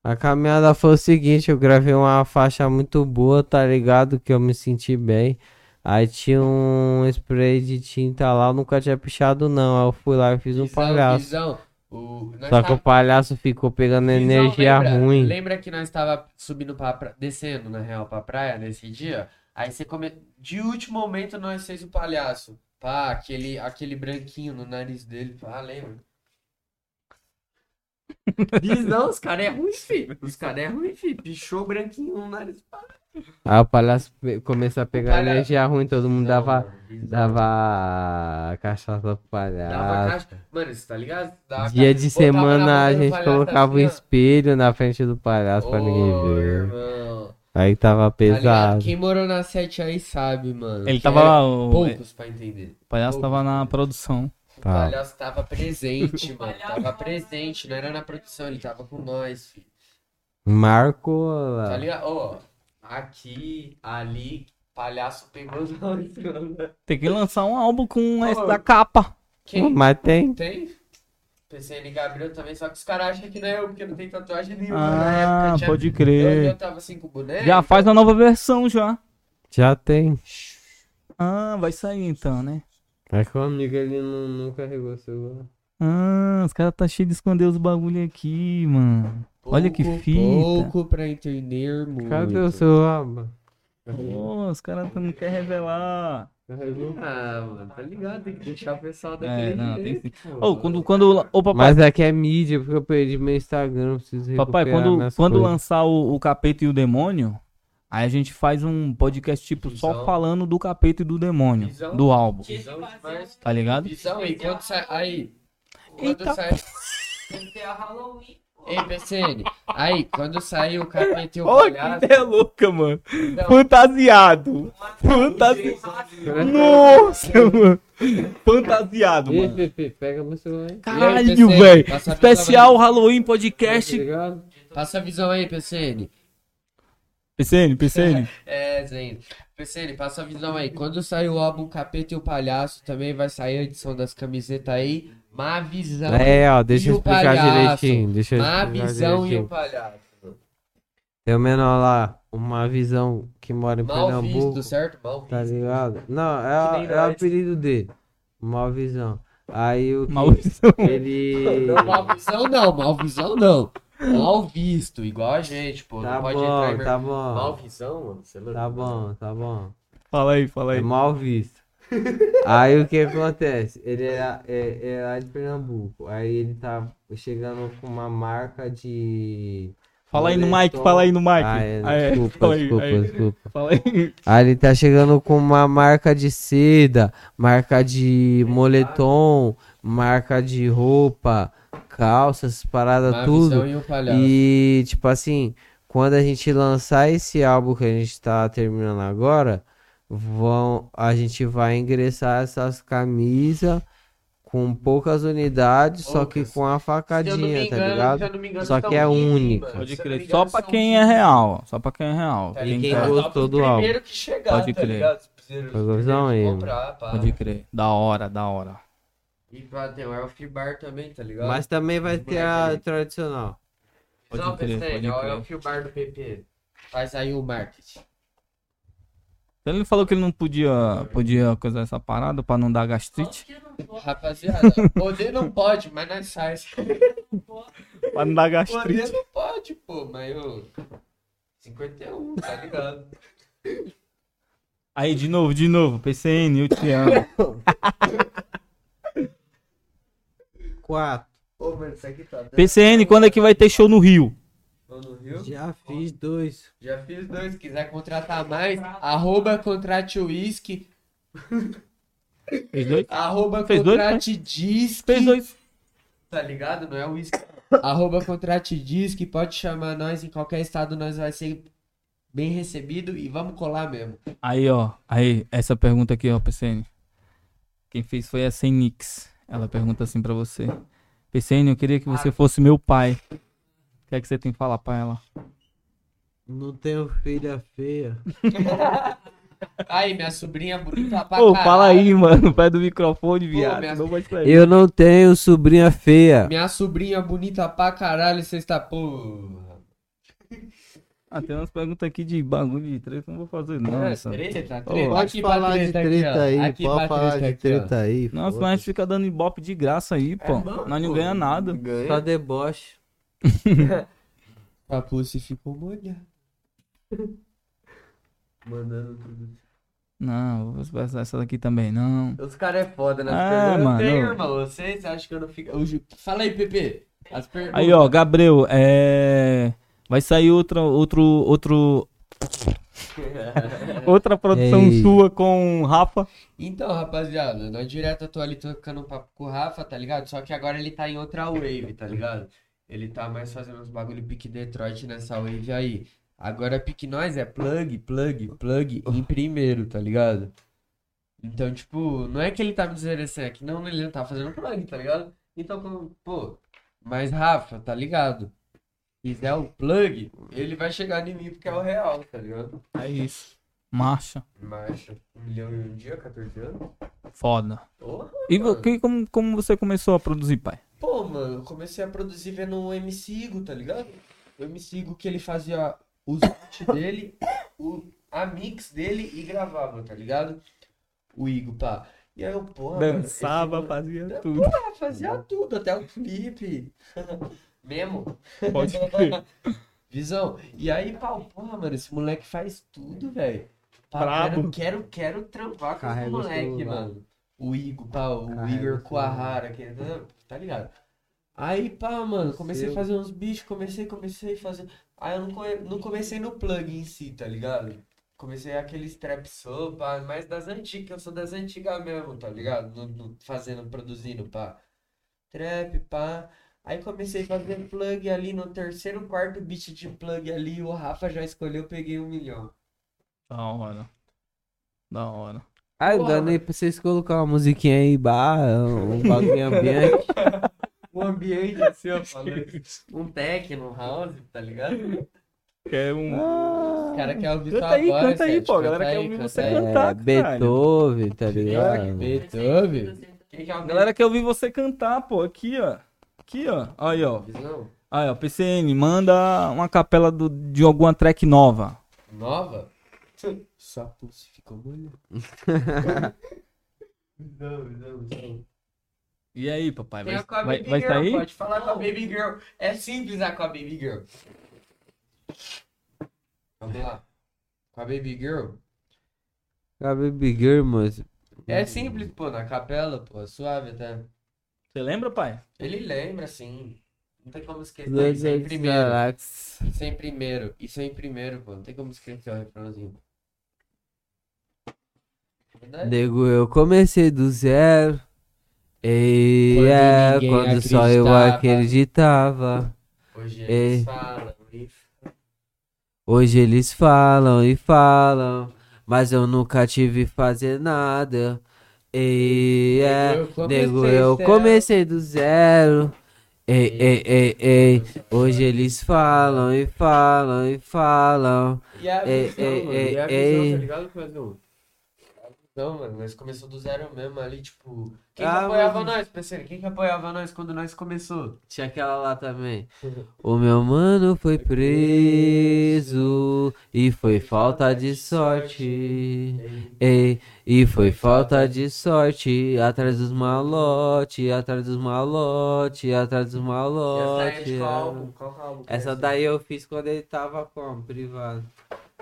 Speaker 3: A caminhada foi o seguinte, eu gravei uma faixa muito boa, tá ligado? Que eu me senti bem. Aí tinha um spray de tinta lá, eu nunca tinha pichado não. Aí eu fui lá e fiz um
Speaker 1: Visão,
Speaker 3: palhaço.
Speaker 1: Visão. O... nós
Speaker 3: Só
Speaker 1: tá-
Speaker 3: que o palhaço ficou pegando
Speaker 1: Visão,
Speaker 3: energia
Speaker 1: lembra-
Speaker 3: ruim.
Speaker 1: Lembra que nós tava subindo pra pra... descendo, na real, pra praia nesse dia? Aí você come... De último momento nós fez o palhaço. Pá, aquele, aquele branquinho no nariz dele. Pá, lembra? Visão, os caras é
Speaker 3: [laughs]
Speaker 1: ruim, filho. Os caras é ruim, filho. Pichou o branquinho no nariz. Pá.
Speaker 3: Aí o palhaço pe- começou a pegar
Speaker 1: palhaço-
Speaker 3: energia ruim, todo mundo dava,
Speaker 1: Não, Visão.
Speaker 3: dava cachaça pro
Speaker 1: Dava
Speaker 3: palhaço.
Speaker 1: caixa. Mano, você tá ligado? Dava caixa.
Speaker 3: Dia de
Speaker 1: Botava na
Speaker 3: semana
Speaker 1: boca
Speaker 3: a
Speaker 1: do
Speaker 3: gente
Speaker 1: palhaço
Speaker 3: colocava um
Speaker 1: assim, ó.
Speaker 3: espelho na frente do palhaço pra ninguém
Speaker 1: Ô,
Speaker 3: ver.
Speaker 1: irmão.
Speaker 3: Aí tava
Speaker 1: Tá ligado?
Speaker 3: pesado.
Speaker 1: Quem morou na 7 aí sabe, mano.
Speaker 2: Ele
Speaker 1: Que é
Speaker 2: tava.
Speaker 1: era
Speaker 2: o-
Speaker 1: Poucos pra entender.
Speaker 2: O palhaço tava na produção.
Speaker 1: O
Speaker 3: Tá.
Speaker 1: palhaço tava presente, mano. Tava presente, não era na produção, ele tava com nós, filho.
Speaker 3: Marco.
Speaker 2: Ah.
Speaker 3: lá.
Speaker 1: Tá ligado? Ó, aqui, ali, palhaço pegou [laughs] nós, mano.
Speaker 2: Tem que lançar um álbum com
Speaker 1: Ô,
Speaker 2: essa capa.
Speaker 3: Pô,
Speaker 1: Quem
Speaker 3: Mas tem.
Speaker 1: tem? PCN Gabriel também, só que os caras acham que não é eu, porque não tem tatuagem nenhuma. na
Speaker 2: Ah,
Speaker 1: época, tinha-
Speaker 2: pode
Speaker 1: Eu, eu
Speaker 2: crer.
Speaker 1: tava assim com o boneco.
Speaker 2: Já faz a nova versão já.
Speaker 3: Já tem.
Speaker 2: Ah, vai sair então, né?
Speaker 3: É que o amigo ele não, não carregou celular.
Speaker 2: Ah, os caras tá cheio de esconder os bagulho aqui, mano. Olha que
Speaker 1: Pouco,
Speaker 2: fita.
Speaker 1: Pouco pra entender, muito.
Speaker 3: Cadê o celular, mano?
Speaker 2: Pô, os caras não querem revelar.
Speaker 3: Carregou.
Speaker 1: Ah, mano, tá ligado? Tem que deixar o pessoal daquele
Speaker 2: É, não, tem
Speaker 1: jeito,
Speaker 2: sim.
Speaker 1: pô.
Speaker 2: Ô, quando, quando. Ô, papai.
Speaker 3: Mas aqui é mídia, porque eu perdi meu Instagram. Preciso
Speaker 2: Papai,
Speaker 3: recuperar
Speaker 2: quando,
Speaker 3: minhas
Speaker 2: quando
Speaker 3: coisas.
Speaker 2: lançar o, o Capeta e o Demônio, aí a gente faz um podcast tipo só
Speaker 1: Visão.
Speaker 2: falando do Capeta e do Demônio,
Speaker 1: Visão.
Speaker 2: do álbum,
Speaker 1: Visão demais.
Speaker 2: tá ligado?
Speaker 1: Visão, e quando sai... Aí, quando
Speaker 2: Eita,
Speaker 1: sai...
Speaker 4: Tem que ter a Halloween.
Speaker 1: Ei, PCN, aí, quando sair o capeta e o
Speaker 2: Ô,
Speaker 1: palhaço... então,
Speaker 2: que Então, ideia louca, mano.
Speaker 1: Não.
Speaker 2: Fantasiado. Fantasiado. Nossa, mano. Fantasiado,
Speaker 3: Ih,
Speaker 2: mano.
Speaker 3: Pepe, pega meu celular aí.
Speaker 1: E aí,
Speaker 2: Caralho,
Speaker 1: PCN,
Speaker 2: velho.
Speaker 1: passa a visão
Speaker 2: Especial Halloween
Speaker 3: Tá
Speaker 2: Podcast.
Speaker 3: Obrigado.
Speaker 1: aí. Passa a visão aí, PCN.
Speaker 2: PCN, PCN.
Speaker 1: É, Zen. PCN, passa a visão aí. Quando sair o álbum Capeta e o Palhaço, também vai sair a edição das camisetas aí. Má visão.
Speaker 3: É, ó, deixa
Speaker 1: E
Speaker 3: eu
Speaker 1: o
Speaker 3: explicar
Speaker 1: palhaço?
Speaker 3: direitinho. Deixa eu
Speaker 1: Má
Speaker 3: explicar
Speaker 1: visão e
Speaker 3: direitinho.
Speaker 1: o palhaço.
Speaker 3: Tem o menor lá, uma visão que mora em
Speaker 1: Mal
Speaker 3: Pernambuco.
Speaker 1: visto, certo? Mal visto.
Speaker 3: Tá ligado? Não,
Speaker 1: Que
Speaker 3: é,
Speaker 1: nem
Speaker 3: é o
Speaker 1: nós.
Speaker 3: apelido dele. Mal visão. Aí o que
Speaker 2: Maldição.
Speaker 3: ele.
Speaker 1: [laughs] Não, mal visão não, mal visão não. Mal visto, igual a gente, pô.
Speaker 3: Tá
Speaker 1: não pode entrar em
Speaker 3: bom,
Speaker 1: ver-
Speaker 3: tá
Speaker 1: Mal
Speaker 3: bom.
Speaker 1: visão, mano. Você é louco.
Speaker 3: Tá bom, tá bom.
Speaker 2: [laughs] Fala aí, fala
Speaker 3: É
Speaker 2: aí.
Speaker 3: mal visto. Aí o que acontece? Ele era, é, é lá de Pernambuco. Aí ele tá chegando com uma marca de.
Speaker 2: Fala aí no
Speaker 3: moletom.
Speaker 2: Mike, fala aí no Mike.
Speaker 3: Ah, é,
Speaker 2: Ah, é.
Speaker 3: desculpa,
Speaker 2: Fala aí,
Speaker 3: desculpa,
Speaker 2: aí.
Speaker 3: desculpa.
Speaker 2: Fala aí.
Speaker 3: Aí ele tá chegando com uma marca de seda, marca de moletom, marca de roupa, calças, parada,
Speaker 1: Má
Speaker 3: tudo.
Speaker 1: visão e o palhaço.
Speaker 3: E, tipo assim, quando a gente lançar esse álbum que a gente tá terminando agora, vão, a gente vai ingressar essas camisas com poucas unidades, só que
Speaker 1: Poucas. Se eu
Speaker 3: com a
Speaker 1: não me
Speaker 3: facadinha, tá
Speaker 1: engano,
Speaker 3: ligado?
Speaker 1: se eu não me engano,
Speaker 3: Só
Speaker 1: são
Speaker 3: que é
Speaker 1: 15,
Speaker 3: única.
Speaker 1: mano.
Speaker 2: Pode
Speaker 1: Se eu não
Speaker 2: crer.
Speaker 1: me
Speaker 2: Só
Speaker 1: engano,
Speaker 2: pra
Speaker 1: tá são
Speaker 2: quem
Speaker 1: 15.
Speaker 2: é real. Só pra quem é real.
Speaker 1: Tá
Speaker 3: E
Speaker 2: Quem
Speaker 3: quem
Speaker 2: tá-
Speaker 3: gostou do álbum.
Speaker 1: Primeiro que chegar,
Speaker 2: Pode
Speaker 1: tá
Speaker 2: crer.
Speaker 1: ligado? Os primeiros-
Speaker 3: Pode
Speaker 1: os primeiros
Speaker 3: visão aí,
Speaker 1: que
Speaker 3: mano.
Speaker 1: comprar, pá.
Speaker 2: Pode crer. Da hora, da hora.
Speaker 1: E pá, tem o Elf Bar também, tá ligado?
Speaker 3: Mas também vai ter a tradicional.
Speaker 2: Pode
Speaker 1: não,
Speaker 2: crer,
Speaker 1: PCN,
Speaker 2: pode
Speaker 1: ó,
Speaker 2: crer.
Speaker 1: é o Elf Bar do PP. Faz aí o marketing.
Speaker 2: Então Ele falou que ele não podia, podia coisar essa parada pra não dar gastrite.
Speaker 1: Rapaziada, [laughs] poder não pode, mas nós sai. [laughs]
Speaker 2: Pra não dar
Speaker 1: Poder não pode, um, pô, mas eu... 51, tá ligado?
Speaker 2: Aí, de novo, de novo. PCN, eu te amo.
Speaker 3: Quatro.
Speaker 1: Ô, mano, isso aqui tá dando.
Speaker 2: PCN, quando é que vai ter show no Rio?
Speaker 1: Tô no Rio?
Speaker 3: Já fiz dois.
Speaker 1: Já fiz dois. Se quiser contratar mais, arroba contrate whisky,
Speaker 2: Fez dois?
Speaker 1: arroba
Speaker 2: Fez dois, né?
Speaker 1: contrate disque.
Speaker 2: Fez dois.
Speaker 1: Tá ligado? Não é whisky. arroba contrate disque, pode chamar nós em qualquer estado, nós vai ser bem recebido e vamos colar mesmo.
Speaker 2: Aí, ó. Aí, essa pergunta aqui, ó, PCN. Quem fez foi a Senix. Ela pergunta assim pra você. PCN, eu queria que você fosse meu pai. O que é que você tem que falar pra ela?
Speaker 3: Não tenho filha feia.
Speaker 1: Aí, minha sobrinha bonita pra
Speaker 2: Pô,
Speaker 1: caralho.
Speaker 2: fala aí, mano. [laughs] Vai do microfone, viado.
Speaker 1: minha-
Speaker 2: Não vai sair.
Speaker 3: Eu não tenho sobrinha feia.
Speaker 1: Minha sobrinha bonita pra caralho, tá, você está. Porra.
Speaker 2: Ah, tem umas perguntas aqui de bagulho de treta, não vou fazer não.
Speaker 1: É,
Speaker 2: sabe?
Speaker 1: treta, treta.
Speaker 3: Pode
Speaker 1: Aqui pra
Speaker 3: falar de
Speaker 1: aqui, ó.
Speaker 3: treta aí,
Speaker 1: Aqui pra
Speaker 3: pode falar de
Speaker 1: aqui, ó.
Speaker 3: treta aí.
Speaker 2: Nossa, mas
Speaker 3: foda-se.
Speaker 2: fica dando ibope de graça aí, pô.
Speaker 1: É bom,
Speaker 2: Nós não
Speaker 1: pô.
Speaker 2: ganha nada.
Speaker 3: Só deboche.
Speaker 1: A Pussy ficou molhada.
Speaker 3: Mandando tudo.
Speaker 2: Não, vou passar essa daqui também, não.
Speaker 1: Os caras é foda nas
Speaker 2: Ah,
Speaker 1: perguntas.
Speaker 2: mano.
Speaker 1: Eu tenho, irmão. Vocês acham que eu não fico. Eu ju- Fala aí, Pepe. As perguntas.
Speaker 2: Aí, ó, Gabriel, é. Vai sair outra, outro,
Speaker 1: [laughs]
Speaker 2: outro. outra produção
Speaker 3: Ei.
Speaker 2: sua com o Rafa.
Speaker 1: Então, rapaziada, nós direto eu tô ali tocando um papo com o Rafa, tá ligado? Só que agora ele tá em outra wave, tá ligado? Ele tá mais fazendo uns bagulho pique Detroit nessa wave aí. Agora pique nós é plug, plug, plug em primeiro, tá ligado? Então, tipo, não é que ele tá me desmerecendo, é que não, ele não tá fazendo plug, tá ligado? Então, como, pô, mas Rafa, tá ligado? Quiser o plug, ele vai chegar em mim porque é o real, tá ligado?
Speaker 2: É isso. Marcha.
Speaker 1: Mas, um milhão em um dia, 14 anos?
Speaker 2: Foda.
Speaker 1: Porra!
Speaker 2: E vo- que- como, como você começou a produzir, pai?
Speaker 1: Pô, mano, eu comecei a produzir vendo o MC Igo, tá ligado? O MC Igo que ele fazia os beats dele, o, a mix dele e gravava, tá ligado? O Igo, pá. E aí eu, porra, mano, esse mano-
Speaker 2: fazia
Speaker 1: tudo. Ah, fazia tudo, até o clipe. [laughs] Mesmo.
Speaker 2: Pode crer.
Speaker 1: Visão. E aí, pau, porra, mano, esse moleque faz tudo, velho. Pá,
Speaker 2: Brabo.
Speaker 1: Quero, quero, quero trampar com
Speaker 3: Carrega
Speaker 1: esse
Speaker 3: o
Speaker 1: moleque,
Speaker 3: celular.
Speaker 1: mano. O Igor, pá, o
Speaker 3: Carrega o
Speaker 1: Igor
Speaker 3: celular.
Speaker 1: Coahara, que tá ligado? Aí, pá, mano, comecei a
Speaker 3: Seu.
Speaker 1: fazer uns bichos, comecei, comecei a fazer. Aí eu não, come- não comecei no plug em si, tá ligado? Comecei aqueles trap soul, pá, mais das antigas, eu sou das antigas mesmo, tá ligado? No- no- fazendo, produzindo, pá. Trap, pá. Aí comecei a fazer plug ali no terceiro, quarto beat de plug ali, o Rafa já escolheu, peguei um milhão.
Speaker 2: Da hora. Da hora.
Speaker 3: Ai,
Speaker 1: Porra,
Speaker 3: dá nem pra vocês colocar uma musiquinha aí, barra, um
Speaker 1: [laughs]
Speaker 3: bagulho ambiente.
Speaker 1: Um ambiente assim, ó, falando. Um techno, um house, tá ligado?
Speaker 2: [laughs] Quer um.
Speaker 1: Os caras querem ouvir
Speaker 2: Canta
Speaker 1: tua
Speaker 2: aí,
Speaker 1: voz,
Speaker 2: canta aí,
Speaker 1: Sete,
Speaker 2: pô, a
Speaker 1: canta
Speaker 2: galera quer
Speaker 1: aí,
Speaker 2: ouvir
Speaker 1: canta
Speaker 2: você
Speaker 1: aí.
Speaker 2: cantar.
Speaker 3: é,
Speaker 2: Tá,
Speaker 3: Beethoven, tá ligado?
Speaker 1: Beethoven? Quem que é o
Speaker 2: A galera quer ouvir você cantar, pô. Aqui, ó. Aqui, ó. Aí, ó.
Speaker 1: Visão?
Speaker 2: Aí, ó. PCN, manda uma capela do- de alguma track nova.
Speaker 1: Nova? Sua pulse ficou molhada. Visão, visão, visão.
Speaker 2: E aí, papai?
Speaker 1: Tem
Speaker 2: Vai,
Speaker 1: a com a
Speaker 2: vai,
Speaker 1: Baby
Speaker 2: vai
Speaker 1: Girl,
Speaker 2: sair?
Speaker 1: pode falar com a Baby Girl. É simples a com a Baby Girl. Vamos Então, lá. Com a Baby Girl.
Speaker 3: A Baby Girl, mano.
Speaker 1: É simples, pô, na capela, pô, é suave até.
Speaker 2: Você lembra, pai?
Speaker 1: Ele lembra, assim. Não tem como esquecer.
Speaker 3: Dois
Speaker 1: Isso é em
Speaker 3: anos
Speaker 1: primeiro.
Speaker 3: Galax.
Speaker 1: Isso é em primeiro. Isso é em primeiro, pô. Não tem como esquecer o refrãozinho. Verdade.
Speaker 3: Nego, eu comecei do zero. E
Speaker 1: Quando
Speaker 3: é,
Speaker 1: ninguém
Speaker 3: quando só eu acreditava.
Speaker 1: Hoje
Speaker 3: É.
Speaker 1: eles falam isso.
Speaker 3: Hoje eles falam e falam, mas eu nunca tive fazer nada. E é,
Speaker 1: Nego, eu
Speaker 3: nego,
Speaker 1: comecei zero.
Speaker 3: eu comecei do zero. Ei, ei, ei, ei, hoje eles falam e falam e falam.
Speaker 1: E a
Speaker 3: É,
Speaker 1: visão,
Speaker 3: é,
Speaker 1: mano.
Speaker 3: é,
Speaker 1: e a
Speaker 3: é.
Speaker 1: visão, tá ligado, Pedro? Não, mano, nós começou do zero mesmo ali, tipo. Quem que
Speaker 3: Ah,
Speaker 1: apoiava
Speaker 3: mano.
Speaker 1: nós, parceiro? Quem que apoiava nós quando nós começou?
Speaker 3: Tinha aquela lá [laughs] também. O meu mano foi preso e foi falta de sorte. Ei, e foi falta de sorte, atrás dos malote, atrás dos malote, atrás dos
Speaker 1: Essa é
Speaker 3: malote.
Speaker 1: de qual álbum? Qual que é o álbum?
Speaker 3: Essa daí eu fiz quando ele tava como? Privado.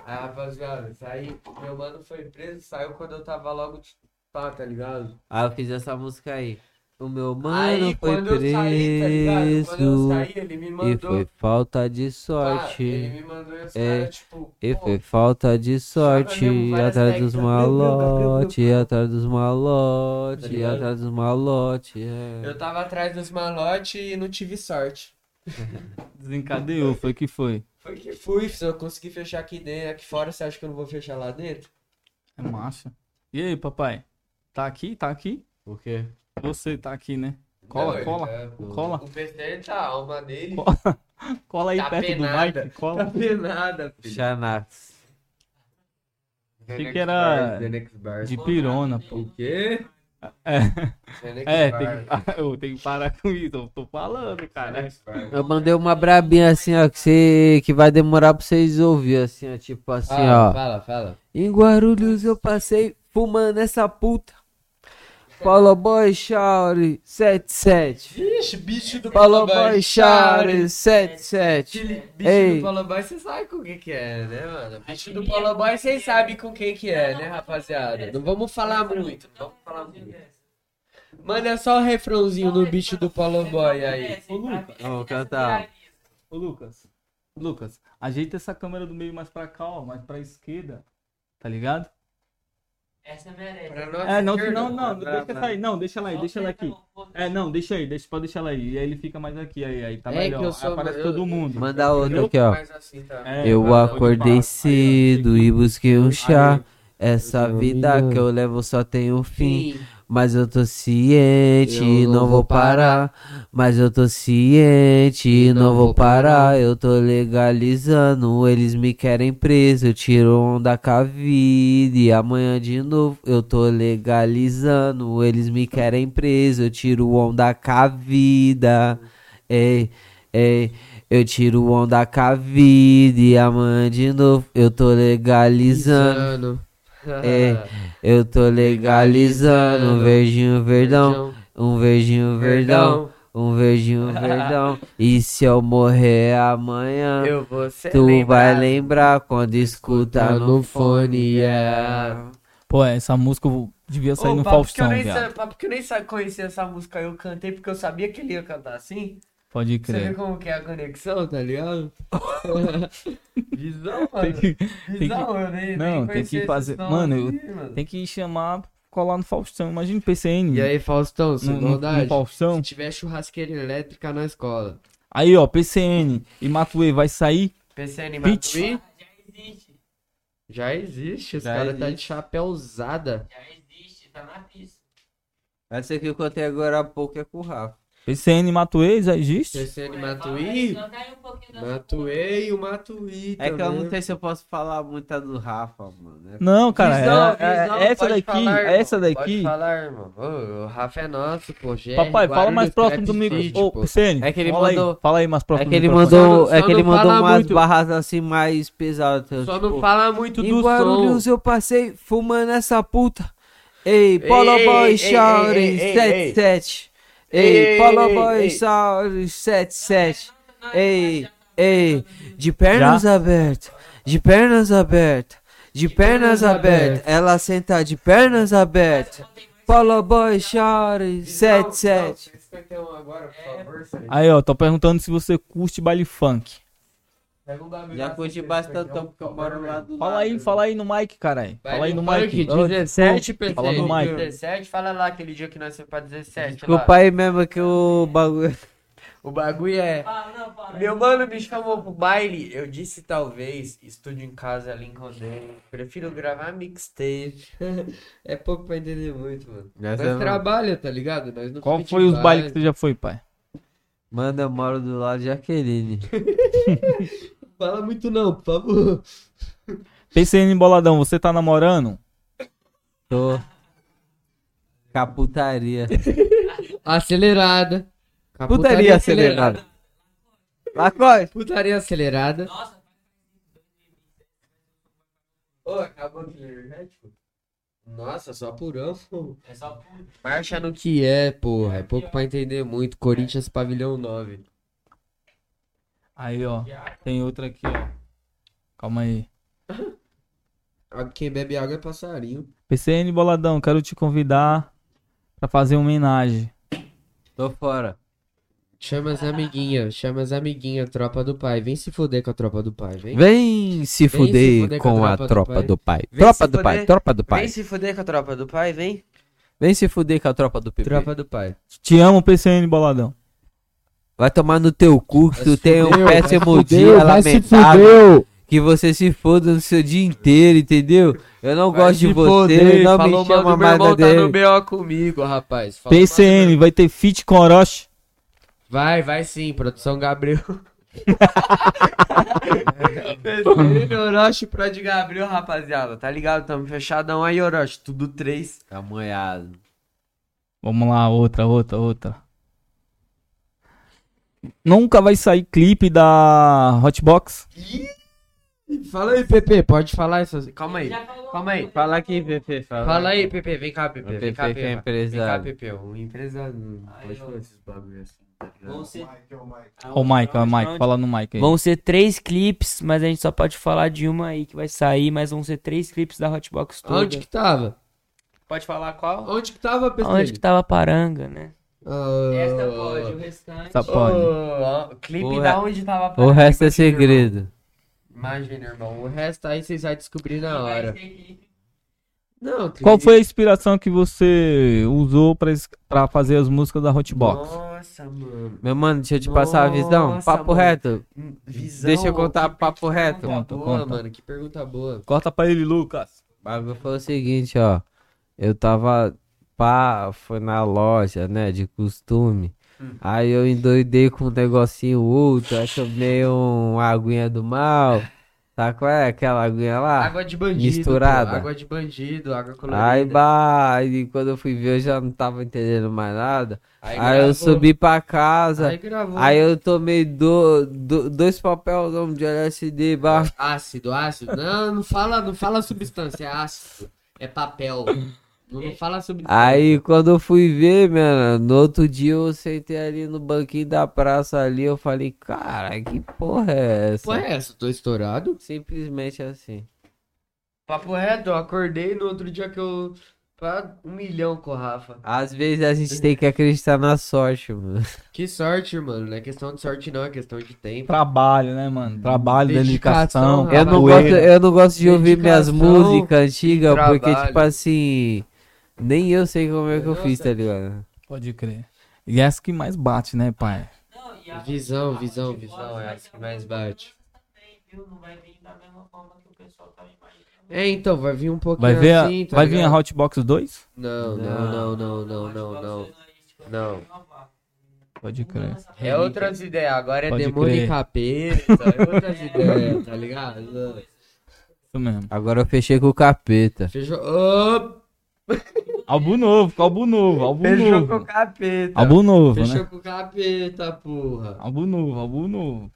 Speaker 1: Aí, rapaziada, isso aí, meu mano foi preso, saiu quando eu tava logo de pá, tá ligado?
Speaker 3: Aí Ah, eu fiz essa música aí. O meu mano
Speaker 1: aí,
Speaker 3: foi
Speaker 1: quando eu saí, tá ligado? Quando eu
Speaker 3: preso
Speaker 1: saí, ele me
Speaker 3: e
Speaker 1: mandou.
Speaker 3: foi falta de
Speaker 1: pá, ele
Speaker 3: sorte.
Speaker 1: me mandou e os
Speaker 3: É,
Speaker 1: caras, tipo.
Speaker 3: E
Speaker 1: pô,
Speaker 3: foi falta de sorte,
Speaker 1: mesmo várias
Speaker 3: atrás
Speaker 1: tags,
Speaker 3: dos
Speaker 1: tá, blá, blá, blá, blá,
Speaker 3: malote, atrás dos
Speaker 1: Tá
Speaker 3: malote,
Speaker 1: ligado?
Speaker 3: atrás dos malote. é.
Speaker 1: Eu tava atrás dos malotes e não tive sorte.
Speaker 2: Desencadeou, foi que foi.
Speaker 1: Foi que fui, se eu consegui fechar aqui dentro, aqui fora, você acha que eu não vou fechar lá dentro?
Speaker 2: É massa. E aí, papai? Tá aqui? Tá aqui?
Speaker 3: O quê?
Speaker 2: Você tá aqui, né? Cola,
Speaker 1: Não,
Speaker 2: cola.
Speaker 1: ele tá-
Speaker 2: Cola.
Speaker 1: O PC tá, a alma dele.
Speaker 2: Cola. Cola aí
Speaker 1: Tá
Speaker 2: perto do
Speaker 1: penada.
Speaker 2: Mike.
Speaker 1: Tá
Speaker 2: Cola.
Speaker 1: penada, filho.
Speaker 3: Xanax.
Speaker 2: Achei que era
Speaker 1: Zenex Bar.
Speaker 2: De pirona, pô.
Speaker 1: O quê?
Speaker 2: É,
Speaker 1: Zenex
Speaker 2: é
Speaker 1: Bar.
Speaker 2: tem, que, eu tenho que parar [laughs] com isso. Eu tô falando, cara. né?
Speaker 1: Zenex Bar.
Speaker 3: Eu mandei uma brabinha assim, ó, que, cê, que vai demorar pra vocês ouvir, assim, ó, tipo assim,
Speaker 1: Fala,
Speaker 3: ó.
Speaker 1: Ah, Fala, fala.
Speaker 3: Em Guarulhos eu passei fumando essa puta. Paulo Boy Shower 77.
Speaker 1: Ixi, bicho do
Speaker 3: Paulo
Speaker 1: Palabai.
Speaker 3: Boy Shower 77.
Speaker 1: Aquele bicho
Speaker 3: Ei.
Speaker 1: do Palabai, você sabe com quem que é, né, mano? Bicho do Palabai, vocês sabem com quem que é, né, rapaziada? Não vamos falar muito, não vamos falar muito. Mano, é só o refrãozinho É. do bicho do Palabai aí.
Speaker 2: Ô, Ah, Lucas.
Speaker 3: Vamos cantar.
Speaker 2: Ô, Lucas. Lucas, ajeita essa câmera do meio mais pra cá, ó. Mais pra esquerda. Tá ligado?
Speaker 4: Essa merece.
Speaker 1: Pra né? nossa
Speaker 2: É, não,
Speaker 1: esquerda.
Speaker 2: não, não, deixa ela aí, não, deixa ela aí, deixa ela aqui. É, não, deixa aí, deixa, pode deixar ela aí. E aí ele fica mais aqui, aí, aí tá
Speaker 1: É
Speaker 2: melhor.
Speaker 1: que eu
Speaker 2: Aí
Speaker 1: sou-
Speaker 2: aparece
Speaker 1: eu-
Speaker 2: todo mundo.
Speaker 3: Manda outra
Speaker 2: Entendeu?
Speaker 3: aqui, ó.
Speaker 1: Mas assim, tá.
Speaker 2: É,
Speaker 3: Eu
Speaker 2: tá, pode
Speaker 3: acordei
Speaker 2: parar.
Speaker 3: cedo e busquei um chá. Essa
Speaker 1: Eu tô
Speaker 3: vida
Speaker 1: ouvindo.
Speaker 3: que eu levo só tem um fim.
Speaker 1: Sim.
Speaker 3: Mas eu tô ciente
Speaker 1: Eu
Speaker 3: e não vou parar. Mas eu tô ciente e não vou parar. Eu tô legalizando, eles me querem preso. Eu tiro onda com a vida e amanhã de novo. Eu tô legalizando, eles me querem preso. Eu tiro onda com a vida. Ei, ei. Eu tiro onda com a vida e amanhã de novo. Eu tô legalizando.
Speaker 1: Pisando.
Speaker 3: É, eu tô legalizando um verdinho verdão, um verdinho verdão, um [laughs] verdinho verdão. E se eu morrer amanhã,
Speaker 1: Eu vou ser
Speaker 3: tu vai
Speaker 1: lembrado.
Speaker 3: lembrar quando escuta
Speaker 1: Tá
Speaker 3: no
Speaker 1: no
Speaker 3: fone.
Speaker 1: fone, é.
Speaker 3: yeah.
Speaker 2: Pô, essa música eu devia sair
Speaker 1: Ô,
Speaker 2: no
Speaker 1: papo
Speaker 2: Faustão,
Speaker 1: que eu nem
Speaker 2: viado.
Speaker 1: sa- [laughs] papo que eu nem sa- conhecia essa música, eu cantei porque eu sabia que ele ia cantar assim.
Speaker 2: Pode
Speaker 1: Você vê
Speaker 2: crer.
Speaker 1: como que é a conexão, tá ligado? [laughs] Visão,
Speaker 2: Tem
Speaker 1: mano.
Speaker 2: que,
Speaker 1: Visão, eu nem- nem
Speaker 2: não, tem que
Speaker 1: conhecia esse
Speaker 2: fazer-
Speaker 1: som
Speaker 2: mano,
Speaker 1: aqui, mano.
Speaker 2: tem que chamar, colar no Faustão. Imagina o PCN
Speaker 1: E aí, Faustão, sem
Speaker 2: no, no, no
Speaker 1: maldade?
Speaker 2: Faustão.
Speaker 1: Se tiver churrasqueira elétrica na escola.
Speaker 2: Aí, ó, PCN e Matuê vai sair.
Speaker 1: PCN
Speaker 2: Pitch.
Speaker 1: Matuí? Já existe, os
Speaker 3: Já
Speaker 1: caras tá de
Speaker 3: existe.
Speaker 1: chapéuzada.
Speaker 4: Já existe, tá na pista.
Speaker 3: Essa que eu contei agora há pouco é com o Rafa.
Speaker 2: PCN e Matuê já existe?
Speaker 1: PCN Matuí?
Speaker 4: um
Speaker 1: Matuei o Matuí
Speaker 3: É que eu não
Speaker 2: um
Speaker 1: também.
Speaker 3: sei se eu posso falar muito a do Rafa, mano. É-
Speaker 2: Não, cara,
Speaker 1: Visão,
Speaker 2: é- é-
Speaker 1: visão,
Speaker 2: essa
Speaker 1: pode
Speaker 2: daqui,
Speaker 1: falar, irmão,
Speaker 2: essa
Speaker 1: Pode
Speaker 2: daqui.
Speaker 1: falar, irmão. Ô, o Rafa é nosso, pô. GR,
Speaker 2: Papai, fala
Speaker 1: Guarulhos,
Speaker 2: mais próximo do
Speaker 1: Trap
Speaker 2: microfone.
Speaker 1: City,
Speaker 2: Ô,
Speaker 1: pô.
Speaker 2: PCN,
Speaker 3: É que ele
Speaker 2: fala aí,
Speaker 3: mandou-
Speaker 2: fala aí mais
Speaker 3: É
Speaker 2: próximo do
Speaker 3: que ele
Speaker 2: microfone.
Speaker 1: Só
Speaker 3: mandou,
Speaker 1: não-
Speaker 3: é
Speaker 1: só
Speaker 3: que ele
Speaker 1: não
Speaker 3: mandou
Speaker 1: fala
Speaker 3: umas
Speaker 1: muito.
Speaker 3: barras assim mais pesadas.
Speaker 1: Só
Speaker 3: tipo,
Speaker 1: não fala muito
Speaker 3: Em
Speaker 1: do
Speaker 3: Guarulhos
Speaker 1: som.
Speaker 3: eu passei fumando essa puta. Ei, Polo
Speaker 1: ei,
Speaker 3: Boy
Speaker 1: ei,
Speaker 3: Shouting
Speaker 1: ei, ei, ei.
Speaker 3: 77. Ei,
Speaker 1: Ei,
Speaker 3: Polo
Speaker 1: ei,
Speaker 3: Boy
Speaker 1: ei.
Speaker 3: Shouting 77. Ei, ei, de pernas abertas, de pernas abertas, de pernas abertas. Ela senta de pernas abertas. Polo Boy Shouting 77.
Speaker 1: um É.
Speaker 2: Aí, ó, tô perguntando se você curte baile funk.
Speaker 1: um
Speaker 3: porque eu moro lá do
Speaker 2: Fala aí, fala aí no mic, caralho. Fala aí no mic.
Speaker 1: 17, PC.
Speaker 2: Fala no mic.
Speaker 1: 17, fala lá aquele dia que nós fomos pra 17.
Speaker 3: Desculpa
Speaker 1: lá.
Speaker 3: aí mesmo que o bagulho...
Speaker 1: O bagulho é. Meu mano me chamou pro baile. Eu disse talvez. Estúdio em casa, Lincoln Day. Prefiro gravar mixtape. [laughs] é pouco pra entender muito, mano. Nós trabalha, tá ligado? Nós não
Speaker 2: Qual
Speaker 1: fica de
Speaker 2: foi os bailes
Speaker 1: baile.
Speaker 2: que você já foi, pai?
Speaker 3: Mano, eu moro do lado de Jaqueline.
Speaker 1: Fala muito não, por favor.
Speaker 2: PCN em boladão, você tá namorando?
Speaker 3: Tô. Caputaria.
Speaker 1: Acelerada.
Speaker 3: Putaria acelerada. Lacoste.
Speaker 1: Putaria acelerada. Nossa. Ô, acabou aquele energético? Nossa, só purão, pô.
Speaker 4: É só por
Speaker 1: Marcha no que é, porra. É pouco pra entender muito. Corinthians, pavilhão 9.
Speaker 2: Aí, ó. Tem outra aqui, ó. Calma aí.
Speaker 1: Quem bebe água é passarinho.
Speaker 2: PCN Boladão, quero te convidar pra fazer uma homenagem.
Speaker 6: Tô fora.
Speaker 1: Chama as amiguinhas, chama as amiguinhas, tropa do pai. Vem se foder com a tropa do pai, vem.
Speaker 3: Vem se
Speaker 1: fuder
Speaker 3: fuder com, a tropa do pai.
Speaker 6: Vem
Speaker 3: Tropa
Speaker 6: se
Speaker 3: do pai,
Speaker 6: fuder.
Speaker 3: tropa do pai.
Speaker 6: Vem se fuder com a tropa do pai, vem.
Speaker 3: Vem se fuder com a tropa do PP.
Speaker 1: Tropa do pai.
Speaker 2: Te amo, PCN Boladão.
Speaker 3: Vai tomar no teu cu que tu tem um
Speaker 1: fuder, vai
Speaker 3: péssimo
Speaker 1: fuder,
Speaker 3: dia lamentável. Que você se foda no seu dia inteiro, entendeu? Eu não gosto de você, não me chama
Speaker 1: tá
Speaker 3: mais na
Speaker 1: no
Speaker 3: dele.
Speaker 1: BO comigo, rapaz. Fala mal do meu-
Speaker 2: PCN, vai ter feat com Orochi.
Speaker 1: Vai, vai sim, produção Gabriel.
Speaker 6: Pedrinho, Orochi, Pro de Gabriel, rapaziada. Tá ligado? Tamo fechadão aí, Orochi. Tudo três. Ah,
Speaker 3: Tá manhado.
Speaker 2: Vamos lá, outra, outra, outra. Nunca vai sair clipe da Hotbox.
Speaker 1: Fala aí, Pepe, pode falar essas. Calma aí. Calma aí.
Speaker 6: Fala aqui, Pepe.
Speaker 1: Fala aí, Pepe, vem cá, Pepe.
Speaker 3: O
Speaker 1: Vem cá,
Speaker 3: PP que
Speaker 1: Pepe.
Speaker 3: é
Speaker 1: Vem cá,
Speaker 3: empresário.
Speaker 1: Pepe. Um empresário. não Pode falar esses bagulho assim. tá ligado?
Speaker 2: Ó, o Mike, ó, o Mike, fala no Mike aí.
Speaker 4: Vão ser três clipes, mas a gente só pode falar de uma aí que vai sair, mas vão ser três clipes da Hotbox toda.
Speaker 1: Onde que tava?
Speaker 4: Pode falar qual?
Speaker 1: Onde que tava, Pepe?
Speaker 4: Onde que tava a paranga, né?
Speaker 1: Ah,
Speaker 4: restante...
Speaker 2: Tá, pode.
Speaker 1: ah, ah, clipe
Speaker 3: O
Speaker 1: da
Speaker 3: re-
Speaker 1: onde tava a
Speaker 3: O
Speaker 1: parada,
Speaker 3: resto é
Speaker 1: imagina, irmão.
Speaker 3: segredo.
Speaker 1: Imagina, irmão. O resto aí vocês vão descobrir na hora.
Speaker 2: Qual
Speaker 1: Não, clipe-
Speaker 2: foi a inspiração que você usou pra es- pra fazer as músicas da Hotbox?
Speaker 1: Nossa, mano.
Speaker 3: Meu mano, deixa eu te passar a visão.
Speaker 1: Nossa,
Speaker 3: Papo
Speaker 1: mano. Hum,
Speaker 3: reto.
Speaker 1: Visão,
Speaker 3: Deixa eu contar
Speaker 1: que
Speaker 3: papo reto.
Speaker 1: Pergunta
Speaker 2: Conta,
Speaker 1: boa,
Speaker 2: conta.
Speaker 1: mano. Que pergunta boa.
Speaker 2: Corta pra ele, Lucas.
Speaker 3: O bagulho foi o seguinte, ó. Eu tava. Pá, foi na loja, né? De costume. Aí eu endoidei com um negocinho outro. Aí tomei uma aguinha do mal. Sabe qual é aquela aguinha lá?
Speaker 1: Água de bandido.
Speaker 3: Misturada.
Speaker 1: pô. Água de bandido, água colorida.
Speaker 3: Aí, bah, aí quando eu fui ver, eu já não tava entendendo mais nada. Aí, eu
Speaker 1: gravou.
Speaker 3: subi pra casa.
Speaker 1: Aí
Speaker 3: Aí,
Speaker 1: gravou.
Speaker 3: eu tomei do, do- dois papelzão de LSD, bah.
Speaker 1: Ácido, ácido. Não, não fala, não fala substância, é ácido. É papel. Não, não fala substância.
Speaker 3: Aí quando eu fui ver, mano, no outro dia eu sentei ali no banquinho da praça ali, eu falei, cara, que porra é essa?
Speaker 1: Porra, é essa? Tô estourado?
Speaker 3: Simplesmente assim.
Speaker 1: Papo reto, eu acordei no outro dia que eu. Pra um milhão com o Rafa.
Speaker 3: Às vezes a gente tem que acreditar na sorte, mano.
Speaker 1: Que sorte, mano. Não é questão de sorte, não, é questão de tempo.
Speaker 2: Trabalho, né, mano? Trabalho, dedicação.
Speaker 1: Dedicação, né,
Speaker 3: Eu não, gosto,
Speaker 2: capoeira.
Speaker 3: eu não gosto de ouvir minhas
Speaker 1: Dedicação
Speaker 3: músicas antigas,
Speaker 1: e
Speaker 3: porque,
Speaker 1: trabalho.
Speaker 3: tipo assim, nem eu sei como é que eu
Speaker 1: Nossa.
Speaker 3: fiz, tá ligado?
Speaker 2: Pode crer. E essa que mais bate, né, pai?
Speaker 1: Visão, visão, visão. É essa que mais bate. É, então, vai vir um pouquinho
Speaker 2: Vai ver, a,
Speaker 1: assim, tá
Speaker 2: vai vir
Speaker 1: ligado?
Speaker 2: a Hotbox 2?
Speaker 1: Não, não, não, não, não, não, não. Não.
Speaker 2: Pode crer.
Speaker 1: É outras ideias. Agora é
Speaker 2: Pode
Speaker 1: demônio
Speaker 2: crer.
Speaker 1: e capeta.
Speaker 2: [laughs]
Speaker 1: É outras ideias, tá ligado? Não.
Speaker 2: Isso mesmo.
Speaker 3: Agora eu fechei com o capeta.
Speaker 1: Fechou. Ô,
Speaker 2: Álbum novo, álbum novo, álbum
Speaker 1: fechou com
Speaker 2: novo.
Speaker 1: o capeta.
Speaker 2: Álbum novo, né?
Speaker 1: Fechou com o capeta, porra.
Speaker 2: Algo novo, algo novo.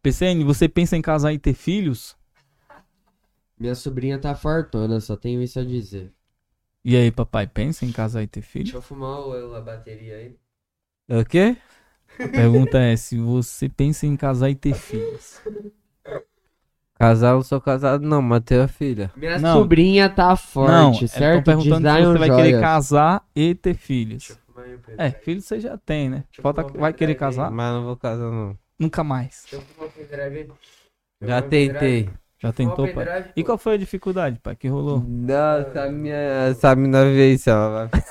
Speaker 2: PCN, você pensa em casar e ter filhos?
Speaker 1: Minha sobrinha tá fartona, só tenho isso a dizer.
Speaker 2: E aí, papai, pensa em casar e ter filhos?
Speaker 1: Deixa eu fumar o- a bateria aí.
Speaker 3: É O quê?
Speaker 2: A pergunta é se você pensa em casar e ter filhos.
Speaker 3: Casado, não sou casado não, mas tenho a filha.
Speaker 1: Minha
Speaker 2: Não.
Speaker 1: sobrinha tá
Speaker 2: Não,
Speaker 1: forte,
Speaker 2: eu
Speaker 1: certo?
Speaker 2: tô perguntando se
Speaker 1: Design
Speaker 2: você vai
Speaker 1: joias.
Speaker 2: querer casar e ter filhos.
Speaker 1: Fuma aí, Pedro.
Speaker 2: É, filhos você já tem, né?
Speaker 1: eu
Speaker 2: Falta,
Speaker 1: fumar um
Speaker 2: vai querer
Speaker 1: pendrive aí.
Speaker 2: casar?
Speaker 3: Mas não vou casar não.
Speaker 2: Nunca mais.
Speaker 1: Deixa eu fumar o pendrive aí.
Speaker 3: Já tentei.
Speaker 2: Já tentou, pai? E qual foi a dificuldade, pai, que rolou?
Speaker 3: Nossa, a minha, essa mina veio, se ela vai...
Speaker 2: [laughs]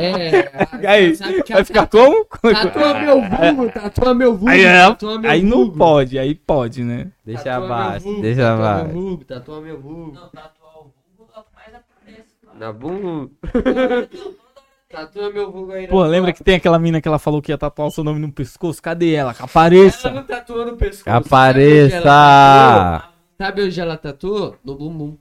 Speaker 1: É,
Speaker 2: E aí,
Speaker 1: sabe que a-
Speaker 2: Vai ficar como?
Speaker 1: Tatua é meu vulgo, tá? tatua meu vulgo, tá?
Speaker 2: Aí é-
Speaker 1: tatua meu
Speaker 2: Aí não
Speaker 1: vulgo.
Speaker 2: pode, aí pode, né?
Speaker 3: Deixa
Speaker 1: Tatua meu
Speaker 3: abaixo,
Speaker 1: Tá vulgo,
Speaker 3: deixa
Speaker 1: tatua é meu
Speaker 3: abaixo.
Speaker 1: vulgo, tá? Tatua é meu vulgo.
Speaker 6: Na bunda.
Speaker 1: Tatua é meu vulgo aí. né?
Speaker 2: Pô,
Speaker 1: na
Speaker 2: lembra
Speaker 1: tua-
Speaker 2: que tem aquela mina que ela falou que ia tatuar o seu nome no pescoço? Cadê ela? Que Apareça!
Speaker 1: Ela não tatuou no tá pescoço. Sabe onde ela tá
Speaker 3: Apareça!
Speaker 1: tatuou? Sabe onde ela tatuou? No bumbum.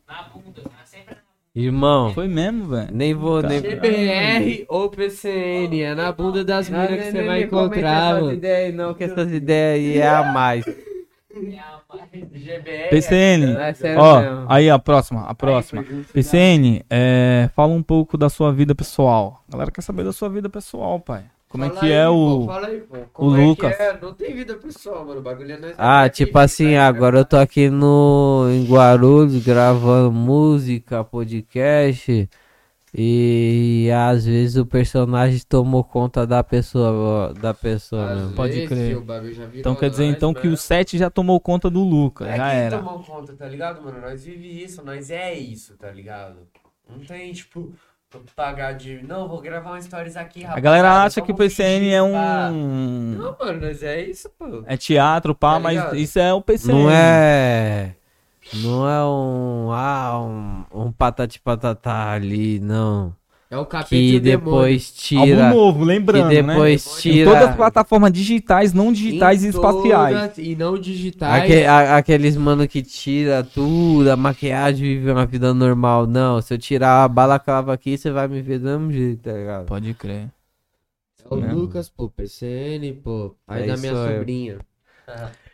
Speaker 3: Irmão,
Speaker 2: Foi mesmo, velho.
Speaker 3: nem vou,
Speaker 1: Tá.
Speaker 3: nem...
Speaker 1: CBR ou PCN, é na bunda das
Speaker 3: Não,
Speaker 1: minas que
Speaker 3: nem-
Speaker 1: você
Speaker 3: nem
Speaker 1: vai
Speaker 3: me comenta
Speaker 1: encontrar,
Speaker 3: essas
Speaker 1: mano.
Speaker 3: ideias aí não, que essas ideias aí é a mais.
Speaker 2: PCN,
Speaker 3: É sério
Speaker 2: ó,
Speaker 3: mesmo.
Speaker 2: aí a próxima, a próxima. PCN, é, fala um pouco da sua vida pessoal. A galera quer saber da sua vida pessoal, pai. Como é
Speaker 1: Fala
Speaker 2: que
Speaker 1: aí,
Speaker 2: é
Speaker 1: pô,
Speaker 2: o.
Speaker 1: Fala aí, pô. Como é
Speaker 2: Lucas.
Speaker 1: que é? Não tem vida pessoal, mano. O bagulho é nós-
Speaker 3: Ah, tipo assim, agora eu tô aqui no em Guarulhos gravando música, podcast. E, às vezes o personagem tomou conta da pessoa, da pessoa
Speaker 1: Às
Speaker 3: mesmo.
Speaker 1: vezes,
Speaker 2: Pode crer.
Speaker 1: o bagulho já virou
Speaker 2: Então quer dizer
Speaker 1: nós,
Speaker 2: então que o
Speaker 1: mano.
Speaker 2: 7 já tomou conta do Lucas,
Speaker 1: É
Speaker 2: já
Speaker 1: quem
Speaker 2: era.
Speaker 1: tomou conta, tá ligado, mano? Nós vive isso, nós é isso, tá ligado? Não tem, tipo, pra pagar de. Não, vou gravar um stories aqui, rapaz.
Speaker 2: A galera acha que o PCN é um.
Speaker 1: tá." Não, mano, nós é isso, pô.
Speaker 2: É teatro, pá,
Speaker 1: Tá
Speaker 2: mas
Speaker 1: ligado?
Speaker 2: isso é o PCN.
Speaker 3: Não é. Não é um. Ah, um, um patati patatá ali, não.
Speaker 1: É né? o capeta e
Speaker 3: Que
Speaker 1: o demônio.
Speaker 3: depois
Speaker 2: Álbum
Speaker 3: tira.
Speaker 2: novo,
Speaker 3: Que
Speaker 2: lembrando, né?
Speaker 3: depois
Speaker 2: Em todas as
Speaker 3: tira.
Speaker 2: plataformas digitais, não digitais e
Speaker 1: Em
Speaker 2: espaciais. é
Speaker 1: todas, E não digitais.
Speaker 3: Aque- a- aqueles mano que tira tudo, a maquiagem vive uma vida normal. Não, se eu tirar a balaclava aqui, você vai me ver do mesmo jeito, tá ligado?
Speaker 2: Pode crer.
Speaker 1: É o Lucas, pô, PCN, pô. Aí
Speaker 3: É
Speaker 1: da
Speaker 3: isso
Speaker 1: minha
Speaker 3: aí.
Speaker 1: sobrinha.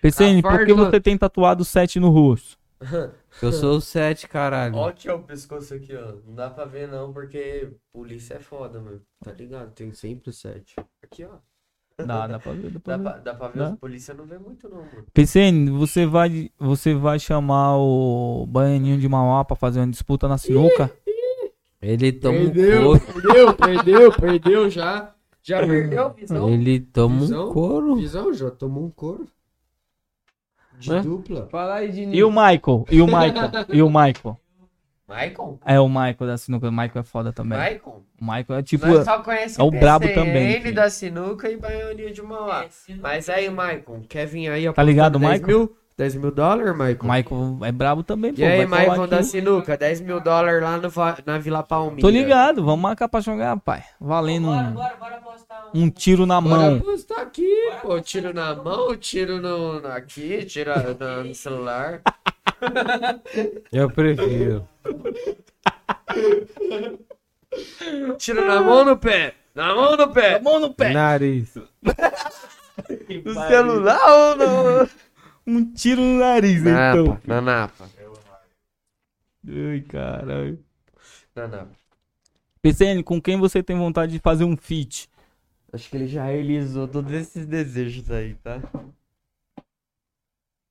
Speaker 2: PCN, por que
Speaker 1: Cafardo.
Speaker 2: você tem tatuado 7 no rosto?
Speaker 3: Eu sou o 7, caralho.
Speaker 1: Ó aqui, ó, o pescoço aqui, ó. Não dá pra ver não, porque polícia é foda, mano. Tá ligado? Tem sempre o 7. Aqui, ó.
Speaker 2: Dá, dá pra ver. Dá pra
Speaker 1: Dá
Speaker 2: ver.
Speaker 1: pra, dá pra ver,
Speaker 2: Dá?
Speaker 1: os polícia não vê muito não, mano.
Speaker 2: PCN, você vai, você vai chamar o Baianinho de Mauá pra fazer uma disputa na sinuca?
Speaker 3: Ele toma um
Speaker 1: Perdeu,
Speaker 3: couro.
Speaker 1: perdeu, perdeu, perdeu já. Já perdeu a visão.
Speaker 3: Ele toma
Speaker 1: Visão?
Speaker 3: um couro.
Speaker 1: Visão já tomou um couro. De
Speaker 3: Ué?
Speaker 1: dupla.
Speaker 3: Fala aí, Dini.
Speaker 2: E o Michael? E o Michael?
Speaker 1: [laughs]
Speaker 2: E o Michael?
Speaker 1: Michael?
Speaker 2: É o Michael da sinuca. O Michael é foda também.
Speaker 1: Michael?
Speaker 2: O Michael é tipo.
Speaker 1: Nós só conhecemos
Speaker 2: é o brabo também,
Speaker 1: Ele
Speaker 2: filho.
Speaker 1: da sinuca e Baianinho de Mauá. Mas aí, Michael, quer vir aí
Speaker 2: Tá ligado,
Speaker 1: apostando 10
Speaker 2: Michael?
Speaker 1: Mil, 10 mil dólares,
Speaker 2: O
Speaker 1: Michael?
Speaker 2: Michael é brabo também, pô.
Speaker 1: E aí,
Speaker 2: vai colar
Speaker 1: Michael assim,
Speaker 2: aqui.
Speaker 1: da sinuca, 10 mil dólares lá no, Va- na Vila Palmira.
Speaker 2: Tô ligado, vamos marcar pra jogar, pai. Valendo um,
Speaker 4: Bora, bora postar um.
Speaker 2: um tiro na
Speaker 1: Bora
Speaker 2: mão.
Speaker 1: postar aqui, pô. Tiro na mão, tiro no, aqui, tiro no, no celular.
Speaker 3: Eu prefiro.
Speaker 1: Tiro na mão ou no pé? Na mão ou no pé?
Speaker 2: Mão no pé.
Speaker 3: Nariz.
Speaker 1: No celular ou no...
Speaker 2: Um tiro no nariz, então.
Speaker 1: na napa.
Speaker 2: Ai, caralho.
Speaker 1: Na napa.
Speaker 2: PCN, com quem você tem vontade de fazer um feat?
Speaker 1: Acho que ele já realizou todos esses desejos aí, tá?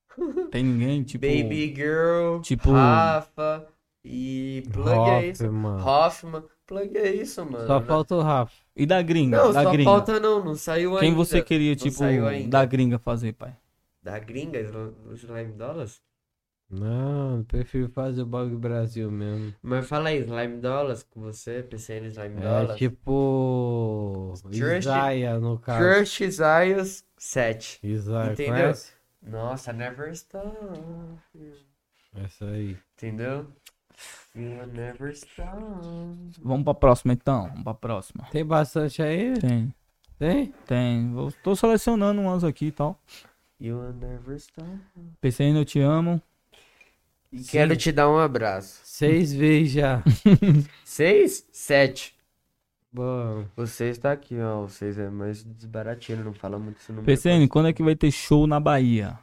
Speaker 2: Tipo, Tem ninguém, tipo.
Speaker 1: Baby Girl,
Speaker 2: Tipo-
Speaker 1: Rafa e... Plug é isso.
Speaker 3: mano.
Speaker 1: Hoffman. Plug é isso, mano.
Speaker 3: Só falta o Rafa.
Speaker 2: E da gringa?
Speaker 1: Não,
Speaker 2: da
Speaker 1: só
Speaker 2: gringa.
Speaker 1: falta não, não saiu ainda.
Speaker 2: Quem você queria,
Speaker 1: Não
Speaker 2: tipo,
Speaker 1: saiu ainda.
Speaker 2: da gringa fazer, pai?
Speaker 1: Da gringa, Sl- Slime Dollars?
Speaker 3: Não, eu prefiro fazer o bagulho Brasil mesmo.
Speaker 1: Mas fala aí, Slime Dollars com você, PCN Slime
Speaker 3: É
Speaker 1: Dollars.
Speaker 3: tipo.
Speaker 1: Trash-
Speaker 3: Isaia, no caso.
Speaker 1: Crush Zaios 7.
Speaker 3: Isaia,
Speaker 1: Entendeu?
Speaker 3: conhece?
Speaker 1: Nossa, Never Stop.
Speaker 3: Essa aí.
Speaker 1: Entendeu? You never stop.
Speaker 2: Vamos pra próxima, então. Vamos pra próxima.
Speaker 3: Tem bastante aí?
Speaker 2: Tem,
Speaker 3: Tem?
Speaker 2: tem. Vou, tô selecionando umas aqui e tal.
Speaker 1: You never stop.
Speaker 2: PCN, eu te amo.
Speaker 1: E quero te dar um abraço.
Speaker 3: Seis vezes já.
Speaker 1: 6? 7.
Speaker 3: Bom.
Speaker 1: Você está aqui, ó. Vocês é mais desbaratino, não fala muito isso no
Speaker 2: PCN, quando é que vai ter show na Bahia?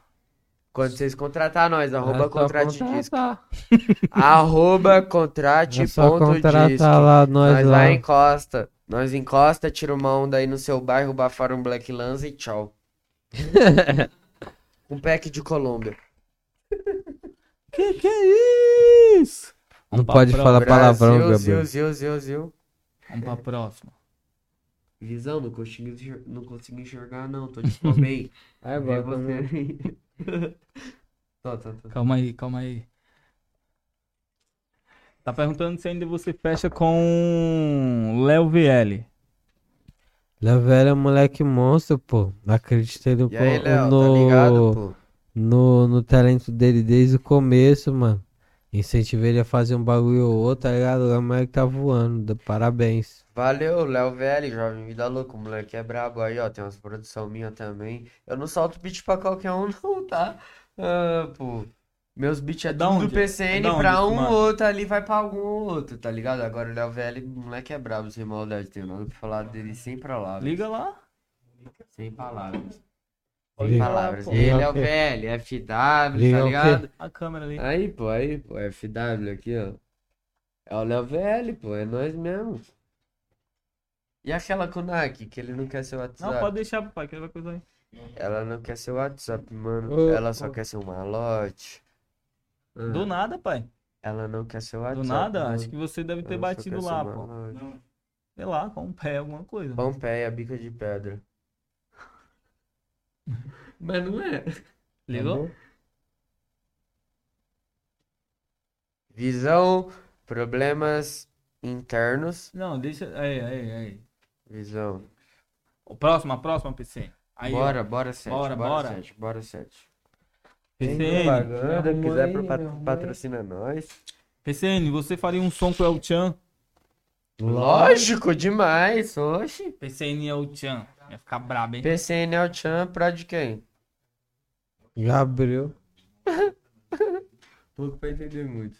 Speaker 1: Quando vocês contratar nós,
Speaker 3: é
Speaker 1: arroba
Speaker 3: só
Speaker 1: contrate disco.
Speaker 3: contratar.
Speaker 1: Arroba
Speaker 3: É
Speaker 1: contrate
Speaker 3: só
Speaker 1: ponto
Speaker 3: contratar
Speaker 1: disco.
Speaker 3: lá nós,
Speaker 1: Nós
Speaker 3: lá.
Speaker 1: lá encosta. Nós encosta, tira uma onda aí no seu bairro, bafara um Black Lanza e tchau.
Speaker 3: [laughs]
Speaker 1: um pack de Colômbia.
Speaker 2: Que que é isso?
Speaker 3: Não
Speaker 2: Vamos pra
Speaker 3: pode
Speaker 2: pró-
Speaker 3: falar palavrão,
Speaker 1: Brasil, Zil,
Speaker 3: Gabriel.
Speaker 1: zil, zil, zil.
Speaker 2: Vamos pra próxima.
Speaker 1: Visão, não consigo, enxer- não consigo enxergar, não. Tô de bem.
Speaker 3: [laughs] Ai,
Speaker 1: Vê
Speaker 3: bota
Speaker 1: você aí. [laughs] Tô, tô, tô.
Speaker 2: Calma aí, calma aí. Tá perguntando se ainda você fecha com Léo VL.
Speaker 3: Léo Velho é moleque monstro, pô. Acreditei no,
Speaker 1: E aí,
Speaker 3: co-
Speaker 1: Léo,
Speaker 3: no,
Speaker 1: tá ligado, pô?
Speaker 3: no, no talento dele desde o começo, mano. Incentivei ele a fazer um bagulho ou outro, tá ligado? O moleque tá voando. dá- Parabéns.
Speaker 1: Valeu, Léo Velho, jovem vida louca, o moleque é brabo aí, ó, tem umas produção minha também. Eu não solto beat pra qualquer um [laughs] não, tá? Ah, pô. Meus beats é
Speaker 2: É da
Speaker 1: tudo do
Speaker 2: onde?
Speaker 1: PCN
Speaker 2: É da
Speaker 1: pra
Speaker 2: onde,
Speaker 1: um
Speaker 2: mano?
Speaker 1: outro ali, vai pra algum outro, tá ligado? Agora o Léo Velho, o moleque é brabo, sem maldade, tem nada pra falar dele sem palavras.
Speaker 2: Liga lá.
Speaker 1: Sem palavras. Sem
Speaker 3: Liga.
Speaker 1: palavras.
Speaker 2: Pô.
Speaker 1: E ele é
Speaker 3: Liga
Speaker 1: o
Speaker 3: o quê?
Speaker 1: velho, FW, tá
Speaker 3: Liga o quê?
Speaker 1: ligado?
Speaker 2: A câmera ali.
Speaker 1: Aí, pô, aí, pô, FW aqui, ó. É o Léo VL, pô, é nós mesmo. é E aquela Kunak, que ele não quer ser WhatsApp?
Speaker 2: Não, pode deixar, papai, que ele vai coisar aí.
Speaker 1: Ela não quer ser WhatsApp, mano.
Speaker 3: Ô,
Speaker 1: Ela só
Speaker 3: ô.
Speaker 1: quer ser um malote. Ah,
Speaker 2: Do nada, pai.
Speaker 1: Ela não quer ser
Speaker 2: Do
Speaker 1: WhatsApp.
Speaker 2: nada,
Speaker 1: mano.
Speaker 2: acho que você deve
Speaker 1: Ela
Speaker 2: ter
Speaker 1: só
Speaker 2: batido
Speaker 1: quer ser
Speaker 2: lá,
Speaker 1: um
Speaker 2: pô.
Speaker 1: malote.
Speaker 2: Sei lá, com um pé, alguma coisa.
Speaker 1: Pompeia, bica
Speaker 2: [laughs]
Speaker 1: de pedra. Mas não é.
Speaker 2: Ligou?
Speaker 1: Visão, problemas internos.
Speaker 2: Não, deixa. Aí, aí, aí.
Speaker 1: Visão.
Speaker 2: O próximo, a próxima, PC. Aí, ó.
Speaker 1: bora, bora, sete.
Speaker 2: Bora,
Speaker 1: Bora,
Speaker 2: bora.
Speaker 1: sete. Bora, sete.
Speaker 2: PCN,
Speaker 1: Propaganda,
Speaker 3: arrumou
Speaker 1: quiser
Speaker 3: aí,
Speaker 1: pro- pat-
Speaker 3: me arrumou aí.
Speaker 1: patrocina nós.
Speaker 2: PCN, você faria um som com o El Chan?
Speaker 1: Lógico, demais. Oxi.
Speaker 2: PCN e El é Chan. Ia ficar brabo, hein?
Speaker 1: PCN é o Chan pra de quem?
Speaker 3: Gabriel.
Speaker 1: Pouco pra entender muito.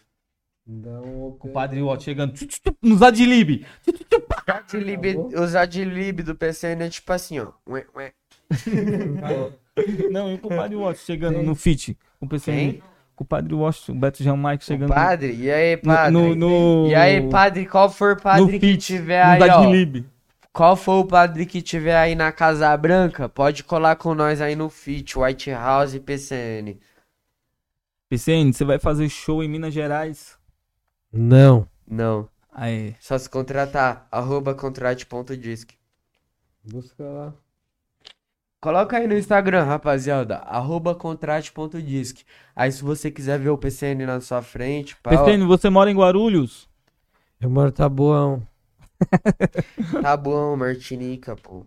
Speaker 3: Dá um
Speaker 2: Com o Padre Watt chegando tchu, tchu, tchu, nos Adlib.
Speaker 1: Adlib, os adlib do PCN é tipo assim, ó. Ué, ué.
Speaker 2: Não, e o Padre Watt chegando no feat. Com o PCN.
Speaker 1: Quem?
Speaker 2: Com o Padre Watt, o Beto Jamaica chegando.
Speaker 1: O padre? E aí,
Speaker 2: no-
Speaker 1: padre?
Speaker 2: No, no,
Speaker 1: E aí, padre, qual for
Speaker 2: No
Speaker 1: padre que
Speaker 2: feat,
Speaker 1: tiver
Speaker 2: nos
Speaker 1: aí, ó?
Speaker 2: Adlib.
Speaker 1: Qual for o padre que tiver aí na Casa Branca, pode colar com nós aí no feat, White House e PCN.
Speaker 2: PCN, você vai fazer show em Minas Gerais?
Speaker 3: Não.
Speaker 1: Não,
Speaker 2: Aí.
Speaker 1: só se contratar, arroba contrate.disc.
Speaker 3: Busca lá.
Speaker 1: Coloca aí no Instagram, rapaziada, arroba contrate.disc. Aí se você quiser ver o PCN na sua frente, pá, ó,
Speaker 2: PCN, você mora em Guarulhos?
Speaker 3: Eu moro em Taboão.
Speaker 1: tá bom, Martinica, pô.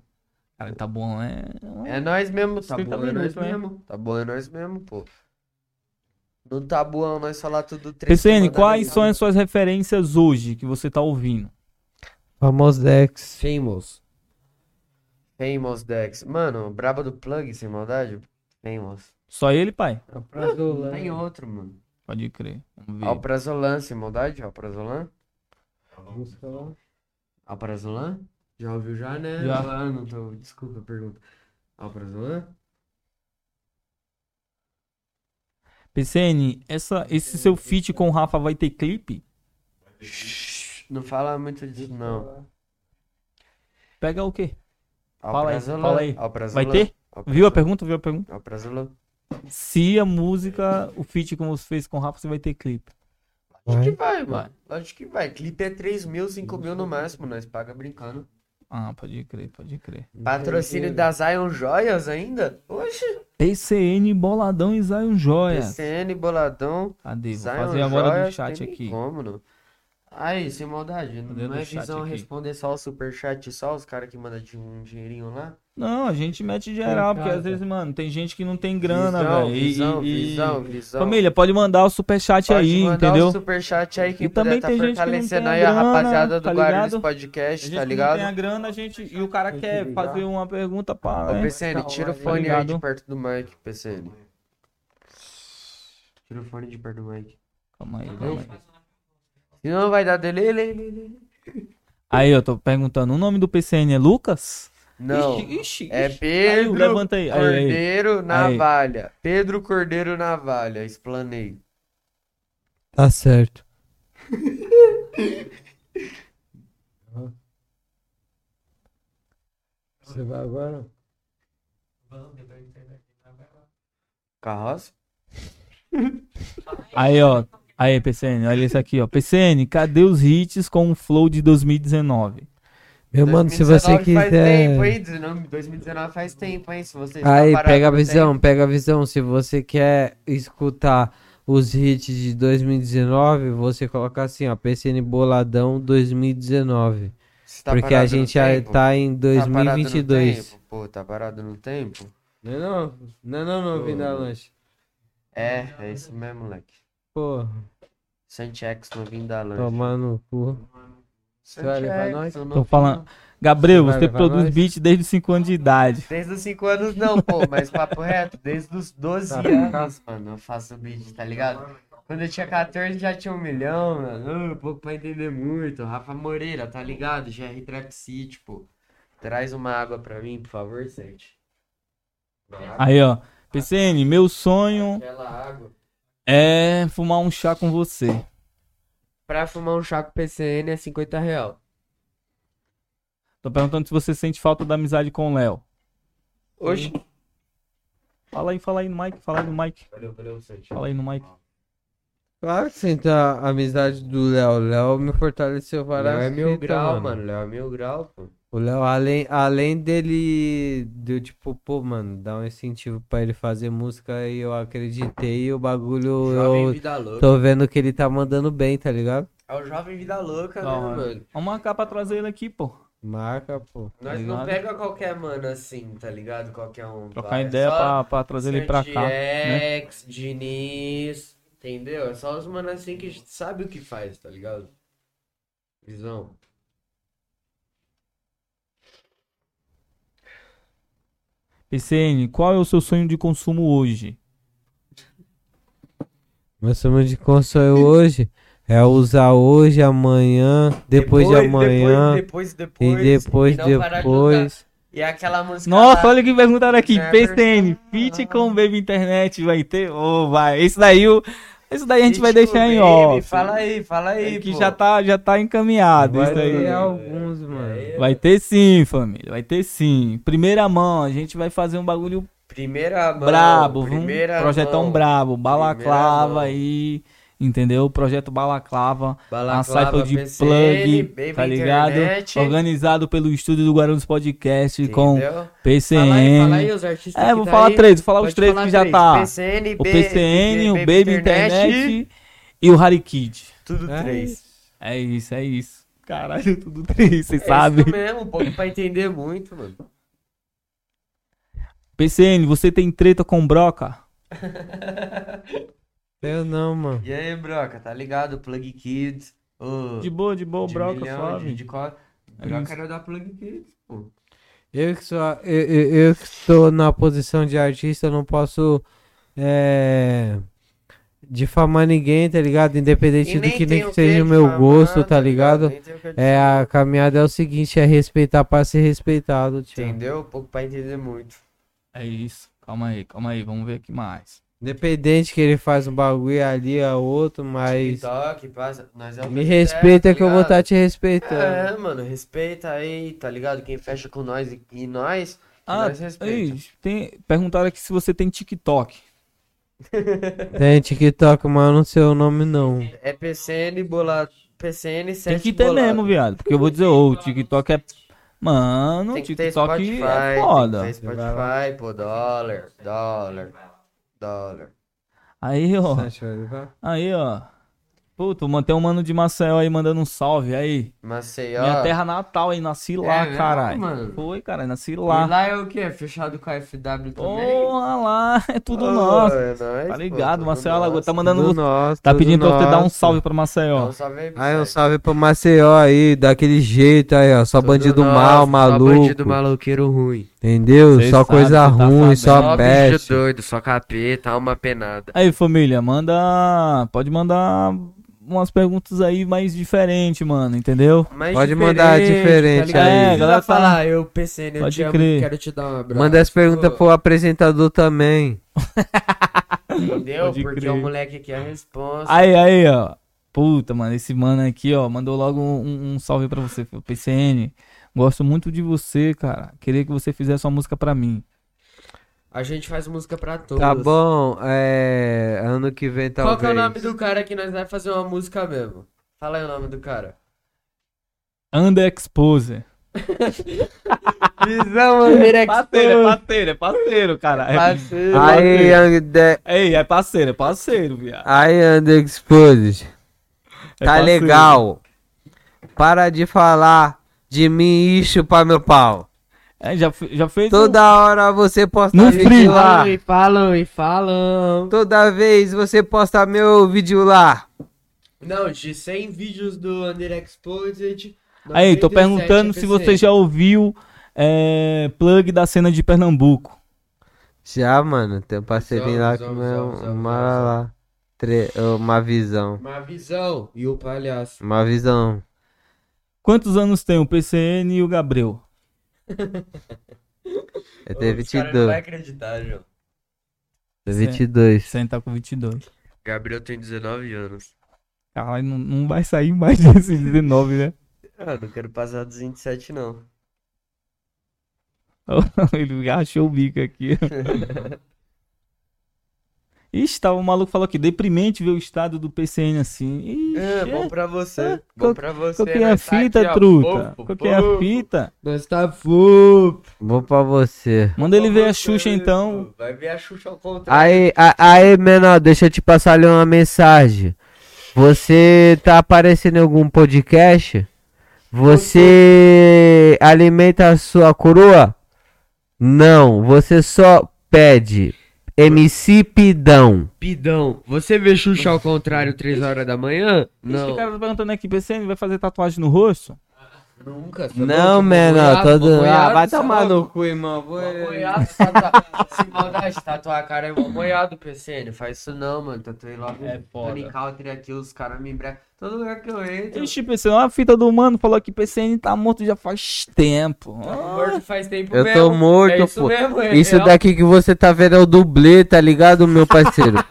Speaker 2: Cara, tá bom, né?
Speaker 1: É nós mesmo, tá
Speaker 2: 30
Speaker 1: bom, é nós
Speaker 2: minutos, né?
Speaker 1: mesmo. Tá bom, é nós mesmo, pô. No tabuão, é nós falar tudo três.
Speaker 2: PCN,
Speaker 1: mandar
Speaker 2: quais
Speaker 1: mensagem.
Speaker 2: são as suas referências hoje que você tá ouvindo?
Speaker 3: Famoso Dex.
Speaker 1: Famous. Famous Dex. Mano, braba do plug, sem maldade. Famous.
Speaker 2: Só ele, pai?
Speaker 1: Tem outro, mano.
Speaker 2: Pode crer. Vamos ver.
Speaker 1: Alprazolan, sem maldade. Alprazolan.
Speaker 3: Busca lá.
Speaker 1: Alprazolan? Já ouviu já, né?
Speaker 2: Já.
Speaker 1: Ah, não tô... Desculpa a pergunta. Alprazolan?
Speaker 2: PCN, essa, esse seu feat com o Rafa vai ter clipe?
Speaker 1: Shhh, Não fala muito disso, não.
Speaker 2: Pega o quê? Fala aí,
Speaker 1: Alprazolan,
Speaker 2: fala aí.
Speaker 1: Alprazolan,
Speaker 2: Vai ter? Viu a pergunta? Viu a pergunta?
Speaker 1: Alprazolan.
Speaker 2: Se a música, o feat como você fez com o Rafa, você vai ter clipe.
Speaker 1: Lógico que
Speaker 3: Vai.
Speaker 1: vai,
Speaker 2: Vai.
Speaker 1: mano. Lógico que vai. Clipe é 3 mil, 5 mil no máximo, nós paga brincando.
Speaker 2: Ah, pode crer, pode crer.
Speaker 1: Patrocínio da Zion Joias ainda? Oxe,
Speaker 2: PCN, Boladão e Zion Joia.
Speaker 1: PCN, Boladão,
Speaker 2: Cadê? Vou
Speaker 1: Zion
Speaker 2: fazer agora do
Speaker 1: Joias,
Speaker 2: chat
Speaker 1: tem nem
Speaker 2: aqui.
Speaker 1: Como, não? Aí, sem maldade, não,
Speaker 2: Cadê do
Speaker 1: é
Speaker 2: chat
Speaker 1: visão
Speaker 2: aqui?
Speaker 1: responder só o superchat, só os caras que mandam de um dinheirinho lá?
Speaker 2: Não, a gente mete geral, porque às
Speaker 3: casa.
Speaker 2: vezes, mano, tem gente que não tem grana,
Speaker 1: Visão,
Speaker 2: velho. e-
Speaker 1: Visão,
Speaker 2: e-
Speaker 1: visão, visão.
Speaker 2: Família, pode mandar o superchat
Speaker 1: Pode
Speaker 2: aí,
Speaker 1: mandar
Speaker 2: entendeu?
Speaker 1: o superchat aí que
Speaker 2: E também
Speaker 1: puder tá
Speaker 2: tem gente que não
Speaker 1: fortalecendo
Speaker 2: tem a
Speaker 1: aí a
Speaker 2: grana,
Speaker 1: rapaziada do
Speaker 2: tá
Speaker 1: Guarulhos
Speaker 2: ligado?
Speaker 1: Podcast,
Speaker 2: gente
Speaker 1: tá
Speaker 2: que não
Speaker 1: ligado?
Speaker 2: Tem a grana, a gente. E o cara quer fazer uma pergunta
Speaker 1: Ô,
Speaker 2: para.
Speaker 1: PCN, tira o
Speaker 2: tá
Speaker 1: fone aí de
Speaker 2: ligado?
Speaker 1: perto do mic, PCN. Tira o fone de perto do mic.
Speaker 2: Calma aí, calma aí.
Speaker 1: Senão vai dar delay. lê, lê, lê.
Speaker 2: Aí eu tô perguntando, o nome do PCN é Lucas?
Speaker 1: Não.
Speaker 2: Ixi, ixi,
Speaker 1: É
Speaker 2: ixi. Aí,
Speaker 1: Pedro
Speaker 2: levanta aí. aí, aí.
Speaker 1: Cordeiro Navalha. Pedro Cordeiro Navalha. Explanei. [laughs]
Speaker 3: Tá certo. Você vai agora?
Speaker 1: Carroça?
Speaker 2: Aí, ó. Aí, PCN, olha isso aqui, ó. PCN, cadê os hits com o flow de 2019?
Speaker 3: Meu mano, se
Speaker 1: 2019
Speaker 3: você
Speaker 1: Faz tempo,
Speaker 3: quiser.
Speaker 1: hein? 19 2019 faz tempo, hein? Se vocês
Speaker 3: Aí,
Speaker 1: tá parado
Speaker 3: pega a
Speaker 1: no
Speaker 3: visão, pega a visão. Se você quer escutar os hits de 2019, você coloca assim, ó, PCN Boladão 2019.
Speaker 1: tempo, se tá
Speaker 3: porque a
Speaker 1: parado
Speaker 3: gente
Speaker 1: no
Speaker 3: já
Speaker 1: tempo,
Speaker 3: tá em
Speaker 1: tá parado no
Speaker 3: 2022.
Speaker 1: tempo, Pô, tá parado no tempo?
Speaker 3: não, é não, não, não, não,
Speaker 1: Vinda
Speaker 3: Lanche.
Speaker 1: É, é isso mesmo, moleque.
Speaker 3: Pô,
Speaker 1: Santex não vim da lanche.
Speaker 3: tomar no cu.
Speaker 1: Você
Speaker 3: vai levar nós?
Speaker 2: Tô falando- Gabriel,
Speaker 3: Vai
Speaker 2: você
Speaker 3: levar
Speaker 2: produz
Speaker 3: nós?
Speaker 2: beat desde 5 anos de idade.
Speaker 1: Desde os 5 anos não, pô, mas papo reto, desde os 12 anos, mano, eu faço beat, tá ligado? Quando eu tinha 14 já tinha um milhão, mano, uh, pouco pra entender muito. Rafa Moreira, tá ligado? GR Trap City, pô. Traz uma água pra mim, por favor, Sente.
Speaker 2: Aí, ó. PCN, meu sonho
Speaker 1: Aquela água.
Speaker 2: é fumar um chá com você.
Speaker 1: Pra fumar um chá com PCN é 50 real.
Speaker 2: Tô perguntando se você sente falta da amizade com o Léo.
Speaker 7: Hoje.
Speaker 2: Fala aí, fala aí no mic, fala aí no mic,
Speaker 1: Valeu, valeu, Sante.
Speaker 2: fala aí no mic.
Speaker 3: Claro que sinto a amizade do Léo. Léo me fortaleceu várias
Speaker 1: Léo é mil
Speaker 3: fitas,
Speaker 1: grau, mano. Léo é mil grau, pô.
Speaker 3: O Léo, além, além dele, deu tipo, pô, mano, dá um incentivo pra ele fazer música e eu acreditei e o bagulho,
Speaker 1: Jovem
Speaker 3: eu
Speaker 1: Vida Louca.
Speaker 3: tô vendo que ele tá mandando bem, tá ligado?
Speaker 1: É o Jovem Vida Louca,
Speaker 2: Da
Speaker 1: né,
Speaker 2: hora.
Speaker 1: mano?
Speaker 2: Vamos marcar pra trazer ele aqui, pô.
Speaker 3: Marca, pô.
Speaker 1: Nós
Speaker 2: Tá ligado?
Speaker 1: não pega qualquer mano assim, tá ligado? Qualquer um.
Speaker 2: Trocar
Speaker 1: vai.
Speaker 2: ideia
Speaker 1: Só é.
Speaker 2: pra, pra trazer ele pra cá. Né?
Speaker 1: Santiex, Diniz, entendeu? É só os manos assim que sabe o que faz, tá ligado? Visão.
Speaker 2: PCN, qual é o seu sonho de consumo hoje?
Speaker 3: Meu sonho de console hoje é usar hoje, amanhã, depois, de amanhã
Speaker 1: Depois, depois, depois.
Speaker 3: e depois,
Speaker 1: não parar de
Speaker 3: depois.
Speaker 1: E aquela música.
Speaker 2: Nossa,
Speaker 1: lá,
Speaker 2: olha o que perguntaram aqui.
Speaker 1: É
Speaker 2: PCN, feat com Baby Internet vai ter? Ô, vai. Isso daí, o- isso daí a gente vai
Speaker 1: Pitbull
Speaker 2: deixar em
Speaker 1: tipo, Baby,
Speaker 2: off.
Speaker 1: Fala aí, fala aí.
Speaker 2: É que
Speaker 1: pô.
Speaker 2: já tá, já tá encaminhado
Speaker 3: Vai
Speaker 2: isso aí.
Speaker 3: ter é alguns, mano.
Speaker 1: É,
Speaker 2: Vai ter sim, família. Vai ter sim. Primeira mão, a gente vai fazer um bagulho
Speaker 1: Primeira mão.
Speaker 2: brabo. Vamos
Speaker 1: primeira
Speaker 2: projetar um
Speaker 1: mão.
Speaker 2: brabo.
Speaker 1: mão.
Speaker 2: Balaclava aí. Entendeu? Projeto Balaclava. a
Speaker 1: Balaclava,
Speaker 2: cypher de plug,
Speaker 1: PCN, Baby
Speaker 2: tá ligado?
Speaker 1: Internet,
Speaker 2: Organizado pelo estúdio do Guarulhos Podcast com
Speaker 1: entendeu?
Speaker 2: PCN.
Speaker 1: Fala aí, fala aí os artistas.
Speaker 2: É,
Speaker 1: que
Speaker 2: vou
Speaker 1: tá
Speaker 2: falar
Speaker 1: aí.
Speaker 2: três, vou falar os
Speaker 1: Pode
Speaker 2: três
Speaker 1: falar
Speaker 2: que já tá.
Speaker 1: PCN,
Speaker 2: O
Speaker 1: B-
Speaker 2: PCN, o
Speaker 1: Baby
Speaker 2: Baby Internet e o Harry Kid.
Speaker 1: Tudo
Speaker 3: É
Speaker 1: três.
Speaker 2: É isso, é isso. Caralho, tudo triste, vocês
Speaker 1: É
Speaker 2: sabem.
Speaker 1: isso mesmo, um [laughs] pouco pra entender muito, mano. [laughs]
Speaker 2: PCN, você tem treta com broca?
Speaker 3: Eu não, mano.
Speaker 1: E aí, Broca, tá ligado? Plug Kids. ô,
Speaker 2: De boa, de boa,
Speaker 1: de
Speaker 2: broca,
Speaker 1: milhão,
Speaker 2: suave.
Speaker 1: De, de co-
Speaker 2: É isso.
Speaker 1: Broca era da Plug Kids, pô.
Speaker 3: Eu que sou, a- eu, eu, eu que estou na posição de artista, eu não posso é, difamar ninguém, tá ligado? Independente do que nem que seja o meu gosto, tá ligado? É, a caminhada é o seguinte, é respeitar pra ser respeitado, tio.
Speaker 1: Entendeu? Um pouco pra entender muito.
Speaker 2: É isso. Calma aí, calma aí, vamos ver aqui mais.
Speaker 3: Independente que ele faz um bagulho ali, a outro, mas
Speaker 1: TikTok, passa. Nós é o
Speaker 3: É me
Speaker 1: que
Speaker 3: respeita
Speaker 1: quiser,
Speaker 3: que eu vou
Speaker 1: ligado?
Speaker 3: tá estar te respeitando.
Speaker 1: É, mano, respeita aí, tá ligado? Quem fecha com nós e, e nós,
Speaker 2: Ah,
Speaker 1: nós respeita.
Speaker 2: ei, tem, perguntaram aqui se você tem TikTok.
Speaker 3: Tem TikTok, mas eu não sei o nome não.
Speaker 1: É PCN bolado. PCN 7
Speaker 2: Tem que ter
Speaker 1: bolado.
Speaker 2: mesmo, viado. Porque eu vou dizer, ô, o TikTok é. Mano,
Speaker 1: Tem que ter
Speaker 2: TikTok
Speaker 1: Spotify,
Speaker 2: é
Speaker 1: Tem
Speaker 2: foda.
Speaker 1: que ter Spotify, pô, dólar, dólar, dólar.
Speaker 2: Aí, ó.
Speaker 3: Deixa eu ver.
Speaker 2: Aí, ó. Puto, mantém um mano de Maceió aí mandando um salve aí.
Speaker 1: Maceió.
Speaker 2: Minha terra natal aí, nasci lá,
Speaker 1: É mesmo,
Speaker 2: caralho.
Speaker 1: mano?
Speaker 2: Foi, caralho, nasci
Speaker 1: E
Speaker 2: lá.
Speaker 1: lá é o quê? Fechado com a FW também?
Speaker 2: Porra lá, é tudo
Speaker 1: Ô,
Speaker 2: nosso.
Speaker 1: é nóis,
Speaker 2: Tá
Speaker 1: pô,
Speaker 2: ligado,
Speaker 1: tudo
Speaker 2: Maceió Lagoa.
Speaker 1: nosso.
Speaker 2: Tá mandando. você-
Speaker 3: nosso,
Speaker 2: Tá
Speaker 3: tudo
Speaker 2: pedindo pra você dar um
Speaker 3: nosso.
Speaker 2: salve pra
Speaker 1: Dá um
Speaker 2: Maceió.
Speaker 1: salve aí,
Speaker 3: Aí um
Speaker 1: Vicente.
Speaker 3: salve pro Maceió aí, daquele jeito aí, ó. Só
Speaker 1: Tudo
Speaker 3: bandido
Speaker 1: nosso,
Speaker 3: mal,
Speaker 1: Só
Speaker 3: maluco.
Speaker 1: bandido maloqueiro ruim.
Speaker 3: Entendeu?
Speaker 2: Cês
Speaker 3: só
Speaker 2: sabem,
Speaker 3: coisa
Speaker 2: cê tá
Speaker 3: ruim,
Speaker 2: sabendo.
Speaker 1: Só
Speaker 3: só
Speaker 1: bicho
Speaker 3: peste.
Speaker 1: doido, só capeta, alma penada.
Speaker 2: Aí, família, manda. Pode mandar umas perguntas aí mais diferentes, mano, entendeu?
Speaker 1: Mas tá
Speaker 3: Pode mandar diferente
Speaker 1: ligado?
Speaker 2: aí.
Speaker 1: Não precisa
Speaker 2: É, galera tá-
Speaker 1: falar, eu PCN, eu
Speaker 2: Pode
Speaker 1: te amo,
Speaker 2: crer.
Speaker 1: quero te dar um abraço.
Speaker 3: Manda as perguntas
Speaker 1: Pô,
Speaker 3: pro apresentador também.
Speaker 1: Entendeu?
Speaker 2: Pode
Speaker 1: Porque
Speaker 2: crer.
Speaker 1: o moleque aqui é a responsa.
Speaker 2: Aí, aí, ó. Puta, mano, esse mano aqui, ó, mandou logo um, um salve pra você, foi o PCN. Gosto muito de você, cara. Queria que você fizesse uma música pra mim.
Speaker 1: A gente faz música pra todos.
Speaker 3: Tá bom, é. Ano que vem
Speaker 1: Qual
Speaker 3: talvez.
Speaker 1: que é o nome
Speaker 3: [laughs]
Speaker 1: do cara que nós vai fazer uma música mesmo? Fala aí o nome do cara.
Speaker 2: Under Exposer. Parceiro, é parceiro, é parceiro, cara. É-
Speaker 3: Aí, Young De...
Speaker 2: Ei, é parceiro, é parceiro, viado.
Speaker 3: aí, Under Exposed.
Speaker 2: É
Speaker 3: tá
Speaker 2: parceiro.
Speaker 3: legal. Para de falar de mim e chupar meu pau.
Speaker 2: É, já, fe- já fez. um-
Speaker 3: Toda hora você posta
Speaker 2: No
Speaker 3: vídeo
Speaker 2: free.
Speaker 3: lá.
Speaker 1: E falam e falam.
Speaker 3: Toda vez você posta meu vídeo lá.
Speaker 1: Não, de 100 vídeos do Under Exposed.
Speaker 2: Aí, tô
Speaker 1: 97
Speaker 2: perguntando
Speaker 1: é
Speaker 2: se você já ouviu é, plug da cena de Pernambuco.
Speaker 3: Já, mano, tem um parceirinho lá que
Speaker 1: Visão,
Speaker 3: é
Speaker 1: visão,
Speaker 3: um-
Speaker 1: visão,
Speaker 3: uma
Speaker 1: visão.
Speaker 3: lá. Tre- Uma visão.
Speaker 1: Uma visão e o palhaço.
Speaker 3: Uma visão.
Speaker 2: Quantos anos tem o PCN e o Gabriel?
Speaker 3: Eu tenho
Speaker 1: Os caras não vai
Speaker 3: 22.
Speaker 1: acreditar, João.
Speaker 3: Tenho 22.
Speaker 2: PCN tá com 22.
Speaker 1: Gabriel tem 19 anos.
Speaker 2: [laughs] Caralho, não, não vai sair mais desses 19, né? [laughs]
Speaker 1: Ah, não quero passar dos 27, não.
Speaker 2: Ele achou o bico
Speaker 3: [laughs]
Speaker 2: aqui. Ixi, tava, o maluco falou aqui, deprimente ver o estado do PCN assim. Ixi,
Speaker 1: É, bom pra você.
Speaker 2: É,
Speaker 1: bom
Speaker 2: qual-
Speaker 1: pra você.
Speaker 2: qual que é a
Speaker 1: nós tá
Speaker 2: fita,
Speaker 1: aqui, ó,
Speaker 2: truta?
Speaker 1: fofo,
Speaker 2: Qual que é a
Speaker 1: fofo.
Speaker 2: fita?
Speaker 1: Nós tá fofo.
Speaker 3: Vou pra você.
Speaker 2: Manda ele
Speaker 1: Pra
Speaker 2: ver a
Speaker 1: você,
Speaker 2: Xuxa então.
Speaker 1: pô. Vai ver a Xuxa ao contrário.
Speaker 3: Aí, a- aí, menor, deixa eu te passar ali uma mensagem. Você tá aparecendo em algum podcast? Você alimenta a sua coroa? Não, você só pede. MC Pidão.
Speaker 1: Pidão, você vê Xuxa ao contrário 3 horas da manhã?
Speaker 2: Esse cara tá perguntando aqui, PCN vai fazer tatuagem no rosto?
Speaker 1: Nunca. tá
Speaker 3: Não,
Speaker 1: bom?
Speaker 3: menor,
Speaker 1: Boiado,
Speaker 3: todo.
Speaker 1: boiado,
Speaker 3: Ah, vai
Speaker 1: tá é.
Speaker 3: tomar
Speaker 1: bom?
Speaker 3: no cu, irmão. Vou-
Speaker 1: Mamoiado, tatua- se tá maldade, tatuar a cara é mamoiado, PC. Não faz isso não, mano. Tatuei logo
Speaker 2: É foda.
Speaker 1: Tony Country aqui, os caras me embrecam. Todo lugar que eu entro.
Speaker 2: Ixi, PCN, olha a fita do mano, falou aqui, PCN tá morto já faz tempo.
Speaker 1: Tá morto faz tempo
Speaker 3: Eu
Speaker 1: mesmo.
Speaker 3: tô
Speaker 1: é
Speaker 3: morto,
Speaker 1: isso
Speaker 3: pô.
Speaker 1: mesmo, é
Speaker 3: Isso
Speaker 1: real.
Speaker 3: daqui que você tá vendo é o dublê, tá ligado,
Speaker 1: [laughs]
Speaker 3: meu parceiro?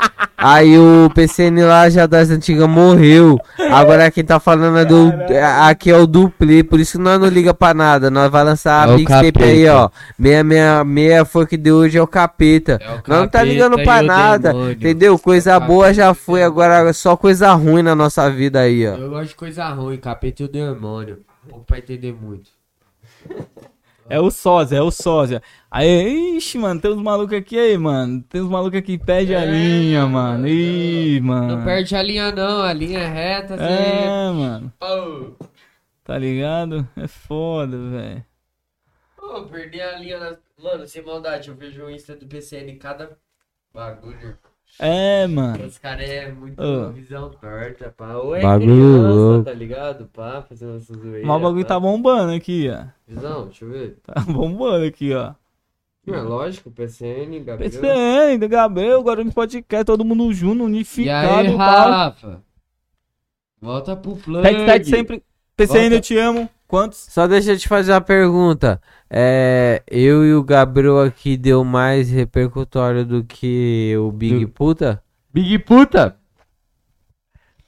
Speaker 3: Aí o PCN lá já das antigas morreu. Agora quem tá falando é do. é- Aqui é o duplê, por isso que nós não liga pra nada. Nós vai lançar
Speaker 1: É
Speaker 3: a
Speaker 1: o
Speaker 3: mixtape aí,
Speaker 1: capeta.
Speaker 3: ó. 666 foi que de hoje é o capeta.
Speaker 1: É o
Speaker 3: nós não tá
Speaker 1: capeta
Speaker 3: ligando
Speaker 1: e
Speaker 3: pra
Speaker 1: o
Speaker 3: nada.
Speaker 1: demônio.
Speaker 3: Entendeu?
Speaker 1: É
Speaker 3: Coisa
Speaker 1: o
Speaker 3: boa já
Speaker 1: capeta e o
Speaker 3: foi, agora é só coisa ruim na nossa vida aí, ó.
Speaker 1: Eu gosto de coisa ruim, capeta e o demônio. Pouco pra entender muito.
Speaker 2: É o sósia, é o sósia. Aí, ixi, mano, tem uns malucos aqui aí, mano. Tem uns malucos aqui que perde a linha, mano. Ih, mano.
Speaker 3: Ah.
Speaker 1: Não perde a linha não, a linha é reta, assim.
Speaker 2: É, mano.
Speaker 1: Pô,
Speaker 2: Tá ligado? É foda, velho.
Speaker 1: pô, perdi a linha na... Mano, sem maldade, eu vejo o Insta do PCN cada bagulho.
Speaker 2: É, mano.
Speaker 1: Os caras é muito
Speaker 2: Ah.
Speaker 1: visão torta, pá. Ou é
Speaker 3: Bagulho
Speaker 1: criança,
Speaker 3: louco.
Speaker 1: tá ligado? Pá, fazendo essa zoeira.
Speaker 2: Mas o bagulho tá
Speaker 1: pá.
Speaker 2: bombando aqui, ó.
Speaker 1: Visão, deixa eu ver.
Speaker 2: Tá bombando aqui, ó.
Speaker 1: Não, é lógico, PCN, Gabriel.
Speaker 3: é
Speaker 2: PCN, do Gabriel, Guarulhos Podcast, todo mundo junto,
Speaker 1: E
Speaker 2: unificado.
Speaker 1: aí,
Speaker 2: pau.
Speaker 1: Rafa? Volta pro plano.
Speaker 2: Tag, tag sempre. PCN,
Speaker 1: Volta.
Speaker 2: eu te amo. Quantos?
Speaker 3: Só deixa eu te fazer uma pergunta. É, eu e o Gabriel aqui deu mais repercutório do que o Big Puta?
Speaker 1: Big puta!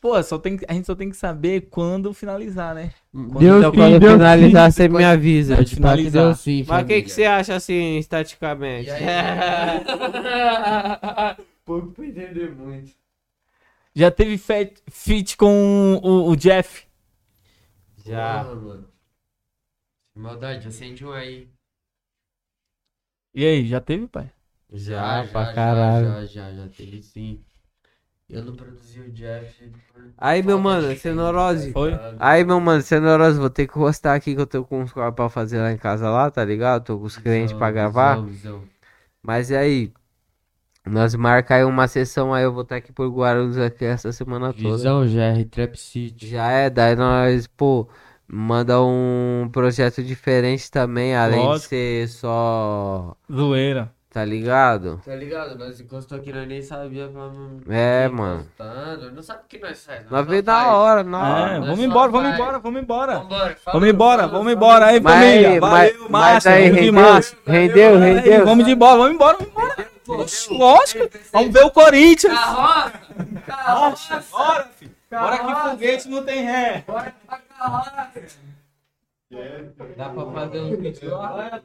Speaker 2: Pô, só tem, que- a gente só tem que saber quando finalizar, né? Quando
Speaker 1: tá
Speaker 3: Então, quando
Speaker 1: deu
Speaker 3: finalizar, você me avisa.
Speaker 2: Pode finalizar.
Speaker 1: Deu sim,
Speaker 3: Mas o que,
Speaker 1: família.
Speaker 3: que você acha assim, estaticamente? [laughs]
Speaker 1: [laughs] Pouco pra entender muito.
Speaker 2: Já teve fe- feat com o, o Jeff.
Speaker 3: Já.
Speaker 1: Porra, mano. Maldade, acende um aí.
Speaker 2: E aí, já teve, pai?
Speaker 3: Já, pra caralho.
Speaker 1: Já, já, já teve sim. Eu não produzi o Jeff. por
Speaker 3: Aí, meu
Speaker 1: falta
Speaker 3: mano,
Speaker 1: de tempo,
Speaker 3: cenorose.
Speaker 1: tá
Speaker 2: Oi?
Speaker 1: ligado?
Speaker 3: Aí, meu mano, cenorose, vou ter que postar aqui que eu tô com uns corpos pra fazer lá em casa lá, tá ligado? Tô com os clientes
Speaker 1: Visão,
Speaker 3: pra gravar.
Speaker 1: visão, visão.
Speaker 3: Mas e aí? Nós marca aí uma sessão aí, eu vou estar aqui por Guarulhos aqui essa semana toda.
Speaker 1: Visão, GR, Trap City.
Speaker 3: Já é, daí nós, pô, manda um projeto diferente também, além
Speaker 2: Lógico.
Speaker 3: de ser só,
Speaker 2: Zoeira.
Speaker 3: tá ligado?
Speaker 1: Tá ligado? Nós encostou aqui, nós nem sabia vamos.
Speaker 3: É, mano.
Speaker 1: Não sabe o que nós saímos.
Speaker 3: Nós veio da hora, na
Speaker 2: É,
Speaker 3: hora.
Speaker 1: nós
Speaker 2: vamos
Speaker 1: só
Speaker 2: embora, vamos
Speaker 1: vai.
Speaker 2: embora, vamos embora.
Speaker 1: Vambora, falou,
Speaker 2: Vamos embora,
Speaker 1: falou,
Speaker 2: vamos
Speaker 1: falou.
Speaker 2: embora. Aí,
Speaker 3: Mas,
Speaker 2: família.
Speaker 3: mas-
Speaker 2: Valeu,
Speaker 3: mas
Speaker 2: massa.
Speaker 3: aí
Speaker 2: valeu,
Speaker 3: rendeu,
Speaker 2: massa.
Speaker 3: rendeu,
Speaker 2: Valeu,
Speaker 3: rendeu.
Speaker 2: valeu. Vamos embora, vamos embora, vamos embora. Oxe, Lógico, vamos ver o Corinthians.
Speaker 1: Carroça! Carroça!
Speaker 2: Bora, filho. Bora que foguete não tem ré.
Speaker 1: Dá pra fazer um vídeo lá?